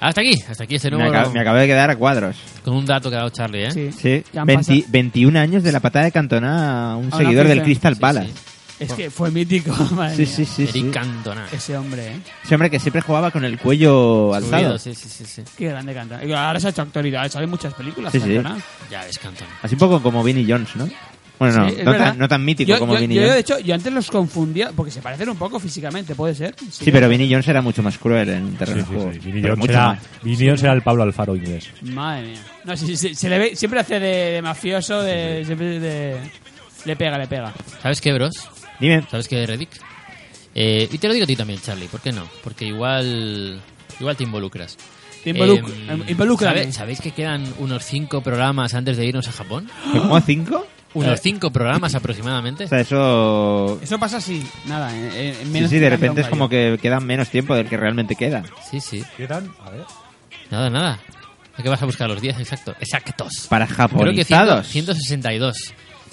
A: Hasta aquí, hasta aquí este
B: Me,
A: nuevo.
B: acabo, me acabo de quedar a cuadros.
A: Con un dato que ha dado Charlie, ¿eh?
B: Sí,
C: Ya han
B: 20
C: pasado-
B: 21 años de la patada de Cantona a un
C: A una
B: seguidor del
C: pizza.
B: Crystal
A: Sí,
B: Palace.
C: Es que fue mítico, madre
B: Oh. Sí,
C: mía.
B: sí, sí. sí,
A: Eric Cantona.
C: Ese hombre, ¿eh?
B: Ese hombre que siempre jugaba con el cuello alzado.
A: Subido, sí, sí, sí, sí.
C: Qué grande cantante. Y Ahora se ha hecho actualidad, ¿eh? sabe muchas películas.
B: Sí, sí.
C: Cantona.
A: Ya ves, Cantona.
B: Así un poco como Vinnie Jones, ¿no? Bueno, no,
C: Sí, Eh, es
B: no,
C: verdad.
B: tan, no tan mítico
C: Yo-
B: como
C: yo-
B: Vinnie
C: yo, de
B: Jones.
C: hecho, yo antes los confundía, porque se parecen un poco físicamente, puede ser.
B: Sí, pero Vinnie Jones era mucho más cruel en el terreno de
D: Sí, sí,
B: juego.
D: sí. Vinny
B: Pero
D: Jones
B: mucho
D: era,
B: más.
D: Vinny Jones era el Pablo Alfaro inglés.
C: Madre mía. No, sí, sí, sí, se le ve, siempre hace de, de mafioso, de, siempre de- Le pega, le pega.
A: ¿Sabes qué, bros?
B: Dime,
A: ¿Sabes qué, Reddick? Eh, y te lo digo a ti también, Charlie, ¿por qué no? Porque igual. Igual te involucras.
C: Te involuc-
A: Em,
C: involúcrame.
A: ¿sabe- ¿Sabéis que quedan unos cinco programas antes de irnos a Japón?
B: ¿Cómo cinco?
A: Unos
B: Eh.
A: cinco programas aproximadamente.
B: O sea, eso.
C: Eso pasa así, nada. en- en- en
B: Sí,
C: menos
B: sí,
C: que
B: de
C: un
B: repente es
C: rayo.
B: como que queda menos tiempo del que realmente queda.
A: Sí, sí.
D: Quedan, a ver.
A: Nada, nada. ¿A qué vas a buscar los 10 exactos? Exactos.
B: Para
A: Creo que ciento-
B: japonizados.
A: 162.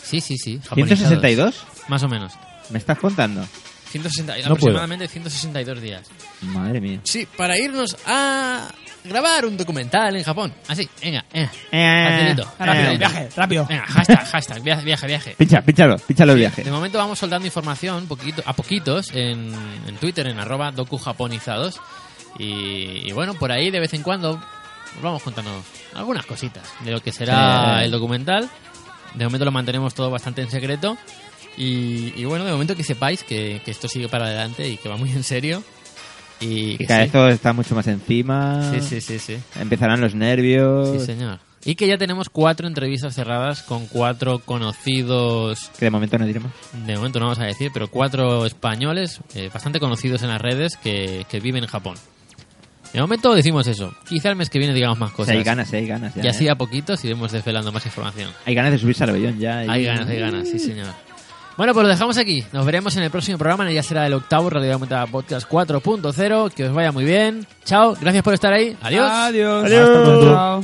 A: Sí, sí, sí. japonizados.
B: ¿162?
A: Más o menos.
B: ¿Me estás contando?
A: 160,
D: No puedo.
A: aproximadamente 162 días.
B: Madre mía.
A: Sí, para irnos a grabar un documental en Japón. Así, Ah, venga, venga. Rapidito,
C: Rápido,
B: eh.
A: rapidito.
C: viaje, rápido.
A: eh, Venga, hashtag, hashtag, viaje, viaje, viaje.
B: Pincha, pínchalo, pínchalo el
A: De
B: viaje.
A: momento vamos soltando información poquito, a poquitos en, en Twitter, en arroba docujaponizados. Y, y bueno, por ahí de vez en cuando os vamos contando algunas cositas de lo que será
B: Sí.
A: el documental. De momento lo mantenemos todo bastante en secreto. Y, y bueno, de momento que sepáis que, que esto sigue para adelante y que va muy en serio. Y
B: Que
A: que
B: cada
A: sí.
B: vez todo está mucho más encima.
A: Sí, sí, sí, sí.
B: Empezarán los nervios.
A: Sí, señor. Y que ya tenemos cuatro entrevistas cerradas con cuatro conocidos,
B: Que de momento no diremos.
A: de momento no vamos a decir, pero cuatro españoles eh, bastante conocidos en las redes que, que viven en Japón. De momento decimos eso. Quizá el mes que viene digamos más
B: O
A: cosas.
B: sea, hay ganas, eh, hay ganas. Ya,
A: y así
B: eh.
A: a poquitos iremos desvelando más información.
B: Hay ganas de subirse al avión ya. y-
A: Hay ganas, hay ganas, sí, señor. Bueno, pues lo dejamos aquí. Nos veremos en el próximo programa. Ya será el octavo Realidad Aumentada Podcast 4.0. Que os vaya muy bien. Chao. Gracias por estar ahí. Adiós.
C: Adiós.
D: Adiós.
C: Hasta pronto. Chao.